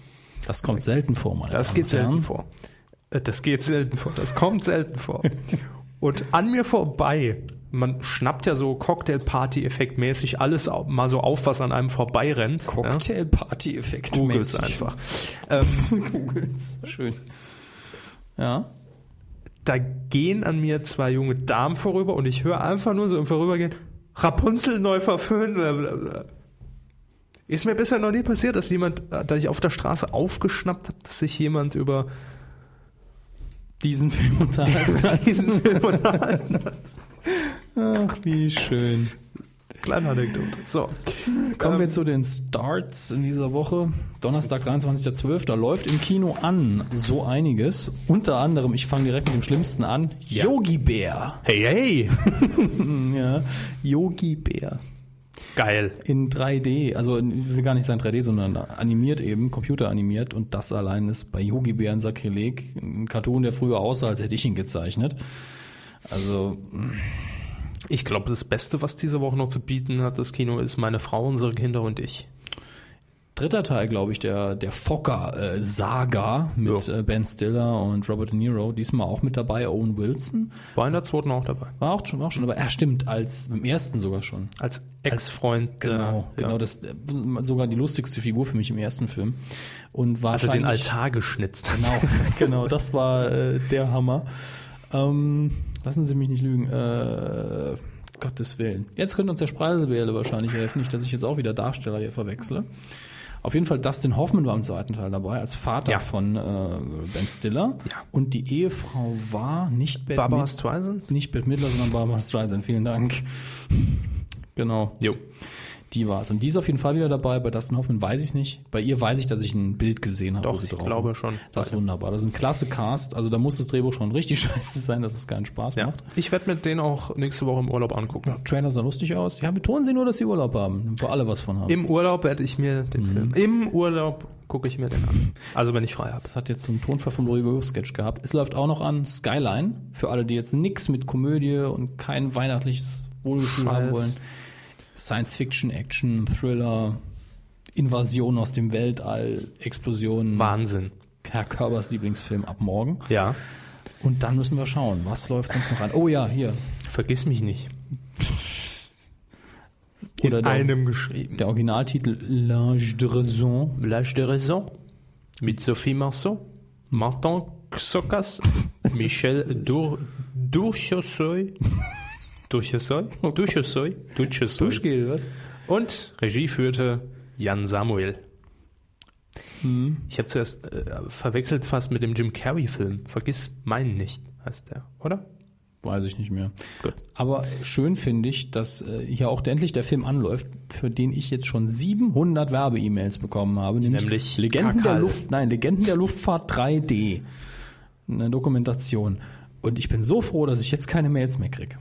S2: Das kommt selten vor, meine
S1: Das
S2: Damen
S1: geht
S2: und Herren.
S1: selten vor. Äh, Das geht selten vor. Das kommt selten vor. Und an mir vorbei, man schnappt ja so Cocktail-Party-Effekt-mäßig alles au- mal so auf, was an einem vorbeirennt. Ja?
S2: Cocktail-Party-Effekt.
S1: Googles
S2: mäßig.
S1: einfach. Ähm,
S2: Googles. Schön. Ja.
S1: da gehen an mir zwei junge Damen vorüber und ich höre einfach nur so im Vorübergehen, Rapunzel neu verföhnen. blablabla. Ist mir bisher noch nie passiert, dass jemand, äh, dass ich auf der Straße aufgeschnappt habe, dass sich jemand über
S2: Diesen Film unterhalten hat.
S1: diesen Film unterhalten.
S2: Ach, wie schön.
S1: Kleine Anekdote. So.
S2: Kommen
S1: Ähm.
S2: wir zu den Starts in dieser Woche. Donnerstag, 23.12. läuft im Kino an so einiges. Unter anderem, ich fange direkt mit dem Schlimmsten an, Yogi Bär.
S1: Hey, hey!
S2: Ja, Yogi Bär.
S1: Geil.
S2: In 3D, also in- ich will gar nicht sein 3D, sondern animiert eben, computeranimiert. Und das allein ist bei Yogi Bär ein Sakrileg. Ein Cartoon, der früher aussah, als hätte ich ihn gezeichnet. Also,
S1: Ich glaube, das Beste, was diese Woche noch zu bieten hat, das Kino, ist meine Frau, unsere Kinder und ich.
S2: dritter Teil, glaube ich, der, der Fokker-Saga mit
S1: Ja.
S2: äh, Ben Stiller und Robert De Niro. Diesmal auch mit dabei, Owen Wilson.
S1: War in der zweiten auch dabei.
S2: War auch schon, war auch schon dabei. Ja, stimmt, als im ersten sogar schon.
S1: Als Ex-Freund.
S2: Genau,
S1: äh,
S2: genau,
S1: ja.
S2: das äh, sogar die lustigste Figur für mich im ersten Film. Und
S1: Also den
S2: wahrscheinlich,
S1: Altar geschnitzt.
S2: Genau, genau, das war äh, der Hammer. Ähm, lassen Sie mich nicht lügen. Äh, Gottes Willen. Jetzt könnte uns der Speisebärle wahrscheinlich helfen, nicht, dass ich jetzt auch wieder Darsteller hier verwechsle. Auf jeden Fall, Dustin Hoffman war im zweiten Teil dabei, als Vater
S1: Ja.
S2: von äh, Ben Stiller.
S1: Ja.
S2: Und die Ehefrau war nicht Bette
S1: Barbara
S2: Mid-
S1: Streisand?
S2: nicht Bette Midler, sondern Barbara Streisand. Vielen Dank. Genau.
S1: Jo.
S2: Die war es. Und die ist auf jeden Fall wieder dabei. Bei Dustin Hoffman weiß ich es nicht. Bei ihr weiß ich, dass ich ein Bild gesehen habe.
S1: Doch,
S2: wo sie
S1: ich
S2: drauf
S1: glaube
S2: war.
S1: schon.
S2: Das ist wunderbar. Das ist ein klasse Cast. Also da muss das Drehbuch schon richtig scheiße sein, dass es keinen Spaß
S1: Ja.
S2: macht.
S1: Ich werde mir den auch nächste Woche im Urlaub angucken.
S2: Trailer sah lustig aus. Ja, betonen Sie nur, dass Sie Urlaub haben. Damit wir alle was von haben.
S1: Im Urlaub werde ich mir den Film. Im Urlaub gucke ich mir den an. Also wenn ich frei habe.
S2: das hat jetzt so einen Tonfall vom Loriot-Sketch gehabt. Es läuft auch noch an Skyline. Für alle, die jetzt nichts mit Komödie und kein weihnachtliches Wohlgefühl
S1: Scheiß.
S2: haben wollen. Science-Fiction, Action, Thriller, Invasion aus dem Weltall, Explosionen.
S1: Wahnsinn.
S2: Herr Körbers Lieblingsfilm ab morgen.
S1: Ja.
S2: Und dann müssen wir schauen, was läuft sonst noch an. Oh ja, hier.
S1: Vergiss mich nicht.
S2: Oder
S1: In
S2: der,
S1: einem geschrieben.
S2: der Originaltitel L'Ange de Raison.
S1: L'âge de raison. Mit Sophie Marceau. Martin Xokas. Michel Dur Durchossoy. Durchossoy? Durchossoy? Durchossoy.
S2: was?
S1: Oh Und Regie führte Jan Samuel. Ich habe zuerst äh, verwechselt fast mit dem Jim Carrey-Film. Vergiss meinen nicht, heißt der, oder?
S2: Weiß ich nicht mehr.
S1: Gut.
S2: Aber schön finde ich, dass äh, hier auch endlich der Film anläuft, für den ich jetzt schon 700 Werbe-E-Mails bekommen habe. Nämlich,
S1: Nämlich
S2: Legenden der
S1: Kakao.
S2: Luft, nein, Legenden der Luftfahrt 3D. Eine Dokumentation. Und ich bin so froh, dass ich jetzt keine Mails mehr kriege.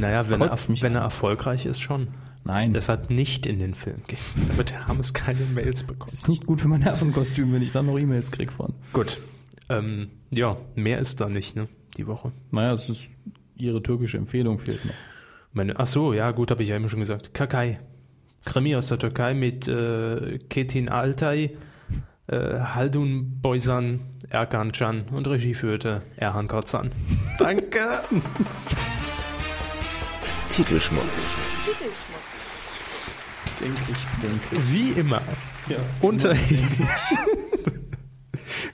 S1: Naja, wenn er,
S2: kotzt mich
S1: wenn
S2: an.
S1: er erfolgreich ist, schon.
S2: Nein, das
S1: Deshalb nicht in den Film gehen. Damit haben es keine Mails bekommen.
S2: ist nicht gut für mein Nervenkostüm, wenn ich dann noch E-Mails kriege von.
S1: Gut. Ähm, ja, mehr ist da nicht, ne? Die Woche.
S2: Naja, es ist ihre türkische Empfehlung fehlt noch.
S1: Meine, ach so, ja, gut, habe ich ja eben schon gesagt. Kakai. Krimi aus der Türkei mit äh, Ketin Altay, äh, Haldun Boysan, Erkan Can und Regie führte Erhan Kozan. Danke.
S5: Titelschmutz.
S2: Denke ich, denke.
S1: Wie immer. unter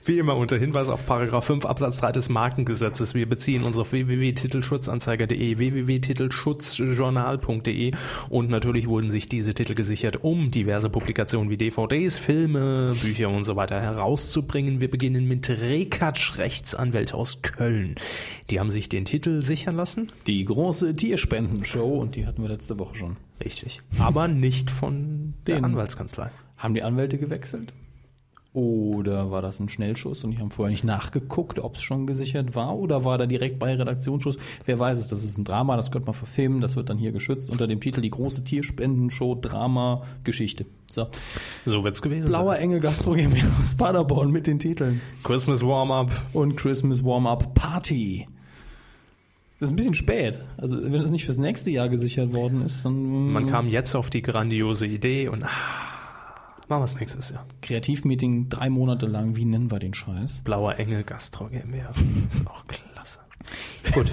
S1: Wie immer unter Hinweis auf Paragraph 5 Absatz 3 des Markengesetzes. Wir beziehen uns auf www.titelschutzanzeiger.de, www.titelschutzjournal.de und natürlich wurden sich diese Titel gesichert, um diverse Publikationen wie DVDs, Filme, Bücher und so weiter herauszubringen. Wir beginnen mit Rekatsch Rechtsanwälte aus Köln. Die haben sich den Titel sichern lassen.
S2: Die große Tierspendenshow, und die hatten wir letzte Woche schon.
S1: Richtig. Aber nicht von der
S2: Den.
S1: Anwaltskanzlei.
S2: Haben die Anwälte gewechselt? Oder war das ein Schnellschuss und die haben vorher nicht nachgeguckt, ob es schon gesichert war? Oder war da direkt bei Redaktionsschuss? Wer weiß es, das ist ein Drama, das könnte man verfilmen, das wird dann hier geschützt unter dem Titel Die große Tierspendenshow Drama Geschichte. So.
S1: So wird's gewesen.
S2: Blauer
S1: sein.
S2: Engel Gastro GmbH aus Paderborn mit den Titeln.
S1: Christmas Warm-Up.
S2: Und Christmas Warm-Up Party. Das ist ein bisschen spät. Also, wenn es nicht fürs nächste Jahr gesichert worden ist, dann.
S1: Man kam jetzt auf die grandiose Idee und ah, machen wir's nächstes Jahr.
S2: Kreativmeeting drei Monate lang, wie nennen wir den Scheiß?
S1: Blauer Engel Gastro GmbH. Ist auch klasse. Gut.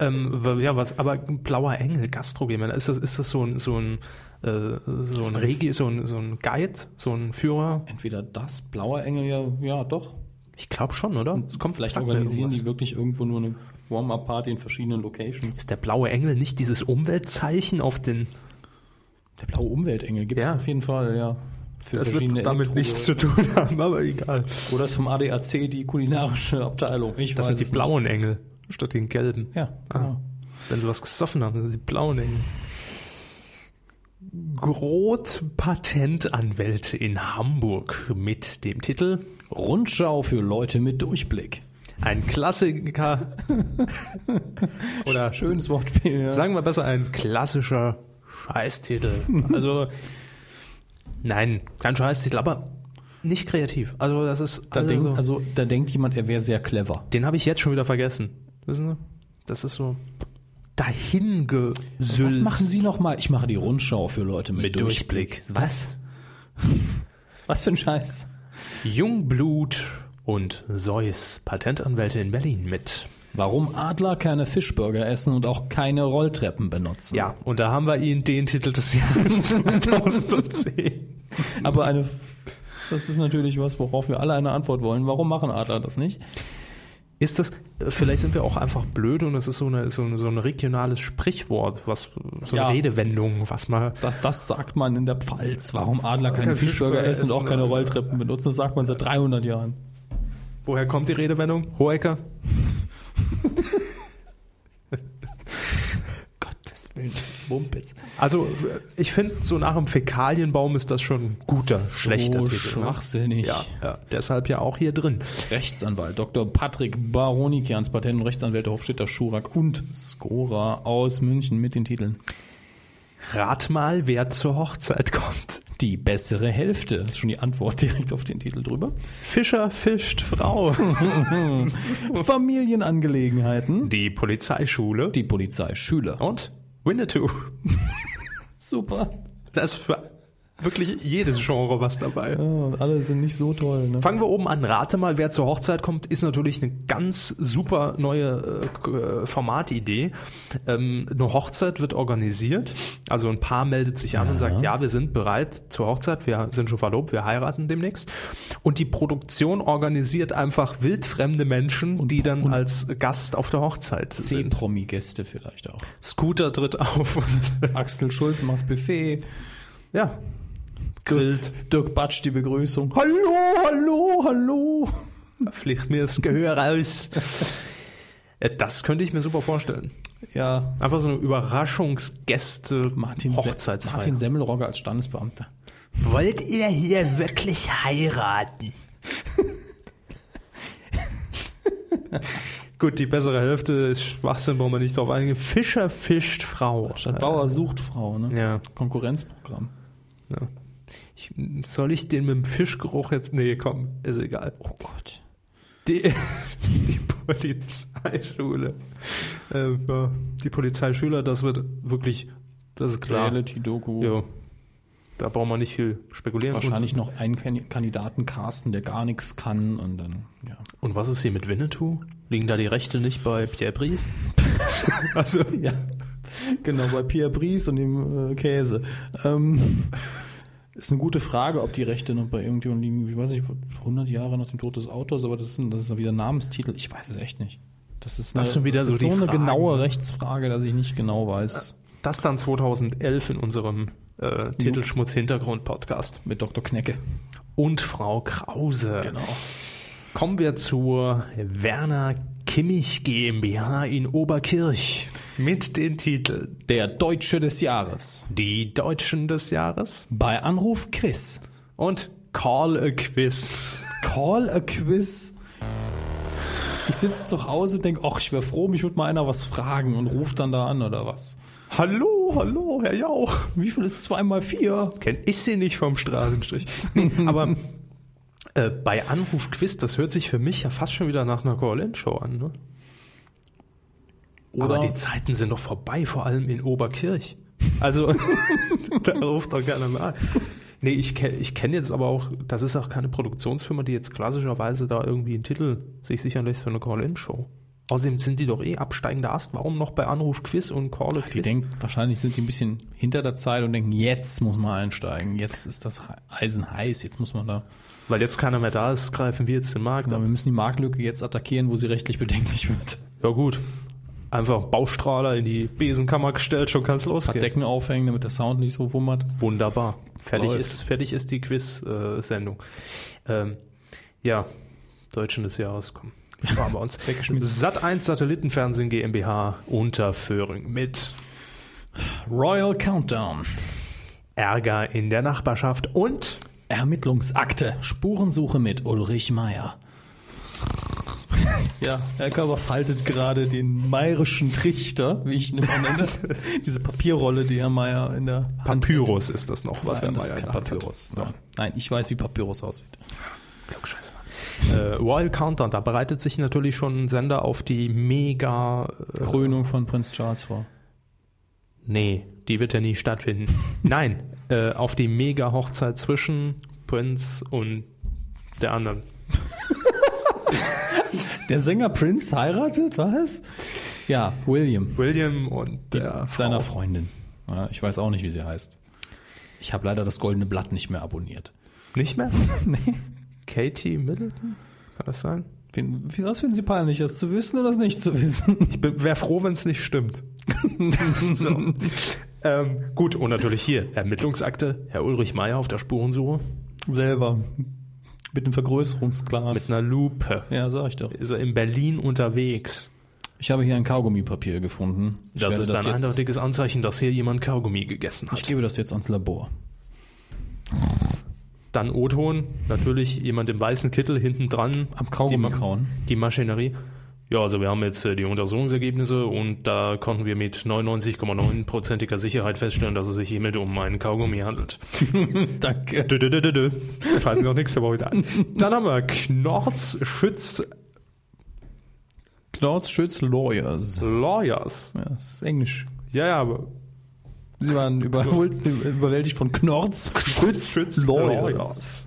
S1: ähm, w- ja, was, aber Blauer Engel Gastro GmbH, ist das, ist das so ein, so ein, äh, so ein Regi, so ein, so ein Guide, so ein Führer?
S2: Entweder das, Blauer Engel, ja, ja, doch.
S1: Ich glaube schon, oder? Es kommt
S2: Vielleicht
S1: sagt mir
S2: organisieren
S1: irgendwas.
S2: die wirklich irgendwo nur eine Warm-Up-Party in verschiedenen Locations.
S1: Ist der blaue Engel nicht dieses Umweltzeichen auf den.
S2: Der blaue Umweltengel gibt es
S1: Ja.
S2: auf jeden Fall, ja. Für Elektro-
S1: tun haben, aber egal.
S2: Oder ist vom ADAC die kulinarische Abteilung? Ich
S1: Das
S2: weiß
S1: sind die
S2: es
S1: blauen Engel statt den gelben.
S2: Nicht. Ja, genau.
S1: Ah. Wenn sie was gesoffen haben, sind sie blauen Engel. Grotpatentanwälte in Hamburg mit dem Titel
S2: Rundschau für Leute mit Durchblick.
S1: Ein Klassiker oder
S2: Schönes Wortspiel, ja.
S1: sagen wir besser ein klassischer Scheißtitel. Also nein, kein Scheißtitel, aber nicht kreativ. Also das ist
S2: da
S1: also
S2: denkt,
S1: so-
S2: also, da denkt jemand, er wäre sehr clever.
S1: Den habe ich jetzt schon wieder vergessen. Wissen Sie? Das ist so dahin
S2: Was machen Sie nochmal? Ich mache die Rundschau für Leute mit,
S1: Hm. mit Durchblick. Was?
S2: Was für ein Scheiß.
S1: Jungblut und Zeus, Patentanwälte in Berlin mit.
S2: Warum Adler keine Fischburger essen und auch keine Rolltreppen benutzen.
S1: Ja, und da haben wir Ihnen den Titel des Jahres 2010.
S2: Aber eine, das ist natürlich was, worauf wir alle eine Antwort wollen. Warum machen Adler das nicht?
S1: Ist das, vielleicht sind wir auch einfach blöd und es ist so, eine, so, ein- so ein regionales Sprichwort, was, so eine
S2: Ja.
S1: Redewendung, was mal.
S2: Das, das sagt man in der Pfalz. Warum Adler keine Fischburger essen und auch
S1: ne?
S2: keine Rolltreppen benutzen, das sagt man seit 300 Jahren.
S1: Woher kommt die Redewendung? Hohecker?
S2: Gottes Willen, das Mumpitz.
S1: Also, ich finde, so nach dem Fäkalienbaum ist das schon ein guter, schlechter
S2: so
S1: Titel. ne?
S2: schwachsinnig.
S1: Ja, ja, deshalb ja auch hier drin.
S2: Rechtsanwalt Dr. Patrick Baronikians, Patent- und Rechtsanwälte Hofstetter, Schurak und Skora aus München mit den Titeln
S1: Rat mal, wer zur Hochzeit kommt.
S2: Die bessere Hälfte. Das ist schon die Antwort direkt auf den Titel drüber.
S1: Fischer fischt Frau.
S2: Familienangelegenheiten.
S1: Die Polizeischule.
S2: Die Polizei, Schüler.
S1: und Winnetou.
S2: Super.
S1: Da ist für wirklich jedes Genre was dabei.
S2: und alle sind nicht so toll. Ne?
S1: Fangen wir oben an. Rate mal, wer zur Hochzeit kommt, ist natürlich eine ganz super neue äh, K- äh, Formatidee. Ähm, eine Hochzeit wird organisiert. Also ein Paar meldet sich an und sagt, ja, wir sind bereit zur Hochzeit, wir sind schon verlobt, wir heiraten demnächst. Und die Produktion organisiert einfach wildfremde Menschen, die dann als Gast auf der Hochzeit
S2: Zehn
S1: sind.
S2: Promi-Gäste vielleicht auch.
S1: Scooter tritt auf und
S2: Axel Schulz macht Buffet.
S1: ja, grillt.
S2: Dirk Batsch die Begrüßung. Hallo, hallo, hallo.
S1: Pflicht mir das Gehör raus. Äh, Das könnte ich mir super vorstellen.
S2: Ja.
S1: Einfach so eine Überraschungsgäste
S2: Martin, Se
S1: Hochzeitsfeier.
S2: Martin Semmelrogge als Standesbeamter.
S1: wollt ihr hier wirklich heiraten? Gut, die bessere Hälfte ist Schwachsinn, brauchen wir nicht drauf eingehen. Fischer fischt Frau.
S2: Stadtbauer sucht Frau, ne?
S1: Ja.
S2: Konkurrenzprogramm.
S1: Ich, soll ich den mit dem Fischgeruch jetzt? Nee, komm, ist egal.
S2: Oh Gott.
S1: Die, die Polizeischule. Ähm, ja, die Polizeischüler, das wird wirklich, das ist klar.
S2: Reality-Doku.
S1: Jo. Da brauchen wir nicht viel spekulieren.
S2: Wahrscheinlich noch einen Kan- Kandidaten casten, der gar nichts kann und dann, ja.
S1: Und, und was ist hier mit Winnetou? Liegen da die Rechte nicht bei Pierre Brice? also,
S2: Ja, genau, bei Pierre Brice und dem äh, Käse. Ähm, ist eine gute Frage, ob die Rechte noch bei irgendjemandem liegen, wie weiß ich, vor 100 Jahre nach dem Tod des Autors, aber das ist, ein- das ist dann wieder ein Namenstitel. Ich weiß es echt nicht. Das ist, eine,
S1: Das sind wieder
S2: das
S1: so
S2: ist
S1: die
S2: so eine
S1: Fragen,
S2: genaue
S1: ne?
S2: Rechtsfrage, dass ich nicht genau weiß.
S1: das dann 2011 in unserem äh, Titelschmutz-Hintergrund-Podcast.
S2: Mit Dr. Knecke.
S1: Und Frau Krause.
S2: Genau.
S1: Kommen wir zur Werner Kimmich GmbH in Oberkirch mit den Titeln
S2: Der Deutsche des Jahres.
S1: Die Deutschen des Jahres
S2: Bei Anruf Chris.
S1: und Call a Quiz.
S2: Call a Quiz. Ich sitze zu Hause und denke, ach, ich wäre froh, mich würde mal einer was fragen und ruft dann da an oder was.
S1: Hallo, hallo, Herr Jauch.
S2: Wie viel ist 2 mal 4?
S1: Kenn ich sie nicht vom Straßenstrich. Nee, aber äh, bei Anruf Quiz, das hört sich für mich ja fast schon wieder nach einer Call-In-Show an. Ne?
S2: Oder
S1: Aber die Zeiten sind doch vorbei, vor allem in Oberkirch. Also, da ruft doch keiner mehr an. Nee, ich kenne ich kenn jetzt aber auch, das ist auch keine Produktionsfirma, die jetzt klassischerweise da irgendwie einen Titel sich sichern lässt für eine Call-In-Show. Außerdem sind die doch eh absteigender Ast. Warum noch bei Anruf Quiz und Call Quiz?
S2: die denken, wahrscheinlich sind die ein bisschen hinter der Zeit und denken, jetzt muss man einsteigen, jetzt ist das He- Eisen heiß, jetzt muss man da.
S1: Weil jetzt keiner mehr da ist, greifen wir jetzt den Markt
S2: Ja,
S1: an.
S2: wir müssen die Marktlücke jetzt attackieren, wo sie rechtlich bedenklich wird.
S1: Ja gut. Einfach Baustrahler in die Besenkammer gestellt, schon kann's
S2: Paar
S1: losgehen.
S2: Decken aufhängen, damit der Sound nicht so wummert.
S1: Wunderbar. Fertig
S2: Läuft.
S1: ist, fertig ist die Quiz-Sendung. Ähm, ja, Deutschen des Jahres, komm. Sparen wir uns.
S2: Weggeschmissen.
S1: Sat1 Satellitenfernsehen GmbH Unterföhring mit
S2: Royal Countdown.
S1: Ärger in der Nachbarschaft und
S2: Ermittlungsakte. Spurensuche mit Ulrich Meier. Ja, Herr Körber faltet gerade den mayrischen Trichter, wie ich ihn immer nenne. Diese Papierrolle, die Herr Meier in der Hand
S1: Papyrus ist das noch, was
S2: Nein,
S1: wir
S2: das ist
S1: mal
S2: kein
S1: gemacht hat.
S2: Papyrus. Nein. Nein, ich weiß, wie Papyrus aussieht.
S1: Äh, Royal Countdown, da bereitet sich natürlich schon ein Sender auf die mega äh,
S2: Krönung von Prinz Charles vor.
S1: Nee, die wird ja nie stattfinden. Nein, äh, auf die Mega-Hochzeit zwischen Prince und der anderen.
S2: Der Sänger Prince heiratet, was? Ja, William.
S1: William und der
S2: Seiner Freundin. Ja, ich weiß auch nicht, wie sie heißt. Ich habe leider das Goldene Blatt nicht mehr abonniert.
S1: Nicht mehr? Katie Middleton? Kann das sein?
S2: Wen, wie- was finden Sie peinlich, das zu wissen oder das nicht zu wissen?
S1: Ich wäre froh, wenn es nicht stimmt. so. ähm, gut, und natürlich hier, Ermittlungsakte, Herr Ulrich Meier auf der Spurensuche
S2: Selber. Mit einem
S1: mit
S2: Vergrößerungsglas.
S1: einer Lupe.
S2: ja, sag ich doch.
S1: Ist er in Berlin unterwegs?
S2: Ich habe hier ein Kaugummipapier gefunden. Ich
S1: Das
S2: werde
S1: ist ein
S2: jetzt-
S1: eindeutiges Anzeichen, dass hier jemand Kaugummi gegessen hat.
S2: Ich gebe das jetzt ans Labor.
S1: Dann O-Ton, natürlich jemand im weißen Kittel hinten dran.
S2: Am Kaugummi
S1: die,
S2: kauen.
S1: Die Maschinerie. Ja, also wir haben jetzt äh, die Untersuchungsergebnisse und da konnten wir mit 99,9%iger Sicherheit feststellen, dass es sich hiermit um einen Kaugummi handelt.
S2: Danke.
S1: Dö, dö, dö, dö, dö. Schalten Sie auch nächste Woche wieder an. Dann haben wir Knorz Schütz
S2: Schütz Lawyers.
S1: Lawyers.
S2: Ja, das ist Englisch.
S1: Ja, ja, aber
S2: Sie waren überholt, überwältigt von Knorz, Schütz, Schütz Lawyers.
S1: Lawyers.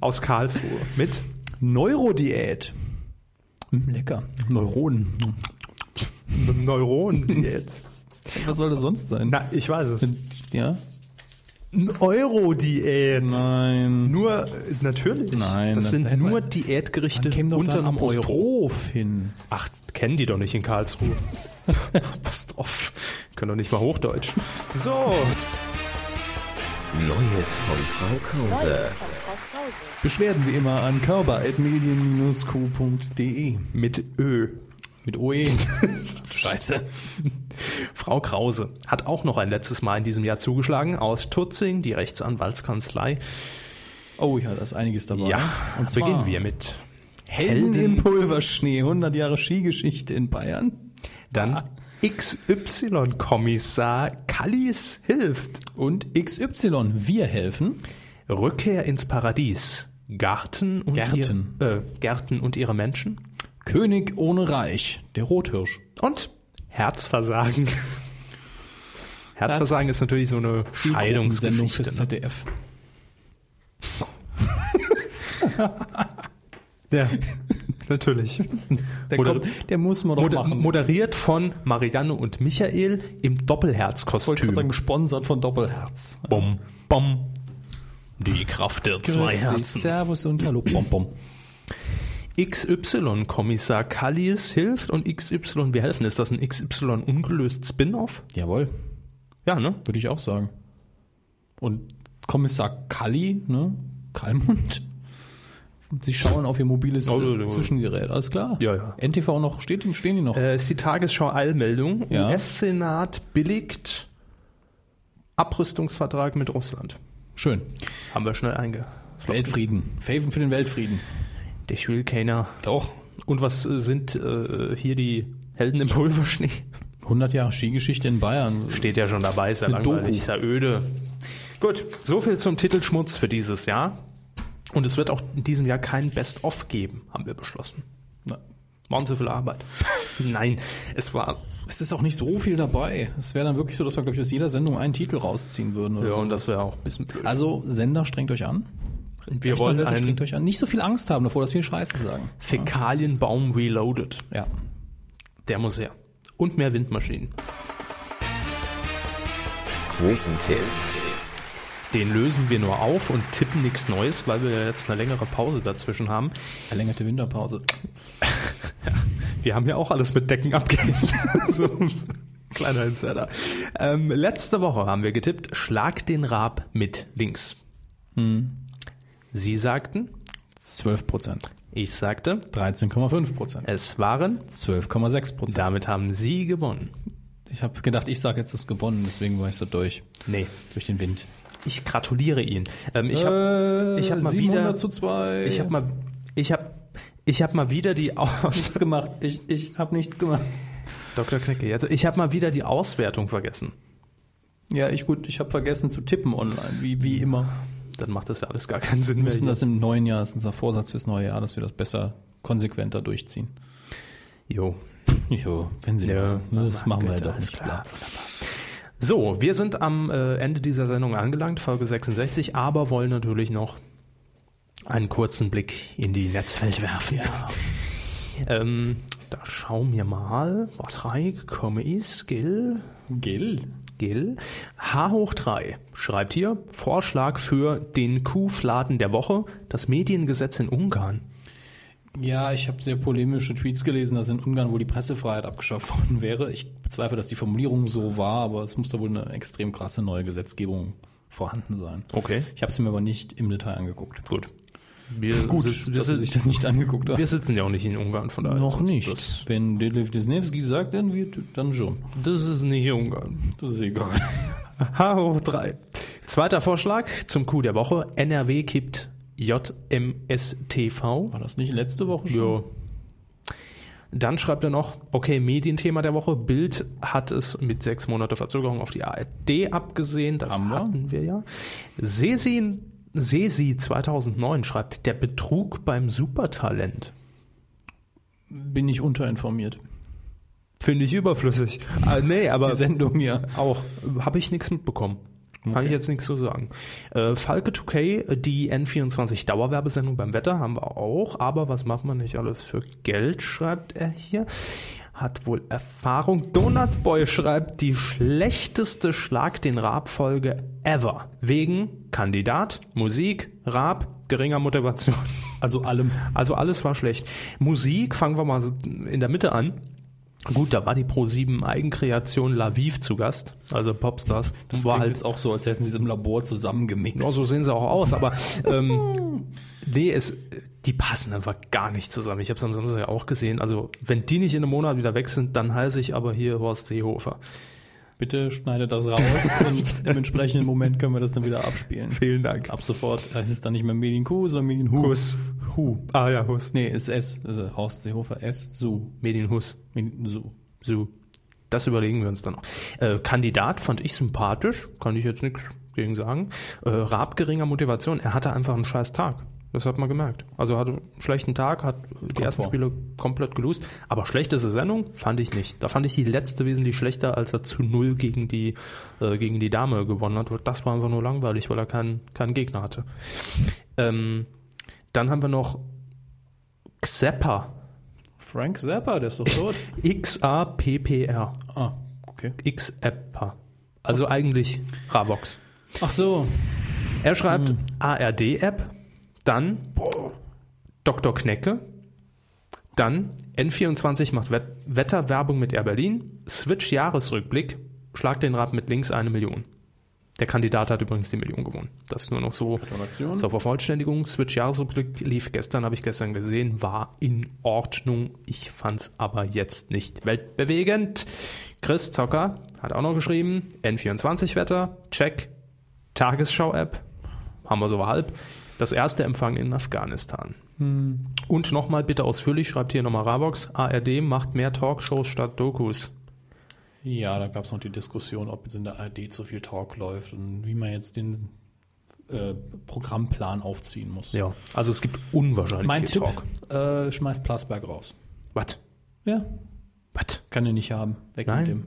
S1: Aus Karlsruhe. Mit
S2: Neurodiät. Hm, lecker. Neuronen.
S1: einem Neuron jetzt.
S2: Was soll das sonst sein?
S1: Na, ich weiß es.
S2: Ja?
S1: Ein Euro-Diät.
S2: Nein.
S1: Nur, äh, natürlich.
S2: Nein,
S1: das
S2: da-
S1: sind
S2: da hätte
S1: nur
S2: man-
S1: Diätgerichte
S2: Käme doch
S1: unter
S2: dann
S1: einem
S2: am
S1: Euro.
S2: Osthof hin.
S1: Ach, kennen die doch nicht in Karlsruhe. Passt auf. Können doch nicht mal Hochdeutsch. So.
S5: Neues von Frau Krause.
S2: Beschwerden wie immer an körper.medien-q.de.
S1: Mit Ö.
S2: Mit
S1: E.
S2: OE. Scheiße.
S1: Frau Krause hat auch noch ein letztes Mal in diesem Jahr zugeschlagen aus Tutzing, die Rechtsanwaltskanzlei.
S2: Oh ja, da ist einiges dabei.
S1: Ja,
S2: und
S1: und
S2: zwar
S1: beginnen wir mit
S2: Helden im
S1: Helden.
S2: Pulverschnee, 100 Jahre Skigeschichte in Bayern.
S1: Dann XY-Kommissar Kallis hilft.
S2: Und XY, wir helfen.
S1: Rückkehr ins Paradies. Garten und,
S2: Gärten.
S1: Ihr, äh, Gärten und ihre Menschen.
S2: König ohne Reich, der Rothirsch.
S1: Und Herzversagen. Herzversagen ist natürlich so eine
S2: Sendung fürs
S1: Scheidungsgeschichte. Ne?
S2: ZDF.
S1: Ja, natürlich.
S2: Der,
S1: Moder-
S2: kommt, der muss man doch
S1: Moder
S2: machen.
S1: moderiert von Marianne und Michael im
S2: wollte gerade sagen,
S1: Doppelherzkostüm.
S2: gesponsert von Doppelherz.
S1: Bom, bom. Die Kraft der zwei
S2: Grüß Sie,
S1: Herzen.
S2: Servus und Hallo. Bom, bom.
S1: XY-Kommissar Kallis hilft und XY, wir helfen. Ist das ein XY ungelöst Spin-off?
S2: Jawohl,
S1: Ja, ne?
S2: würde ich auch sagen. Und Kommissar Kalli, ne? Kalmund. Sie schauen auf ihr mobiles
S1: Oh, oh,
S2: äh,
S1: oh.
S2: Zwischengerät, alles klar.
S1: Ja, ja.
S2: NTV noch, steht, stehen die noch?
S1: Äh, ist die Tagesschau-Eilmeldung.
S2: Ja.
S1: US-Senat billigt Abrüstungsvertrag mit Russland.
S2: Schön.
S1: Haben wir schnell eingearbeitet.
S2: Weltfrieden. Faven für den Weltfrieden.
S1: Ich will keiner.
S2: Doch.
S1: Und was äh, sind äh, hier die Helden im Pulverschnee?
S2: 100 Jahre Skigeschichte in Bayern.
S1: Steht ja schon dabei, ist ja
S2: Eine Doku.
S1: langweilig, ist ja öde. Gut, so viel zum Titelschmutz für dieses Jahr. Und es wird auch in diesem Jahr kein Best-of geben, haben wir beschlossen.
S2: Na,
S1: Waren so viel Arbeit. Nein, es war.
S2: Es ist auch nicht so viel dabei. Es wäre dann wirklich so, dass wir, glaube ich, aus jeder Sendung einen Titel rausziehen würden. Oder
S1: Ja,
S2: so.
S1: und das wäre auch ein bisschen blöd.
S2: Also, Sender, strengt euch an.
S1: wir wollen
S2: Rechtsanwälte,
S1: einen
S2: strengt euch an. Nicht so viel Angst haben davor, dass wir Scheiße sagen.
S1: Fäkalienbaum reloaded.
S2: Ja.
S1: Der muss her. Und mehr Windmaschinen.
S5: Quotentipp.
S1: Den lösen wir nur auf und tippen nichts Neues, weil wir ja jetzt eine längere Pause dazwischen haben.
S2: Verlängerte Winterpause.
S1: Wir haben ja auch alles mit Decken abgehängt. so, kleiner Insider. Ähm, letzte Woche haben wir getippt, schlag den Raab mit links.
S2: Hm.
S1: Sie sagten,
S2: 12 Prozent.
S1: ich sagte,
S2: 13,5 Prozent.
S1: es waren.
S2: 12,6 Prozent.
S1: Damit haben Sie gewonnen.
S2: Ich habe gedacht, ich sage jetzt, es ist gewonnen, deswegen war ich so durch.
S1: Nee,
S2: Durch den Wind.
S1: ich gratuliere Ihnen. Ähm, ich habe
S2: Äh,
S1: ich hab mal
S2: 700
S1: wieder...
S2: zu 2.
S1: Ich habe mal, ich habe, ich habe mal wieder die Aus
S2: nichts gemacht. Ich, ich habe nichts gemacht.
S1: Dr. Knecke, jetzt, ich habe mal wieder die Auswertung vergessen.
S2: Ja, ich gut, ich habe vergessen zu tippen online, wie, wie immer.
S1: Dann macht das ja alles gar keinen Sinn
S2: Wir müssen
S1: mehr.
S2: das im neuen Jahr, das ist unser Vorsatz fürs neue Jahr, dass wir das besser, konsequenter durchziehen.
S1: Jo.
S2: Jo, wenn sie
S1: Ja.
S2: das
S1: Ach,
S2: machen wir halt
S1: gut,
S2: doch
S1: alles
S2: nicht klar.
S1: So, wir sind am äh, Ende dieser Sendung angelangt, Folge 66, aber wollen natürlich noch einen kurzen Blick in die Netzwelt werfen. Ähm, da schauen wir mal, was reingekommen ist. Gil,
S2: Gil?
S1: Gil. H hoch 3 schreibt hier Vorschlag für den Kuhfladen der Woche, das Mediengesetz in Ungarn.
S2: Ja, ich habe sehr polemische Tweets gelesen, dass in Ungarn wohl die Pressefreiheit abgeschafft worden wäre. Ich bezweifle, dass die Formulierung so war, aber es muss da wohl eine extrem krasse neue Gesetzgebung vorhanden sein.
S1: Okay.
S2: Ich habe es mir aber nicht im Detail angeguckt.
S1: Gut. Wir,
S2: Gut,
S1: sitzen, wir,
S2: dass sie
S1: sitzen,
S2: sich das nicht angeguckt haben.
S1: wir sitzen ja auch nicht in Ungarn, von daher. ist
S2: Noch
S1: uns
S2: nicht. Wenn Detlef Disnevsky sagt, dann wird, dann schon.
S1: Das, das ist nicht Ungarn.
S2: Das ist egal.
S1: H hoch 3. Zweiter Vorschlag zum Coup der Woche. NRW kippt JMSTV.
S2: War das nicht letzte Woche schon?
S1: Ja. Dann schreibt er noch, okay, Medienthema der Woche. Bild hat es mit sechs Monate Verzögerung auf die ARD abgesehen. Das
S2: Haben wir.
S1: hatten wir ja. Sesi, Sesi 2009 schreibt, der Betrug beim Supertalent.
S2: Bin ich unterinformiert.
S1: Finde ich überflüssig. Ah, nee, aber
S2: Die Sendung, ja.
S1: auch. Habe ich nichts mitbekommen. Kann ich jetzt nichts zu sagen. Äh, Falke 2K, die N24 Dauerwerbesendung beim Wetter haben wir auch, aber was macht man nicht alles für Geld, schreibt er hier. Hat wohl Erfahrung. Donutboy schreibt die schlechteste Schlag den Raab-Folge ever. Wegen Kandidat, Musik, Raab, geringer Motivation.
S2: Also allem.
S1: Also alles war schlecht. Musik, fangen wir mal so in der Mitte an. Gut, da war die Pro7 Eigenkreation Laviv zu Gast, also Popstars. Das war
S2: klingt
S1: halt
S2: jetzt auch so, als hätten sie es im Labor zusammengemixt.
S1: ja, so sehen sie auch aus, aber ähm, nee, es, die passen einfach gar nicht zusammen. Ich habe es am Samstag ja auch gesehen. Also, wenn die nicht in einem Monat wieder weg sind, dann heiße ich aber hier Horst Seehofer.
S2: Bitte schneide das raus und im entsprechenden Moment können wir das dann wieder abspielen.
S1: Vielen Dank.
S2: Ab sofort heißt es dann nicht mehr Medienkuh, sondern Medienhu.
S1: Hus. Hu. Ah ja, Hus.
S2: Nee, ist S. Also Horst Seehofer, S. Su.
S1: Medien Hus.
S2: Medien, Su.
S1: So, das überlegen wir uns dann noch. Äh, Kandidat fand ich sympathisch, kann ich jetzt nichts gegen sagen. Äh, Raab geringer Motivation, er hatte einfach einen scheiß Tag. Das hat man gemerkt. Also er hatte einen schlechten Tag, hat die ersten
S2: vor.
S1: Spiele komplett gelost. Aber schlechteste Sendung fand ich nicht. Da fand ich die letzte wesentlich schlechter, als er zu null gegen die, äh, gegen die Dame gewonnen hat. Das war einfach nur langweilig, weil er keinen, keinen Gegner hatte. Ähm, dann haben wir noch Xepper.
S2: Frank Zappa, der ist doch tot.
S1: X-A-P-P-R.
S2: ah, okay.
S1: X-Appa. Also eigentlich Ravox.
S2: Ach so.
S1: Er schreibt ARD-App, dann Dr. Knecke, dann N24 macht Wet Wetterwerbung mit Air Berlin, Switch Jahresrückblick, schlag den Rab mit links eine Million. Der Kandidat hat übrigens die Million gewonnen. Das ist nur noch so
S2: Gratulation.
S1: zur Vervollständigung. Switch Jahresrückblick lief gestern, habe ich gestern gesehen, war in Ordnung. Ich fand's aber jetzt nicht weltbewegend. Chris Zocker hat auch noch geschrieben, N24 Wetter, check, Tagesschau-App, haben wir so halb. Das erste Empfang in Afghanistan.
S2: Hm.
S1: Und nochmal bitte ausführlich, schreibt hier nochmal Ravox, ARD macht mehr Talkshows statt Dokus.
S2: Ja, da gab es noch die Diskussion, ob jetzt in der ARD zu viel Talk läuft und wie man jetzt den äh, Programmplan aufziehen muss.
S1: Ja, also es gibt unwahrscheinlich
S2: Mein
S1: viel
S2: Tipp,
S1: Talk.
S2: äh, schmeißt Plasberg raus.
S1: Was?
S2: Ja,
S1: Was?
S2: kann er nicht haben. Weg
S1: Nein.
S2: mit dem.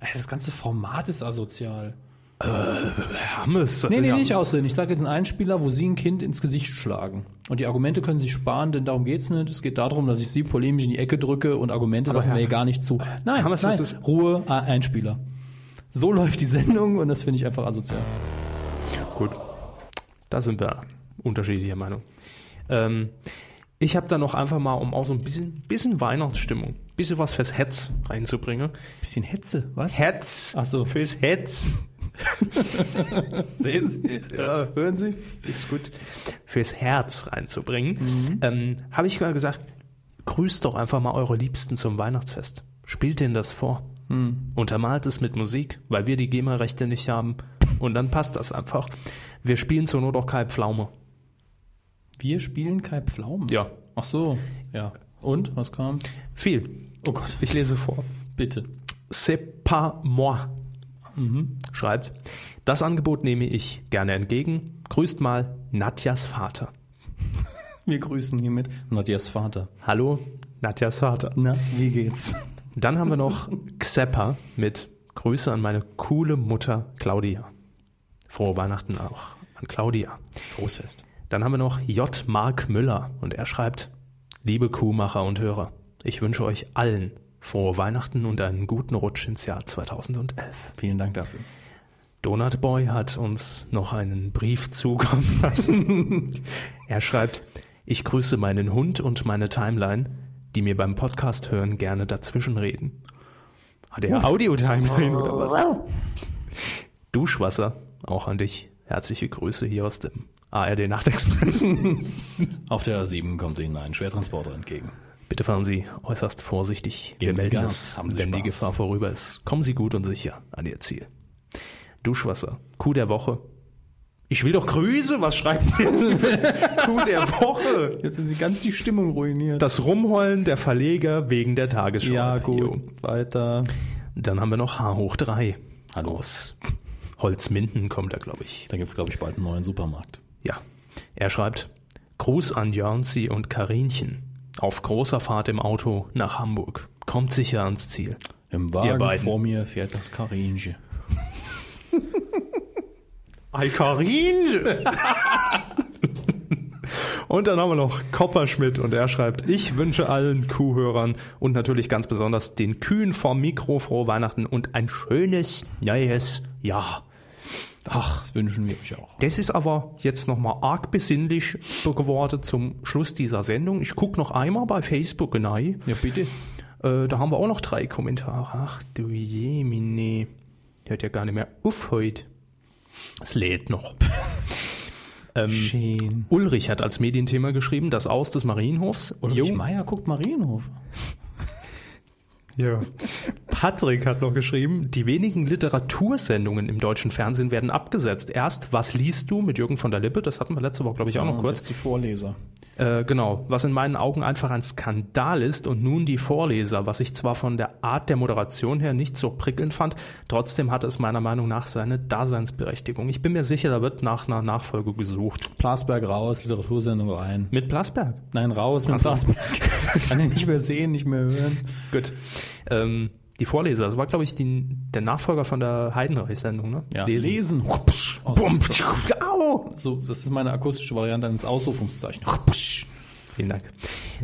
S2: Ey, Das ganze Format ist asozial.
S1: Hammes.
S2: Nee, nee, nicht ausreden. Ich sage jetzt einen Einspieler, wo Sie ein Kind ins Gesicht schlagen. Und die Argumente können Sie sparen, denn darum geht's nicht. Es geht darum, dass ich Sie polemisch in die Ecke drücke und Argumente lassen wir
S1: Herr-
S2: hier gar nicht zu. Nein,
S1: Hammes,
S2: nein.
S1: das ist-
S2: Ruhe, ah, Einspieler. So läuft die Sendung und das finde ich einfach asozial.
S1: Gut. Da sind wir unterschiedlicher Meinung. Ähm, ich habe da noch einfach mal, um auch so ein bisschen, bisschen Weihnachtsstimmung, bisschen was fürs Hetz reinzubringen.
S2: Bisschen Hetze, was?
S1: Hetz.
S2: Ach so.
S1: Fürs Hetz.
S2: Sehen Sie? Ja, hören Sie?
S1: Ist gut. Fürs Herz reinzubringen. Ähm, habe ich mal gesagt, grüßt doch einfach mal eure Liebsten zum Weihnachtsfest. Spielt denen das vor. Mhm. Untermalt es mit Musik, weil wir die GEMA-Rechte nicht haben. Und dann passt das einfach. Wir spielen zur Not auch Kai Pflaume.
S2: Wir spielen Kai Pflaumen.
S1: Ja.
S2: Ach so, ja. Und, was kam?
S1: Viel.
S2: Oh Gott,
S1: Ich lese vor.
S2: bitte.
S1: C'est pas moi. Schreibt, das Angebot nehme ich gerne entgegen. Grüßt mal Nadjas Vater.
S2: Wir grüßen hiermit Nadias Vater.
S1: Hallo, Nadjas Vater.
S2: Na, wie geht's?
S1: Dann haben wir noch Xeppa mit Grüße an meine coole Mutter Claudia. Frohe Weihnachten auch an Claudia.
S2: Frohes Fest.
S1: Dann haben wir noch J. Mark Müller und er schreibt, liebe Kuhmacher und Hörer, ich wünsche euch allen frohe Weihnachten und einen guten Rutsch ins Jahr 2011.
S2: Vielen Dank dafür.
S1: Donut Boy hat uns noch einen Brief zukommen lassen. er schreibt, ich grüße meinen Hund und meine Timeline, die mir beim Podcast hören gerne dazwischenreden. Hat er Audio-Timeline oder was? Duschwasser, auch an dich. Herzliche Grüße hier aus dem ARD Nachtexpress.
S2: Auf der A7 kommt Ihnen ein Schwertransporter entgegen.
S1: Bitte fahren Sie äußerst vorsichtig.
S2: Geben Sie Gas,
S1: es,
S2: haben Sie
S1: wenn die
S2: Spaß.
S1: Gefahr vorüber ist. Kommen Sie gut und sicher an Ihr Ziel. Duschwasser. Kuh der Woche. Ich will doch Grüße. Was schreibt ihr jetzt? Kuh der Woche.
S2: Jetzt sind Sie ganz die Stimmung ruiniert.
S1: Das Rumheulen der Verleger wegen der Tagesschau.
S2: ja,
S1: Jo.
S2: gut. Weiter.
S1: Dann haben wir noch H hoch 3.
S2: Hallo.
S1: Aus Holzminden kommt er, glaube ich.
S2: Da gibt's, glaube ich, bald einen neuen Supermarkt.
S1: Ja. Er schreibt, Gruß an Jörnsi und Karinchen. Auf großer Fahrt im Auto nach Hamburg. Kommt sicher ans Ziel.
S2: Im
S1: Ihr
S2: Wagen
S1: beiden.
S2: vor mir fährt das Karinje.
S1: Alkaringe. Und dann haben wir noch Kopperschmidt und er schreibt, ich wünsche allen Kuhhörern und natürlich ganz besonders den Kühen vom Mikro frohe Weihnachten und ein schönes neues Jahr.
S2: Das wünschen wir euch auch.
S1: Das ist aber jetzt nochmal arg besinnlich geworden zum Schluss dieser Sendung. Ich gucke noch einmal bei Facebook rein.
S2: Ja, bitte.
S1: Äh, da haben wir auch noch drei Kommentare. Ach du Jemine. Hört ja gar nicht mehr auf heute. Es lädt noch. ähm,
S2: Schön.
S1: Ulrich hat als Medienthema geschrieben, das Aus des Marienhofs.
S2: Ulrich
S1: Jo.
S2: Meier guckt Marienhof.
S1: Ja. Patrick hat noch geschrieben, die wenigen Literatursendungen im deutschen Fernsehen werden abgesetzt. Erst Was liest du mit Jürgen von der Lippe, das hatten wir letzte Woche, glaube ich, auch noch
S2: Und
S1: kurz.
S2: jetzt die Vorleser.
S1: Äh, genau, was in meinen Augen einfach ein Skandal ist und nun die Vorleser, was ich zwar von der Art der Moderation her nicht so prickelnd fand, trotzdem hatte es meiner Meinung nach seine Daseinsberechtigung. Ich bin mir sicher, da wird nach einer Nachfolge gesucht.
S2: Plasberg raus, Literatursendung rein.
S1: Mit Plasberg.
S2: Nein, raus mit Plasberg. Kann er nicht mehr sehen, nicht mehr hören.
S1: Gut. Ähm, die Vorleser, das war, glaube ich, die, der Nachfolger von der Heidenreich-Sendung, ne?
S2: Ja.
S1: Lesen.
S2: Lesen.
S1: Bum,
S2: Aus-
S1: psch, au.
S2: So, das ist meine akustische Variante eines Ausrufungszeichen.
S1: Vielen Dank.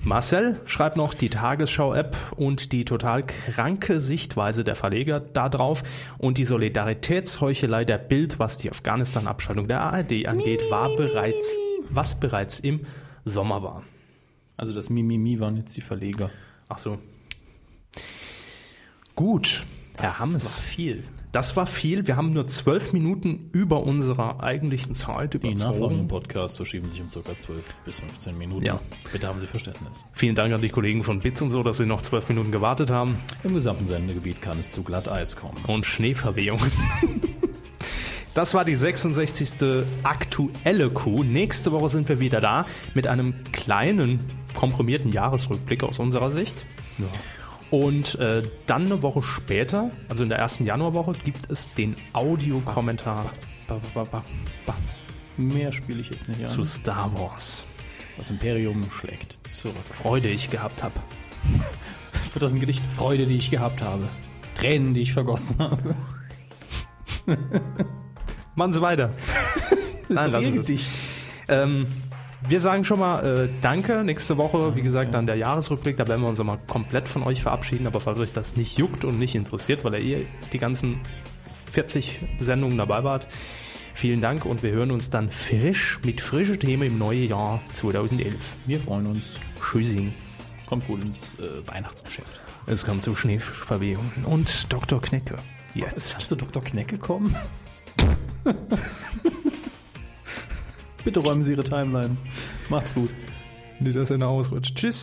S1: Marcel schreibt noch die Tagesschau-App und die total kranke Sichtweise der Verleger darauf und die Solidaritätsheuchelei der Bild, was die Afghanistan-Abschaltung der ARD angeht, war bereits, was bereits im Sommer war.
S2: Also das Mimimi waren jetzt die Verleger.
S1: Ach so. Gut, Herr Hammes.
S2: viel.
S1: Das war viel. Wir haben nur zwölf Minuten über unserer eigentlichen Zeit
S2: Die nachfolgenden
S1: überzogen.
S2: Podcasts verschieben sich um ca. 12 bis 15 Minuten.
S1: Ja.
S2: Bitte haben Sie Verständnis.
S1: Vielen Dank an die Kollegen von Bits und so, dass sie noch zwölf Minuten gewartet haben.
S2: Im gesamten Sendegebiet kann es zu Glatteis kommen.
S1: Und Schneeverwehung. Das war die 66. aktuelle Kuh. Nächste Woche sind wir wieder da mit einem kleinen, komprimierten Jahresrückblick aus unserer Sicht. Und äh, dann eine Woche später, also in der ersten Januarwoche, gibt es den Audiokommentar
S2: Ba, ba, ba, ba. Mehr spiele ich jetzt nicht an.
S1: zu Star Wars.
S2: Das Imperium schlägt zurück.
S1: Freude ich gehabt habe.
S2: Wird das ein Gedicht? Freude, die ich gehabt habe. Tränen, die ich vergossen habe.
S1: Machen Sie weiter. Nein, lassen Sie es.
S2: Gedicht.
S1: Ähm, wir sagen schon mal äh, Danke. Nächste Woche, wie gesagt, dann der Jahresrückblick. Da werden wir uns mal komplett von euch verabschieden. Aber falls euch das nicht juckt und nicht interessiert, weil ihr eh die ganzen 40 Sendungen dabei wart, vielen Dank und wir hören uns dann frisch mit frischen Themen im neuen Jahr 2011.
S2: Wir freuen uns.
S1: Tschüssing.
S2: Kommt gut ins äh, Weihnachtsgeschäft.
S1: Es kam zu Schneeverwehungen und Dr. Knecke. Jetzt.
S2: Kannst du Dr. Kneck gekommen? Bitte räumen Sie Ihre Timeline. Macht's gut.
S1: Nee, das ist eine Ausrutsch. Tschüss.